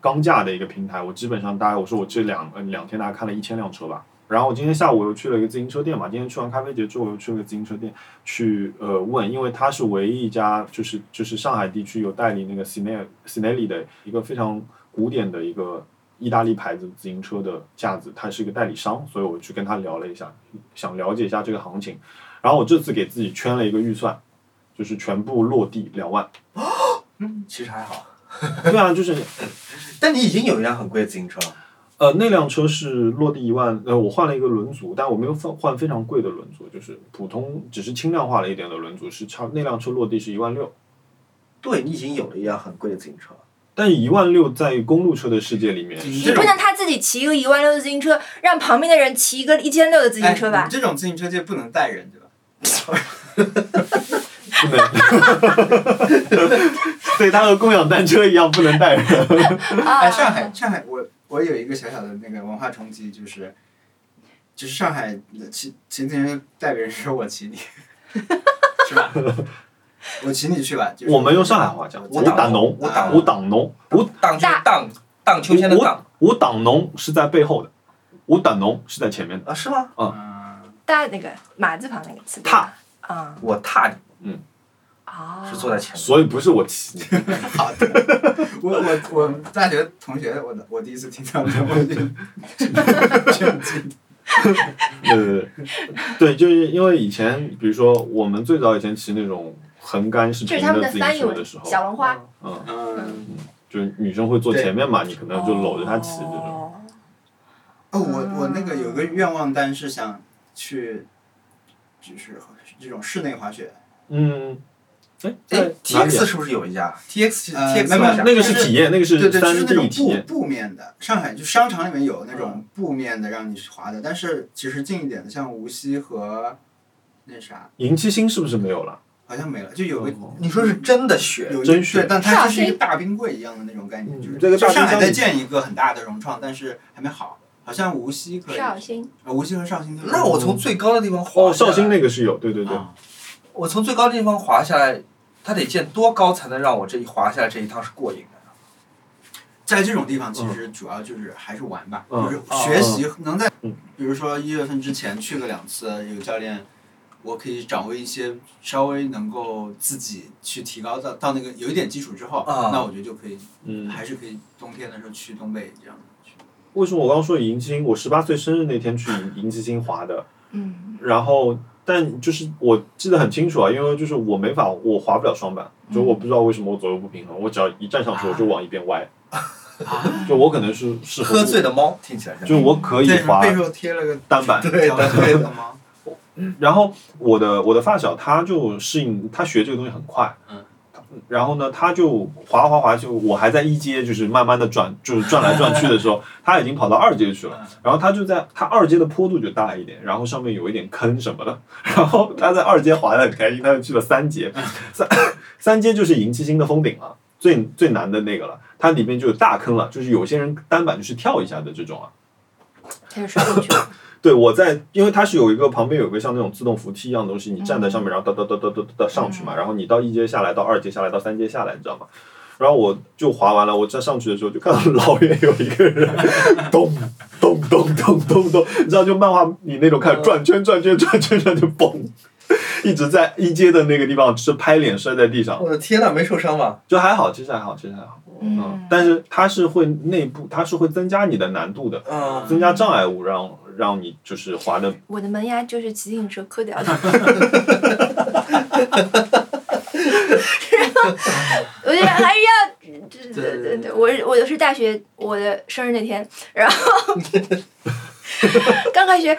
钢架的一个平台，我基本上大概我说我这两呃两天大概看了一千辆车吧。然后我今天下午我又去了一个自行车店嘛，今天去完咖啡节之后，我又去了个自行车店去呃问，因为它是唯一一家就是就是上海地区有代理那个 Sine Sinelli 的一个非常古典的一个意大利牌子自行车的架子，它是一个代理商，所以我去跟他聊了一下，想了解一下这个行情。然后我这次给自己圈了一个预算，就是全部落地两万。其实还好，对啊，就是但你已经有一辆很贵的自行车了。呃，那辆车是落地一万，呃，我换了一个轮组，但我没有换换非常贵的轮组，就是普通，只是轻量化了一点的轮组，是差那辆车落地是一万六，对你已经有了一辆很贵的自行车了。但一万六在公路车的世界里面你你这是不种能他自己骑一个一万六的自行车，让旁边的人骑一个一千六的自行车哎吧你？这种自行车界不能带人，对吧？不能， 对，它和共享单车一样不能带人。啊哎，，上海，上海，我我有一个小小的那个文化冲击，就是，就是上 海骑骑自行车带别人说我骑你，是吧？我请你去吧。就是我们用上海话讲，我我党党农，我党我党农，我荡就是大荡荡秋千的荡我党农是在背后的，我党农是在前面的。啊，是吗？嗯，大那个马字旁那个词对踏吧？啊我踏你哦哦啊，是坐在前面，哎所以不是我骑，我我我大学同学，我我第一次听到这个，我就震惊。对对 对，对，就是因为以前，比如说我们最早以前骑那种横杆是这平是他们的的自翻行译车文的时，候，小龙花，嗯， 嗯，就是女生会坐前面嘛，你可能就搂着她骑这种。哦哦，我我那个有个愿望单是想去，就是这种室内滑雪。嗯，哎，哎在哪里啊，TX 是不是有一家？TX 是呃 TX 没有有一家那个是体验，那对个是对，就是三那 D 种体嗯验。布布面的，上海就商场里面有那种布面的让你滑的，但是其实近一点的，像无锡和那啥银七星是不是没有了？好像没了，就有个哦 你说是真的雪，有一真雪对，但它上就是一个飞大冰柜一样的那种概念，嗯就是这个大就上冰海箱在里建一个很大的融创，但是还没好，好像无锡可以，邵星，呃无锡和绍兴都有嗯那我从最高的地方滑哦，下来绍兴那个是有，对对对，啊我从最高的地方滑下来，它得建多高才能让我这一滑下来这一趟是过瘾的？在这种地方，其实主要就是还是玩吧，嗯就是学习能在，嗯比如说一月份之前去个两次，啊有教练，我可以掌握一些稍微能够自己去提高到到那个有一点基础之后，啊那我觉得就可以，嗯，还是可以冬天的时候去东北这样去。为什么我刚刚说银七星？我十八岁生日那天去银银七星滑的，嗯，然后但就是我记得很清楚啊，因为就是我没法，我滑不了双板，就嗯我不知道为什么我左右不平衡，我只要一站上去我就往一边歪，就我可能是适合啊喝醉的猫听起来像就我可以对，滑背后贴了个单板，对的对的吗？然后我的我的发小他就适应，他学这个东西很快，嗯，然后呢，他就滑滑滑就我还在一阶，就是慢慢的转， 就是转来转去的时候，他已经跑到二阶去了。然后他就在他二阶的坡度就大一点，然后上面有一点坑什么的， 然后他在二阶滑的很开心，他就去了三阶，三 三阶就是银七星的封顶了，最最难的那个了，它里面就有大坑了，就是有些人单板就是跳一下的这种啊。他就摔过 去了，对，我在，因为它是有一个旁边有一个像那种自动扶梯一样的东西，你站在上面，然后哒哒哒哒哒哒哒上去嘛，然后你到一阶下来，到二阶下来，到三阶下来，你知道吗？然后我就滑完了，我站上去的时候就看到老远有一个人，咚咚咚咚咚咚，你知道就漫画里那种开始转圈转圈转圈转圈嘣，一直在一阶的那个地方就是拍脸摔在地上，我的天呐，没受伤吧？就还好，其实还好，其实还好，嗯，但是它是会内部，它是会增加你的难度的，嗯，增加障碍物让让你就是滑的我的门牙就是骑自行车磕掉的。然后我觉得还是要，对对对对，我是我是大学我的生日那天，然后刚开学，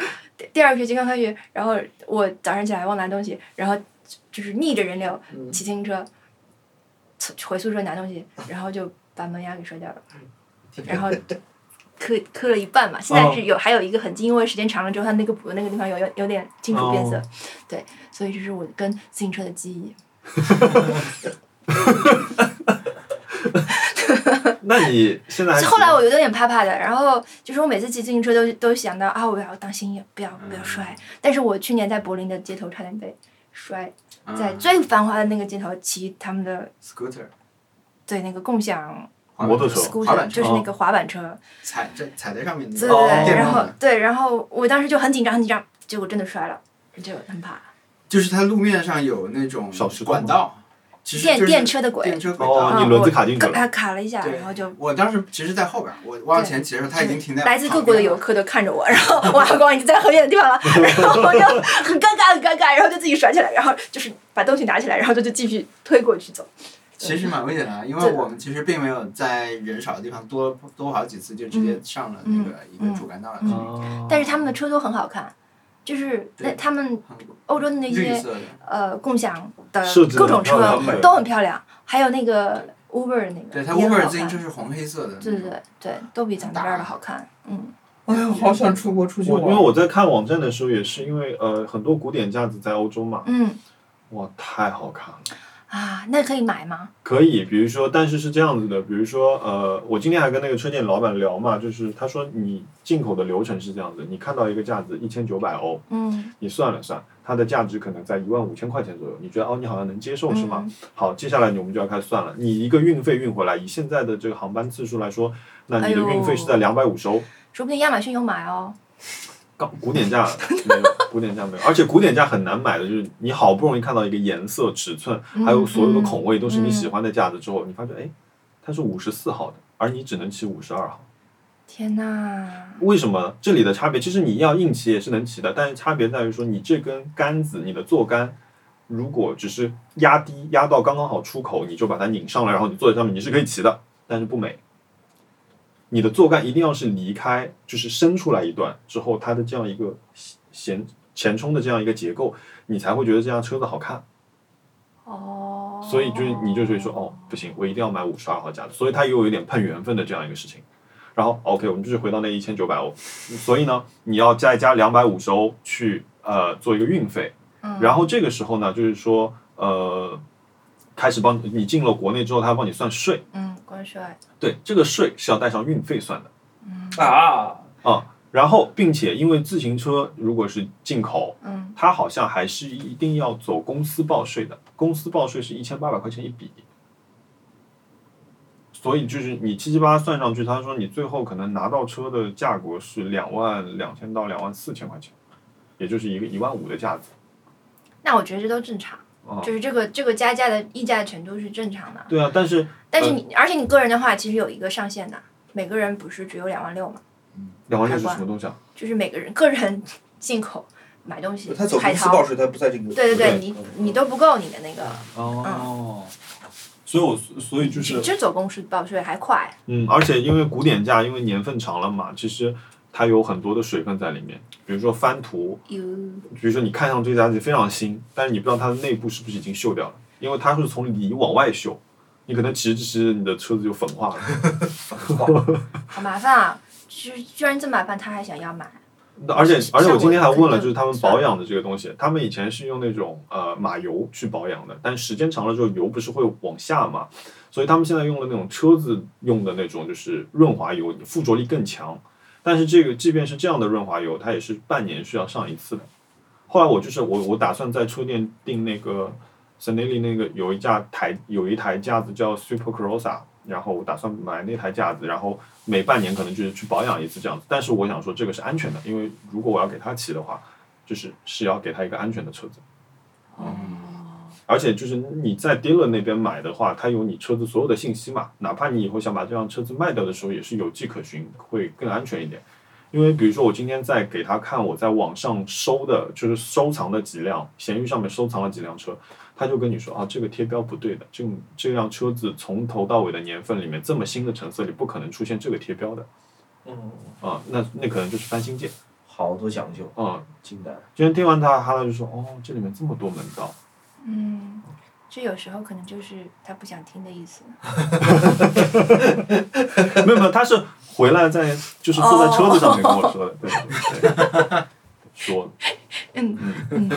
第二个学期刚开学，然后我早上起来忘拿东西，然后就是逆着人流骑自行车，从回宿舍拿东西，然后就把门牙给摔掉了，嗯然后磕磕了一半嘛，现哦在是有、还有一个痕迹，因为时间长了之后，它那个补的那个地方有有有点金属变哦色，对，所以这是我跟自行车的记忆。那你现在还后啊来我有点怕怕的，然后就是我每次骑自行车都都想到啊，我要当心，不要嗯不要摔。但是我去年在柏林的街头差点被摔，在嗯最繁华的那个街头骑他们的 scooter 对那个共享摩托车滑 scooter，板车哦就是那个滑板车，踩在踩在上面那对个哦对对，电然动后的，对，然后我当时就很紧张很紧张，结果真的摔了，就很怕。就是它路面上有那种小石头吗管道，其实电就是电车的轨电，车轨道哦，啊你轮子卡进去卡了，它卡了一下，对然后就我当时其实，在后边儿，我往前骑的时候，他已经停在来自各国的游旁客都看着我，然后我阿光已经在很远的地方了，然后我就很尴尬很尴尬，然后就自己甩起来，然后就是把东西拿起来，然后就就继续推过去走。边了，其实蛮危险的啊，因为对的我们其实并没有在人少的地方多多跑几次，就直接上了那个一个主干道了。嗯但是他们的车都很好看，就是那对他们很欧洲的那绿些色的，呃共享的设置得各种很漂车亮对都很漂亮，还有那个 Uber 那个对，它也很 Uber 好自行车看。是红黑色的。对对对对，都比咱们这儿的好看。嗯，哎呀，好想出国出去我因为玩。我在看网站的时候，也是因为呃很多古典架子在欧洲嘛，嗯，哇，太好看了！啊，那可以买吗？可以，比如说，但是是这样子的，比如说，呃，我今天还跟那个车店老板聊嘛，就是他说你进口的流程是这样子，你看到一个架子一千九百欧，嗯你算了算，它的价值可能在一万五千块钱左右，你觉得哦，你好像能接受是吗？嗯好，接下来你我们就要开始算了，你一个运费运回来，以现在的这个航班次数来说，那你的哎呦运费是在两百五十欧，说不定亚马逊有买哦。刚古典价没有，古典价没有，而且古典价很难买的，就是你好不容易看到一个颜色、尺寸，还有所有的孔位都是你喜欢的架子之后，你发现哎，它是五十四号的，而你只能骑五十二号，天呐，为什么呢？这里的差别其实你要硬骑也是能骑的，但是差别在于说你这根杆子，你的坐杆。如果只是压低压到刚刚好出口，你就把它拧上来，然后你坐在上面，你是可以骑的，但是不美。你的坐杆一定要是离开，就是伸出来一段之后，它的这样一个前前冲的这样一个结构，你才会觉得这辆车子好看。哦，所以就是你就觉得说，哦，不行，我一定要买五十二号架子，所以它又有一点碰缘分的这样一个事情。然后 OK，我们就是回到那一千九百欧，所以呢，你要再加两百五十欧去呃做一个运费，然后这个时候呢，就是说呃开始帮你进了国内之后，他帮你算税，嗯，关税，对，这个税是要带上运费算的。啊，然后，并且因为自行车如果是进口，嗯，它好像还是一定要走公司报税的，公司报税是一千八百块钱一笔，所以就是你七七八八算上去，他说你最后可能拿到车的价格是两万两千到两万四千块钱，也就是一个一万五的价子那我觉得这都正常，啊、就是这个这个加价的溢价程度是正常的。对啊，但是但是你，而且你个人的话，其实有一个上限的，每个人不是只有两万六嘛，两万六是什么东西啊？就是每个人个人 进口买东西他走海公司淘报，税，他不在这个。对对对你你都不够你的那个，哦，所以我所以就是这走公司报税还快，嗯，而且因为古典价，因为年份长了嘛，其实它有很多的水分在里面。比如说翻图，有比如说你看上这家子非常新，但是你不知道它的内部是不是已经锈掉了，因为它是从里往外锈，你可能骑着骑着你的车子就粉化了。好麻烦啊！居居然这么麻烦，他还想要买，那而且而且我今天还问像了，我就是他们保养的这个东西，他们以前是用那种呃马油去保养的，但时间长了之后油不是会往下嘛，所以他们现在用的那种车子用的那种就是润滑油，附着力更强。但是这个即便是这样的润滑油，它也是半年需要上一次的。后来我就是我我打算在车店订那个 s a n e l i 那个有一架台有一台架子叫 Super Crossa，然后我打算买那台架子，然后每半年可能就是去保养一次这样子。但是我想说这个是安全的，因为如果我要给他骑的话，就是是要给他一个安全的车子。而且就是你在 dealer 那边买的话，它有你车子所有的信息嘛，哪怕你以后想把这辆车子卖掉的时候，也是有迹可循，会更安全一点。因为比如说我今天在给他看我在网上收的，就是收藏的几辆，闲鱼上面收藏了几辆车，他就跟你说啊，这个贴标不对的，这这辆车子从头到尾的年份里面，这么新的成色里不可能出现这个贴标的嗯，啊，那那可能就是翻新件好多讲究，啊。近代。今天听完他，哈拉就说哦，这里面这么多门道，嗯，这有时候可能就是他不想听的意思。没有没有，他是回来在就是坐在车子上面跟我说的，对对对，说的。嗯嗯，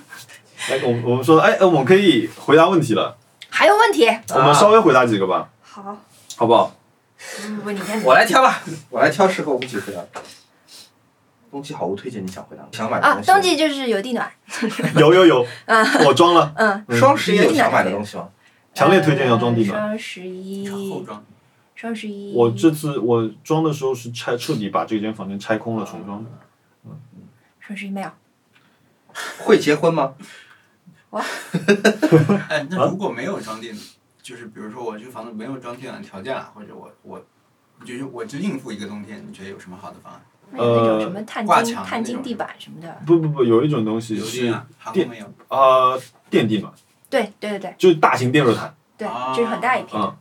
来，我们我们说，哎，呃我们可以回答问题了，还有问题？我啊们稍微回答几个吧，好，好不好？不不不，嗯你看我来挑吧， 我来挑适合我们一起回答的。冬季好物推荐，你想回答吗？想买的啊东，西吗。冬季就是有地暖，有有有，我装了，嗯，双十一有想买的东西吗？强烈推荐要装地暖。呃双十后一， 装双十一，我这次我装的时候是拆彻底把这间房间拆空了重装的，双十一没有，会结婚吗？哎，那如果没有装电，就是比如说我这个房子没有装电暖调件啊了，或者我我就是我就应付一个冬天，你觉得有什么好的方案？那有那种呃什么碳挂晶墙的碳那晶种地板什么的，不不不，有一种东西有是电啊，韩国没有。呃电地暖，对对对对就是大型电热毯，对啊，就是很大一片，嗯，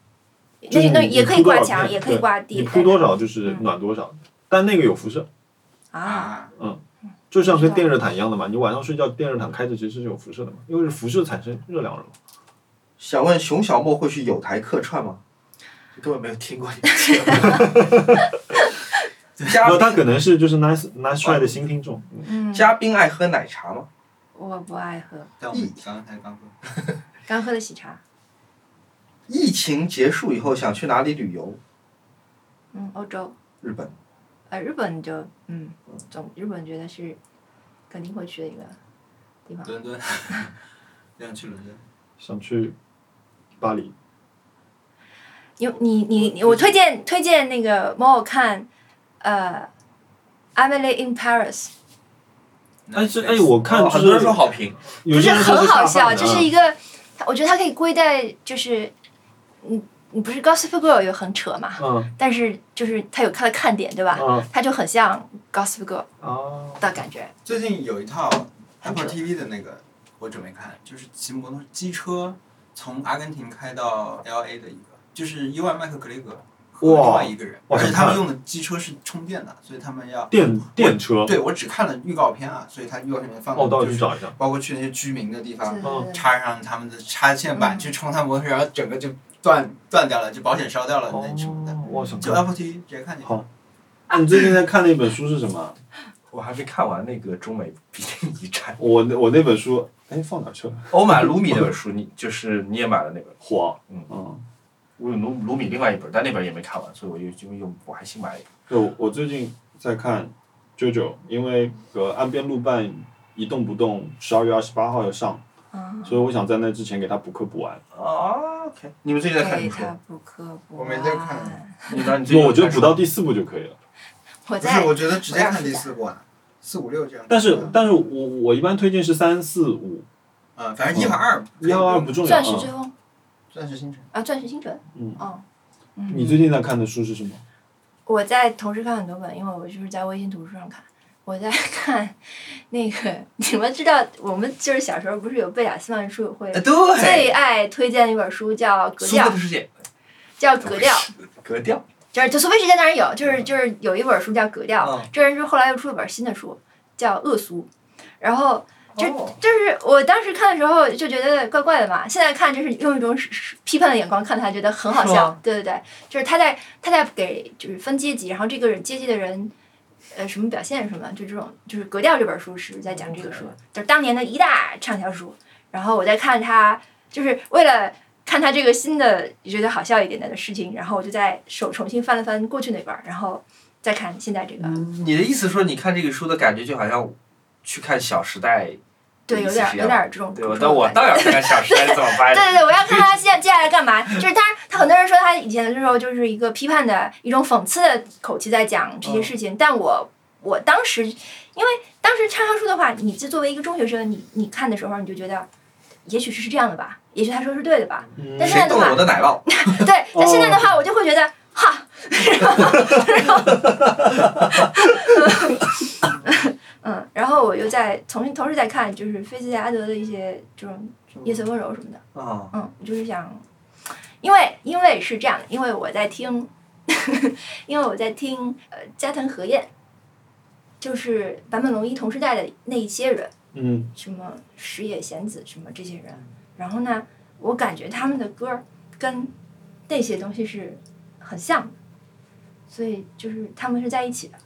就那是那你也可以铺多挂少墙，片也可以对挂你地，嗯铺多少就是暖多少，但那个有辐射。啊，啊，就像跟电热毯一样的嘛，你晚上睡觉电热毯开着其实是有辐射的嘛，因为是辐射产生热量了嘛。想问熊小莫会去有台客串吗？根本没有听过你的节目。然嘉后他可能是就是 nice nice try 的新听众，嗯嗯，嘉宾爱喝奶茶吗？我不爱喝，但我们刚才刚说，刚喝的喜茶。疫情结束以后想去哪里旅游？嗯，欧洲，日本，呃，日本就嗯，总日本觉得是肯定会去的一个地方。伦 敦，想去伦敦，想去巴黎，你你你你，我推荐推荐那个猫我看，呃，《Emily in Paris》，但是哎，我看哦就很多人是说好评，有是些人说很好下笑，饭的啊这是一个，我觉得它可以归在就是，嗯，你不是《Gossip Girl》有很扯嘛，嗯但是就是它有它的看点，对吧？嗯它就很像《Gossip Girl 啊》的感觉。最近有一套 Apple TV 的那个，我准备看，就是骑摩托机车从阿根廷开到 L A 的一个，就是伊万麦克格雷格和另哇外一个人，哇而且他想们看用的机车是充电的，所以他们要电电车，对我只看了预告片啊，所以他预告片里面放哦，我的到就去是找一下。包括去那些居民的地方对，对对插上他们的插线嗯板去充他摩托车，然后整个就断断掉了，就保险烧掉了那什么的，哦，我想就看。 Apple TV 直接看见。好那你最近在看那本书是什么？我还没看完那个中美必定遗产。我那我那本书，哎，放哪去了？欧买卢米那本书，你就是你也买了那本，火，嗯嗯，我有卢卢米另外一本，但那本也没看完，所以我又就又我还新买了一本。对，我我最近在看《JoJo》，因为和岸边路伴一动不动，十二月二十八号要上，啊，所以我想在那之前给他补课补完。哦啊，OK，你们最近在看什给么书？哎它补课补我完。没在看你呢？你最近我我觉得在看补到第四部就可以了。不我是，在我觉得直接看第四部啊，四五六这样。但嗯是，但是我我一般推荐是三四五，嗯，反正一和二，一和二不重要。钻石嗯之风钻石星辰。啊，钻石星辰。嗯哦，你最近在看的书是什么？我在同时看很多本，因为我就是在微信读书上看。我在看 那个，你们知道，我们就是小时候不是有贝雅斯曼书友会哎，对，最爱推荐的一本呃书叫《格苏调菲的》，世界，叫《格调》，格调，就是就苏菲世界当然有，就是就是有一本书叫《格调》，嗯这人是后来又出了本新的书叫《恶俗》，然后就哦就是我当时看的时候就觉得怪怪的嘛，现在看就是用一种是是批判的眼光看他，觉得很好是笑吗。对对对，就是他在他在给就是分阶级，然后这个人阶级的人。呃，什么表现什么，就这种，就是《格调》这本书是在讲这个书，嗯就是当年的一大畅销书。然后我在看他，就是为了看他这个新的觉得好笑一点点的事情，然后我就在手重新翻了翻过去那本儿，然后再看现在这个。你的意思说，你看这个书的感觉就好像去看《小时代》的对，意有思点儿是一有样的，点儿这种。对吧？这但种我感觉倒要看看《小时代》怎么拍对的。对对，我要看他接接下来干嘛。就是他，他很多人说他以前的时候就是一个批判的一种讽刺的口气在讲这些事情，但我我当时，因为当时畅销书的话，你这作为一个中学生，你你看的时候你就觉得，也许是这样的吧，也许他说是对的吧，但现在嗯谁啊的动了话我，的奶酪？ 对，但现在的话，我就会觉得哈，然后，然后嗯，然后我又在重新同时在看，就是菲茨杰拉德的一些这种夜色温柔什么的，啊，嗯，我就是想，因为因为是这样的，因为我在听， 因为我在听呃加藤和彦，就是坂本龙一同时代的那一些人。嗯，什么石野贤子什么这些人，然后呢，我感觉他们的歌儿跟那些东西是很像的，所以就是他们是在一起的，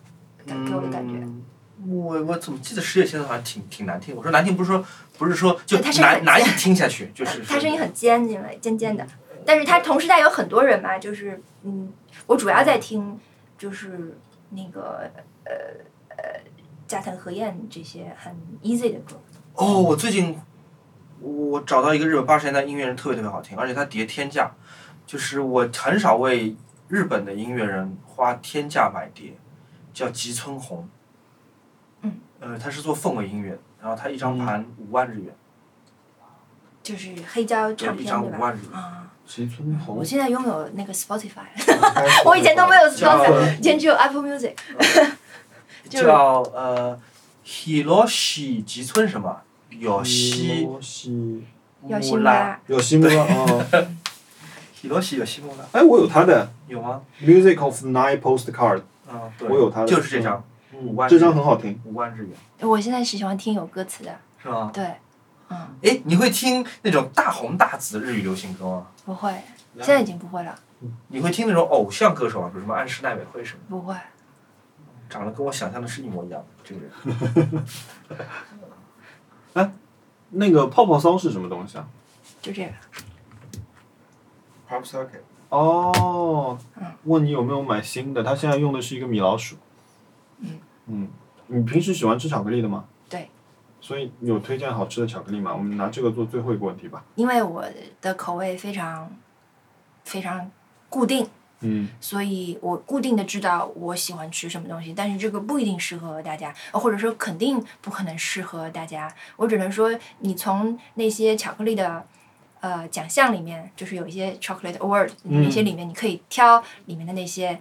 感给我的感觉。嗯我我怎么记得石野先生好像挺挺难听？我说难听不是说不是说就对他声音难很难以听下去，就呃是嗯他声音很尖，因为尖尖的，但是他同时代有很多人嘛，就是嗯，我主要在听就是那个呃呃加藤和彦这些很 easy 的歌，哦，我最近我找到一个日本八十年代音乐人特别特别好听，而且他叠天价，就是我很少为日本的音乐人花天价买碟，叫吉村弘。嗯。呃，他是做氛围音乐，然后他一张盘嗯五万日元，就是黑胶对唱，一片张对五吧？万日元。啊，吉村我弘，现在拥有那个 Spotify，我 我以前都没有 Spotify，叫以前只有 Apple Music。就是叫呃，Hiroshi 吉村什么？有西西要木新拉拉，有西木拉啊，嗯，Hiroshi 有西木拉哎，我有他的有吗？ 《Music of Nine Postcard 嗯，对，我有他的就是这张五》，万日这元，张很好听。五万日元我现在是喜欢听有歌词的，是吗？对，嗯，哎，你会听那种大红大紫的日语流行歌吗？不会，现在已经不会了，你会听那种偶像歌手啊，比如什么安室奈美惠什么，不会。长得跟我想象的是一模一样的这个人。哎，那个泡泡骚是什么东西啊？就这个。 Pop Socket，哦嗯，问你有没有买新的？他现在用的是一个米老鼠。嗯嗯你平时喜欢吃巧克力的吗？对。所以有推荐好吃的巧克力吗？我们拿这个做最后一个问题吧。因为我的口味非常非常固定，嗯所以我固定的知道我喜欢吃什么东西，但是这个不一定适合大家，呃或者说肯定不可能适合大家。我只能说，你从那些巧克力的呃奖项里面，就是有一些 chocolate award 嗯那些里面，你可以挑里面的那些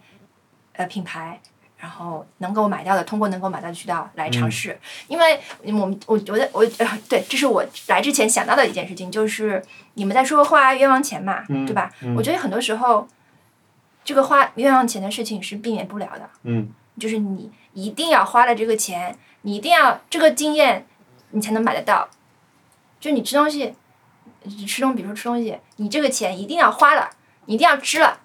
呃品牌。然后能够买到的，通过能够买到的渠道来嗯尝试，因为我们我我在我、呃、对，这是我来之前想到的一件事情，就是你们在说花冤枉钱嘛，嗯对吧？嗯我觉得很多时候，这个花冤枉钱的事情是避免不了的，嗯就是你一定要花了这个钱，你一定要这个经验，你才能买得到。就你吃东西，你吃东，比如说吃东西，你这个钱一定要花了，你一定要吃了，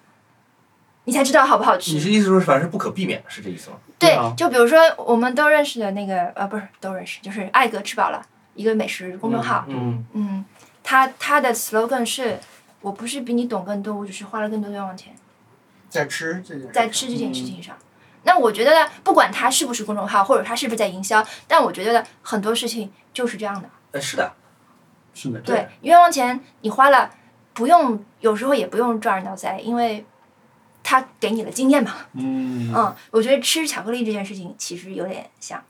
你才知道好不好你吃是。意思说，反正是不可避免的，是这意思吗？对对啊，就比如说我们都认识的那个，呃，不是都认识，就是艾格吃饱了一个美食公众号，嗯，嗯，他他的 slogan 是。我不是比你懂更多，我只是花了更多冤枉钱。在吃这件事，在吃这件事情上。那我觉得呢，不管它是不是公众号，或者它是不是在营销，但我觉得呢很多事情就是这样的。哎，是的，是的。对，冤枉钱你花了，不用有时候也不用抓耳挠腮，因为他给你了经验嘛。嗯嗯，我觉得吃巧克力这件事情其实有点像，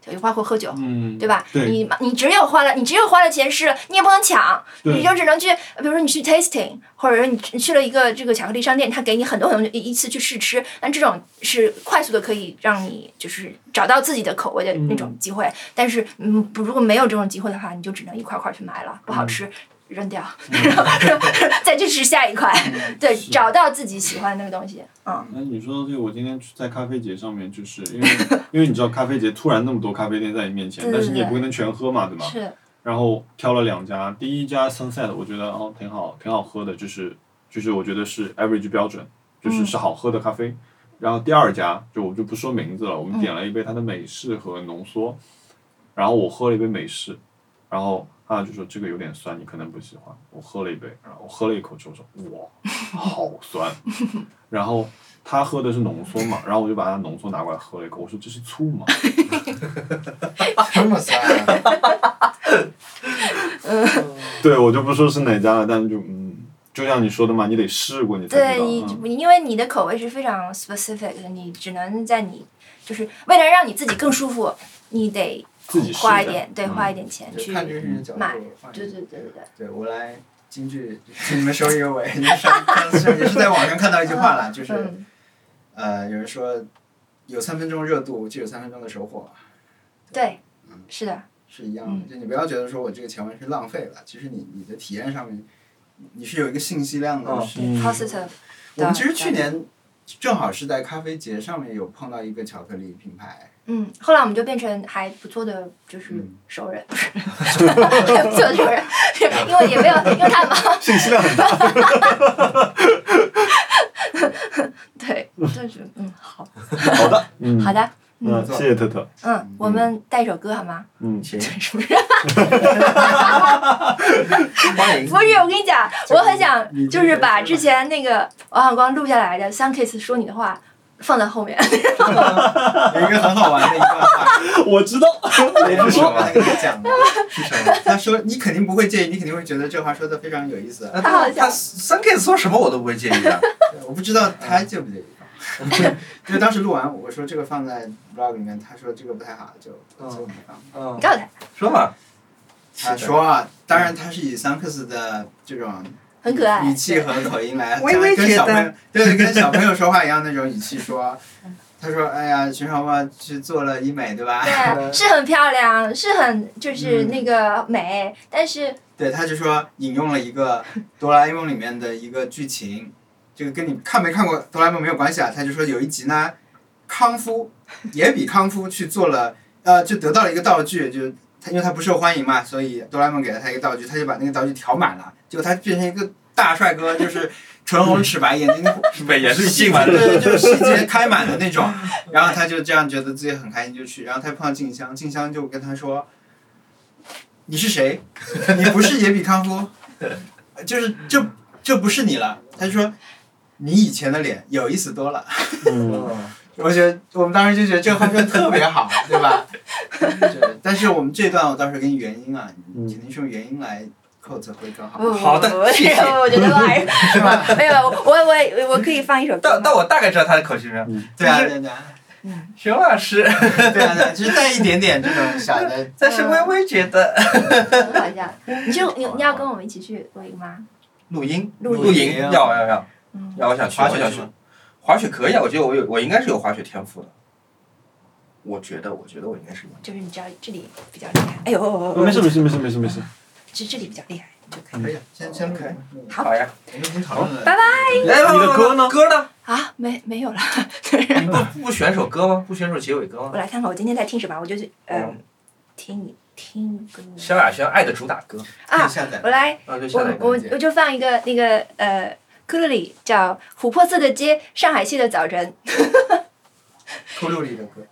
就包括喝酒，嗯，对吧？对你你只有花了，你只有花了钱试了，你也不能抢，你对就只能去，比如说你去 tasting，或者说你去你去了一个这个巧克力商店，他给你很多很多一一次去试吃，但这种是快速的可以让你就是找到自己的口味的那种机会。但是，嗯，不如果没有这种机会的话，你就只能一块块去买了，不好嗯吃。扔掉， 然后再去吃下一块， 对，嗯是找到自己喜欢的那个东西，嗯，那你说到这个，我今天去在咖啡节上面，就是因为因为你知道咖啡节突然那么多咖啡店在你面前，对但是你也对不可能全喝嘛，对吗？是，然后挑了两家，第一家 Sunset 我觉得哦挺好，挺好喝的，就是就是我觉得是 average 标准，就是嗯是好喝的咖啡。然后第二家就我就不说名字了，我们嗯点了一杯它的美式和浓缩，然后我喝了一杯美式，然后他就说这个有点酸，你可能不喜欢。我喝了一杯，然后我喝了一口之后说哇，好 酸。然后他喝的是浓缩嘛，然后我就把他浓缩拿过来喝了一口，我说这是醋吗？这么三啊， 对我就不说是哪家了，但就嗯，就像你说的嘛，你得试过你才对知道。你嗯，因为你的口味是非常 specific 的，你只能在你就是为了让你自己更舒服，你得自己试花一下点，对，嗯花一点钱 去就看这个事情角度买放对对对对对，对我来京剧， 你们收一个 尾。上上次也是在网上看到一句话啦，就是嗯，呃，有人说有三分钟热度，就有三分钟的收获，对嗯，是的，是一样的。嗯就你不要觉得说我这个前文是浪费了，其实你你的体验上面，你是有一个信息量的。嗯是嗯 positive，我们其实对去年正好是在咖啡节上面有碰到一个巧克力品牌，嗯，后来我们就变成还不错的就是嗯熟人，不是还不错的熟人，因为也没有因为他们 信息量很大。 对，就是嗯好好的，嗯，好的，嗯，谢谢特特，嗯，我们带一首歌好吗？嗯，行，是 不是？欢迎不。是，我跟你讲，我很你想这就个是把是吧之前那个王小光录下来的《Sun Kiss 说你的话》放在后面。有一个很好玩的一段话， 我知道， 我不说我跟你讲了。是什么？他说你肯定不会介意，你肯定会觉得这话说的非常有意 思。那太好他笑他三 K 说什么我都不会介意的。对我不知道他介不介意。因为当时录完，我说这个放在 vlog 里面，他说这个不太好，就嗯就没放。嗯你，告诉他，说嘛，他说啊，当然他是以桑克斯的这种很可爱语。气和口音来，我以为跟觉小朋友得对跟小朋友说话一样那种语气说。他说：“哎呀，秦少波去做了医美，对吧？”对，是很漂亮，是很就是那个美，但是对，他就说引用了一个《哆啦 A 梦》里面的一个剧情，这个跟你看没看过《哆啦 A 梦》没有关系啊。他就说有一集呢，康夫也比康夫去做了，呃，就得到了一个道具，就他因为他不受欢迎嘛，所以哆啦 A 梦给了他一个道具，他就把那个道具调满了，结果他变成一个大帅哥，就是 唇红齿白，眼睛 美颜滤镜嘛，对对，就是细节开满的那种。然后他就这样觉得自己很开心就去，然后他碰到静香，静香就跟他说：“你是谁？ 你不是野比康夫， 就是这这不是你了。他说你以前的脸有意思多了。嗯，我觉得我们当时就觉得这个画面特别好，对吧？对但是我们这段我到时候给你原因啊，嗯你肯定是用原因来扣子会更好，不不哦好的不不谢谢我 觉得我还是是吧？没有，我我我可以放一首歌但但吗。我大概知道他的口型了。对啊，对啊，对啊，熊老师，对啊，对啊，就是带一点点这种小的，但是微微觉得很好笑。你就你你要跟我们一起去露营吗？录音录音营要要要嗯，要，我想去，滑我雪想是去吗。滑雪可以啊，我觉得我有，我应该是有滑雪天赋的。我觉得，我觉得我应该是有。就是你知道这里比较厉害。哎呦，哦没事没事没事没事没事，这这里比较厉害就可以。可以，先先录 OK 嗯好好呀，我们已经讨论了，拜哎你的歌呢歌呢？啊，没没有了。你不不选首歌吗？不选首结尾歌吗我？来看看我今天在听什么，我就去呃嗯，听你听歌萧亚轩《爱的主打歌》可以啊。下载我。来，啊，就我下来一个我我就放一个那个呃，库洛里叫《琥珀色的街，上海戏的早晨》。扣六里的歌，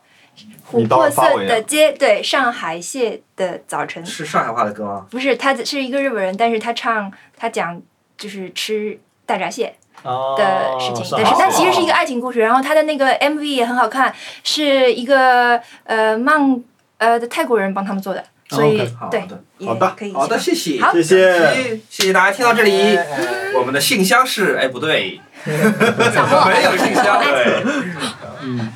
琥珀色的街，对，上海蟹的早晨，是上海话的歌吗？不是他是一个日本人，但是他唱他讲就是吃大闸蟹哦的事哦情，但是它其实是一个爱情故事，然后他的那个 MV 也很好看，是一个呃曼呃泰国人帮他们做的，所以、好对的，也好的可以哦好的，谢谢。好呃谢谢，谢谢大家听到这里，哎我们的信箱是哎不对，小莫没有 信箱，对。嗯，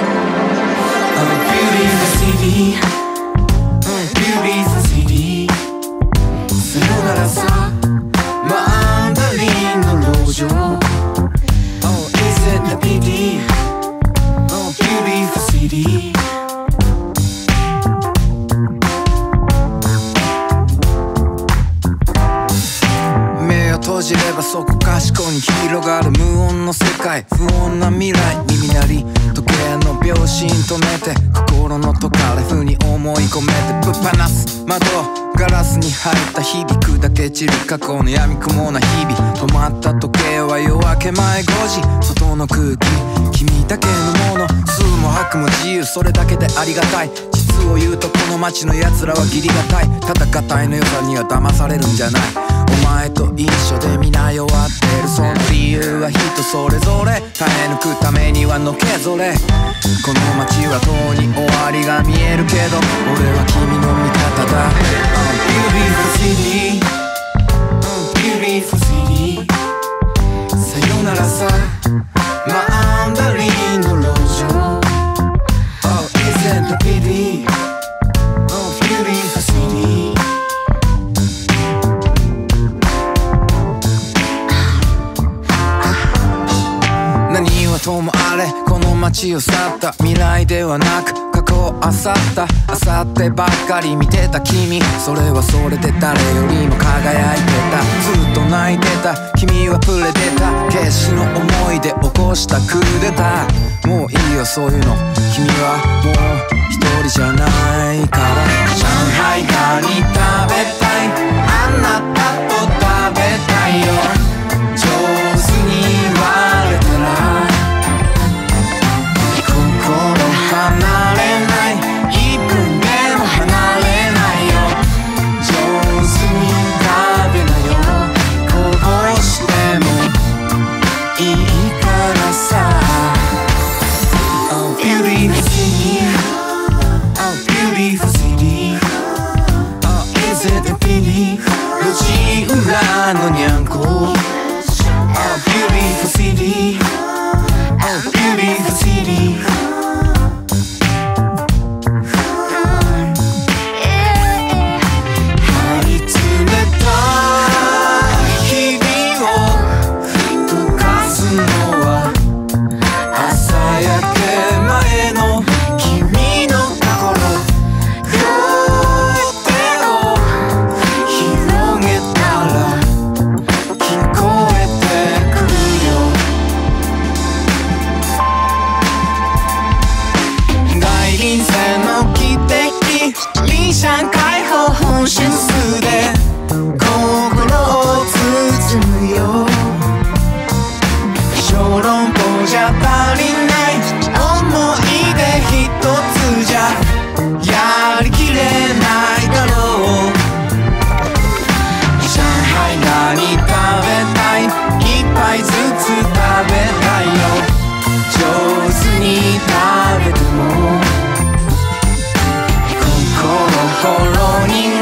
I'm a beauty in the city. I'm a beauty in the city. それならさ、マンダリンの路上。Oh, is it the pity? Oh, beautiful city.「目を閉じればそこかしこに広がる無音の世界」「不穏な未来耳鳴り時計の秒針止めて」「心の解かれ風に思い込めてぶっ放す窓ガラスに入った響くだけ散る過去の闇雲な日々止まった時計は夜明け前5時外の空気君だけのもの数も白も自由それだけでありがたい実を言うとこの街の奴らは義理がたい戦いの良さには騙されるんじゃないお前と一緒で皆弱ってるその理由は人それぞれ耐え抜くためにはのけぞれこの街はとうに終わりが見えるけど俺は君の味方だ I'm Beautiful City I'm Beautiful City さよならさマンダリンの路上 Oh, isn't it pity? Oh, beautiful city. 何はともあれこの街を去った未来ではなく過去を漁った漁ってばっかり見てた君それはそれで誰よりも輝いてたずっと泣いてた君はプレデター決死の思いで起こしたクーデターもういいよそういうの君はもう一人じゃないから上海ガニ食べたいあなたと食べたいよ上手に言われたら心離れない幾年も離れないよ上手に食べなよこぼしてもいいからさ Oh beauty for you Oh beauty for 何食べたい一杯ずつ食べたいよ上手に食べても心に